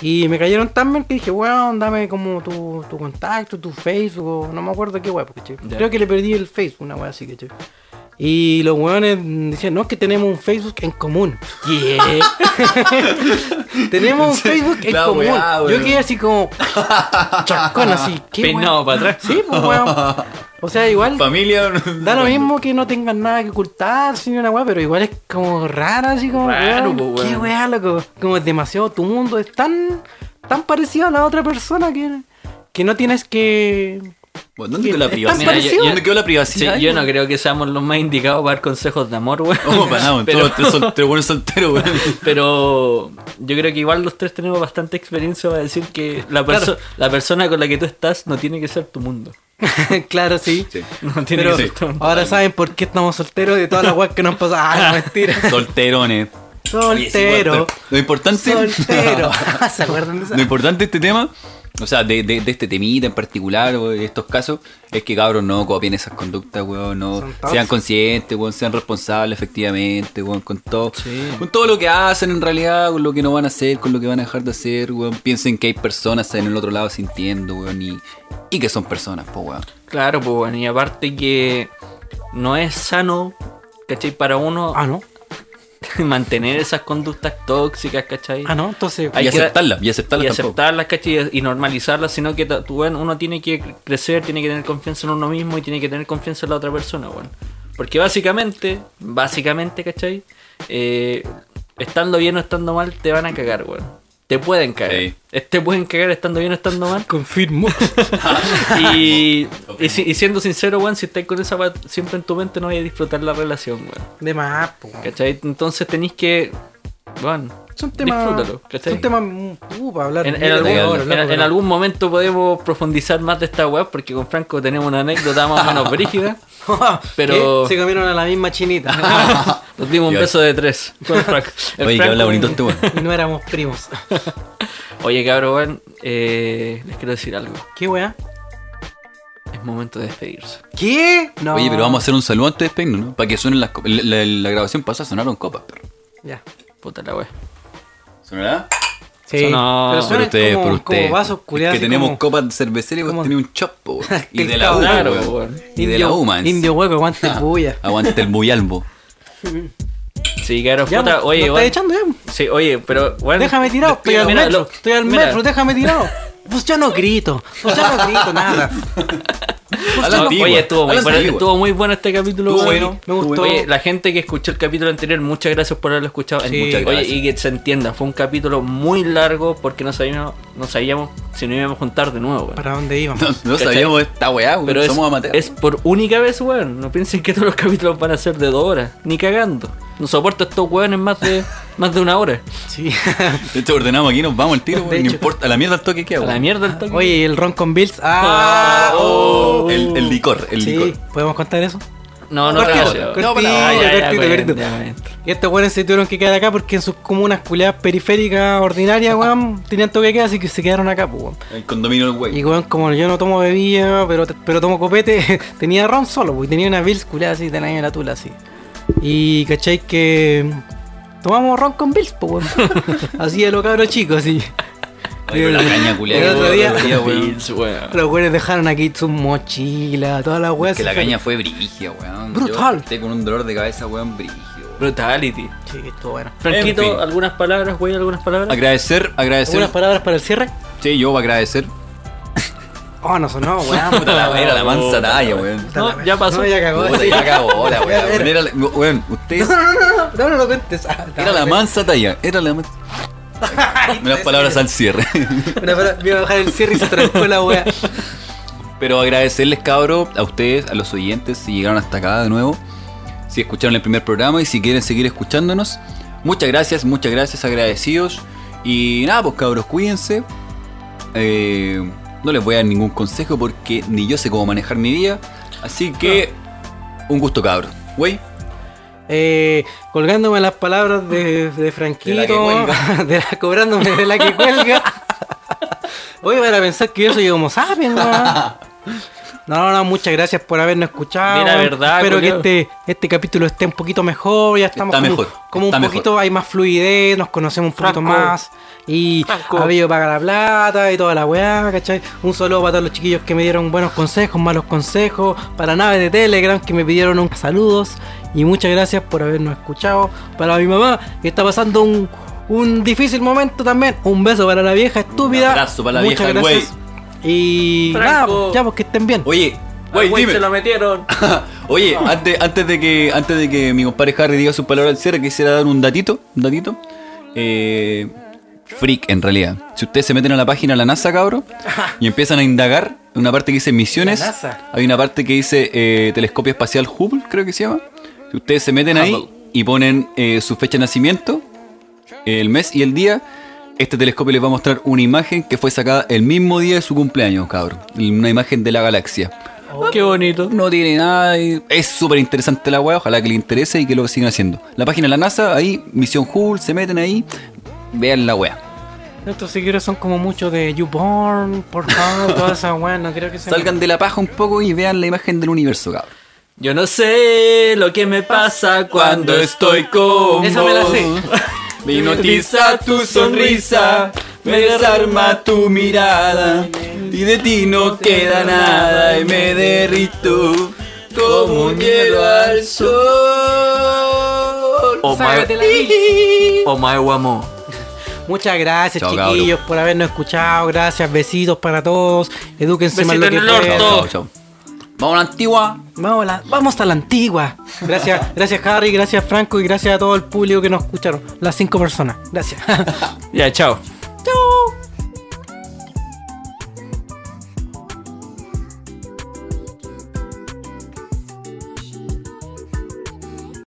D: Y me cayeron tan mal que dije, weón, dame como tu, tu contacto, tu Facebook, o no me acuerdo qué weón, pues, ¿cachai?
B: Ya.
D: Creo que le perdí el Facebook, una weón así, ¿cachai? Y los weones decían, no, es que tenemos un Facebook en común. Yeah. tenemos un Facebook en
C: La
D: común.
C: weá,
D: Yo
C: weón.
D: quedé así como chascón, así. ¿qué weón?
B: Peinado para atrás.
D: Sí, pues weón. O sea, igual
C: Familia.
D: Da lo mismo que no tengan nada que ocultar, sino una weá, pero igual es como rara, así como.
B: Raro,
D: weón,
B: po, weón.
D: Qué weá, loco. Como es demasiado tu mundo, es tan, tan parecido a la otra persona que, que no tienes que.
C: Bueno, ¿Dónde quedó la
D: Están
C: privacidad?
D: parecidos.
C: Mira, yo- ¿Dónde quedó la
B: Sí,
C: privacidad?
B: yo no creo que seamos los más indicados para dar consejos de amor, weón.
C: Oh, para nada, weón,
B: Pero-
C: todos tres son tres buenos solteros, weón.
B: Pero yo creo que igual los tres tenemos bastante experiencia para decir que la, perso- la persona con la que tú estás no tiene que ser tu mundo.
D: claro, sí.
C: Sí.
B: No tiene
D: Pero
B: que ser tu mundo.
D: ahora saben por qué estamos solteros de todas las weas que nos han pasado. Ah, no, mentira.
C: Solterones.
D: Soltero.
C: Lo importante.
D: Soltero. ¿Se acuerdan de esa?
C: Lo importante de este tema, o sea, de, de- de este temita en particular o de estos casos, es que cabros no copien esas conductas, weón,
D: Son
C: no sean
D: tóxicos.
C: conscientes, weón, sean responsables efectivamente, weón, con todo,
B: Sí.
C: con todo lo que hacen en realidad, con lo que no van a hacer, con lo que van a dejar de hacer, weón, piensen que hay personas en el otro lado sintiendo, weón, y, y que son personas, po, weón.
B: Claro, pues bueno, y aparte que no es sano, ¿cachai? Para uno
D: Ah, no.
B: mantener esas conductas tóxicas, ¿cachai?
D: Ah, no. Entonces.
B: Hay
C: y
B: que-
C: aceptarlas, y aceptarlas
B: Y
C: tampoco.
B: aceptarlas, ¿cachai? Y normalizarlas, sino que ta- tú, bueno, uno tiene que crecer, tiene que tener confianza en uno mismo y tiene que tener confianza en la otra persona, bueno. Porque básicamente, básicamente, ¿cachai? Eh, estando bien o estando mal, te van a cagar, bueno. Te pueden caer.
C: Sí.
B: Te pueden caer estando bien o estando mal.
D: Confirmo.
B: Y, y, si- y siendo sincero, weón, si estás con esa weá siempre en tu mente, no vais a disfrutar la relación, weón.
D: De más, po.
B: ¿Cachai? Entonces tenéis que. Weón.
D: Son temas.
B: Disfrútalo, ¿cachai?
D: Son temas mm, uh, para hablar.
B: En, en
D: mierda,
B: algún,
D: ahora,
B: en-
D: hablar,
B: en
D: hablar.
B: algún momento podemos profundizar más de esta weá, porque con Franco tenemos una anécdota más o menos brígida. Pero-
D: ¿Qué? Se comieron a la misma chinita.
B: Nos dimos un
C: Dios.
B: beso de tres. con Franco. El
C: Oye, que
B: Franco-
C: habla bonito este weón.
D: y no éramos primos.
B: Oye, cabrón, weón, eh, les quiero decir algo.
D: ¿Qué weá?
B: Es momento de despedirse.
D: ¿Qué? No.
C: Oye, pero vamos a hacer un saludo antes de despedirnos, ¿no? Para que suenen las copas. La, la- la grabación pasada sonaron copas, perro.
D: Ya.
B: Puta la weá.
C: ¿Sonará?
D: Sí.
B: Sonó.
D: pero
B: Por
D: suena
C: ustedes,
D: como,
C: por
D: como
C: ustedes.
D: vasos
C: Es
D: culiados.
C: Que
D: así
C: tenemos
D: como
C: copas de cervecería y vos
D: como-
C: tenés un chapo, weón. Y de la
D: Claro,
C: UMA,
B: weón.
C: weón. Y de la
D: indio-
C: UMA. en sí.
D: Indio hueco, aguante bulla.
C: Aguanta el muyalbo.
B: Sí, cabrón,
D: Ya,
B: puta,
D: mo,
B: oye,
D: lo
B: weón.
D: estás echando ya. mo.
B: Sí, oye, pero weón.
D: Déjame tirado, estoy al
B: Mira,
D: metro.
B: lo-
D: Estoy al
B: mira,
D: metro, déjame tirado. Pues ya no grito, pues ya no grito nada.
C: A la
B: No,
C: antigua,
B: oye, Pues estuvo
C: a
B: muy,
C: la
B: bueno,
C: antigua.
B: estuvo muy bueno este capítulo.
C: Estuvo
B: weón.
C: bueno,
D: me gustó.
B: Oye, la gente que escuchó el capítulo anterior, muchas gracias por haberlo escuchado.
D: Sí.
B: Muchas
C: Muchas
B: gracias.
C: gracias.
B: Oye, y que se entienda, fue un capítulo muy largo porque no sabíamos, no sabíamos si nos íbamos a juntar de nuevo. weón.
D: ¿Para dónde íbamos?
C: No, no
B: ¿Cachai?
C: sabíamos esta weá, weón.
B: Pero es,
C: Somos amateurs.
B: es por única vez, weón. No piensen que todos los capítulos van a ser de dos horas. Ni cagando. No soporto estos weones más de, más de una hora.
D: Sí.
C: De hecho, ordenamos aquí, nos vamos al tiro,
D: De
C: weón. No
D: hecho.
C: importa, a la mierda el toque que
B: A
C: hago.
B: la mierda el toque.
D: Oye, ¿y el ron con Bills. Ah, oh.
C: El, el licor, el
D: Sí,
C: licor.
D: ¿podemos contar eso?
B: no, no,
D: Cortito,
B: gracias.
D: cortito,
B: Ah, ya, ya,
D: cortito,
B: weón,
D: cortito.
B: ya, maestro.
D: Y estos weones se tuvieron que quedar acá porque en sus comunas culiadas periféricas ordinarias, weón, tenían toque que quedar, así que se quedaron acá, pues, weón.
C: El condominio del güey.
D: Y weón, como yo no tomo bebida, pero, pero tomo copete, tenía ron solo, pues, y tenía una Bills culiada así, del año de la tula así. Y cachai que tomamos ron con Bills, pues, weón. así de lo cabro chico, así.
C: Ay, pero la caña culiada
D: El
C: que
D: otro
C: hubo
D: día-
C: el otro día, weón.
B: Pils, weón.
D: Los weones dejaron aquí sus mochilas, todas las weas.
C: Que la
D: se fueron.
C: caña fue brigia, weón.
D: Brutal.
C: Esté con un dolor de cabeza, weón, brigio.
B: Brutality.
D: Sí, estuvo bueno.
B: Franquito,
C: En fin.
B: algunas palabras, güey, algunas palabras.
C: Agradecer, agradecer.
D: ¿Algunas palabras para el cierre?
C: Sí, yo voy a agradecer.
D: Oh, no sonó, weón.
C: Ah, Puta la era la mansa talla, weón.
D: Puta la
B: No,
D: wea.
B: ya pasó.
D: No, ya cagó.
C: Puta,
D: sí.
C: ya cagó la
D: Ya,
C: weón.
D: era.
C: Era la- Weón, ustedes.
D: No, no, no, no, no, no lo cuentes. Ah,
C: Era la mansa talla. Era la mansa. Unas palabras al cierre.
D: Una palabra- me iba a bajar el cierre y se trancó la wea.
C: Pero agradecerles, cabro, a ustedes, a los oyentes, si llegaron hasta acá de nuevo, si escucharon el primer programa y si quieren seguir escuchándonos. Muchas gracias, muchas gracias, agradecidos. Y nada, pues cabros, cuídense. Eh, no les voy a dar ningún consejo porque ni yo sé cómo manejar mi vida. Así que, un gusto, cabros. Güey,
D: Eh, colgándome las palabras de, de Franquito.
C: De la que cuelga.
D: de la- cobrándome de la que cuelga. Hoy van a pensar que yo soy homo sapiens, weón. No, no, muchas gracias por habernos escuchado.
B: Mira,
D: weón.
B: verdad,
D: Espero que
B: culiao.
D: este, este capítulo esté un poquito mejor. Ya estamos
C: Está
D: como,
C: mejor,
D: como
C: está
D: un poquito, hay más fluidez, nos conocemos un poquito
B: Franco.
D: más. Y
B: Franco.
D: ha habido paga la plata y toda la weá, ¿cachai? Un saludo para todos los chiquillos que me dieron buenos consejos, malos consejos, para naves de Telegram que me pidieron un saludos. Y muchas gracias por habernos escuchado. Para mi mamá, que está pasando un, un difícil momento también. Un beso para la vieja estúpida.
C: abrazo para la
D: muchas
C: vieja,
D: gracias. Y
B: Franco.
D: nada, pues, ya, pues que estén bien.
C: oye,
B: Al
C: güey,
B: Ah, güey
C: dime.
B: se lo metieron.
C: Oye, antes, antes, de que, antes de que mi compadre Harry diga sus palabras al cierre, quisiera dar un datito. Un datito. Eh, freak, en realidad. Si ustedes se meten a la página de la NASA, cabro, y empiezan a indagar, una parte que dice misiones,
D: La NASA.
C: hay una parte que dice eh, telescopio espacial Hubble, creo que se llama. Si ustedes se meten ahí
B: Hubble.
C: y ponen eh, su fecha de nacimiento, el mes y el día, este telescopio les va a mostrar una imagen que fue sacada el mismo día de su cumpleaños, cabro. Una imagen de la galaxia.
B: Oh, Qué bonito.
C: No tiene nada. y- Es súper interesante la weá. Ojalá que le interese y que lo sigan haciendo. La página de la NASA, ahí, Misión Hubble, se meten ahí. Vean la weá.
D: Nuestros seguidores son como muchos de YouBorn, por favor, toda esa weá, no creo que se
C: Salgan de la paja un poco y vean la imagen del universo, cabrón.
B: Yo no sé lo que me pasa cuando estoy con
D: Esa me la sé.
C: Me hipnotiza tu sonrisa, me desarma tu mirada. Y de ti no queda nada y me derrito como un hielo al sol.
B: Oh
D: Sácate
B: my,
D: la bici.
B: oh my guamo.
D: Muchas gracias,
C: Chao,
D: chiquillos, por habernos escuchado. Gracias, besitos para todos. Edúquense más
B: Besito
D: lo que
B: en el orto.
D: puedan.
C: Chao, chao. Vamos a la antigua.
D: Vamos a la, vamos a la antigua. Gracias, gracias Harry, gracias Franco y gracias a todo el público que nos escucharon. Las cinco personas. Gracias.
B: Ya, chao.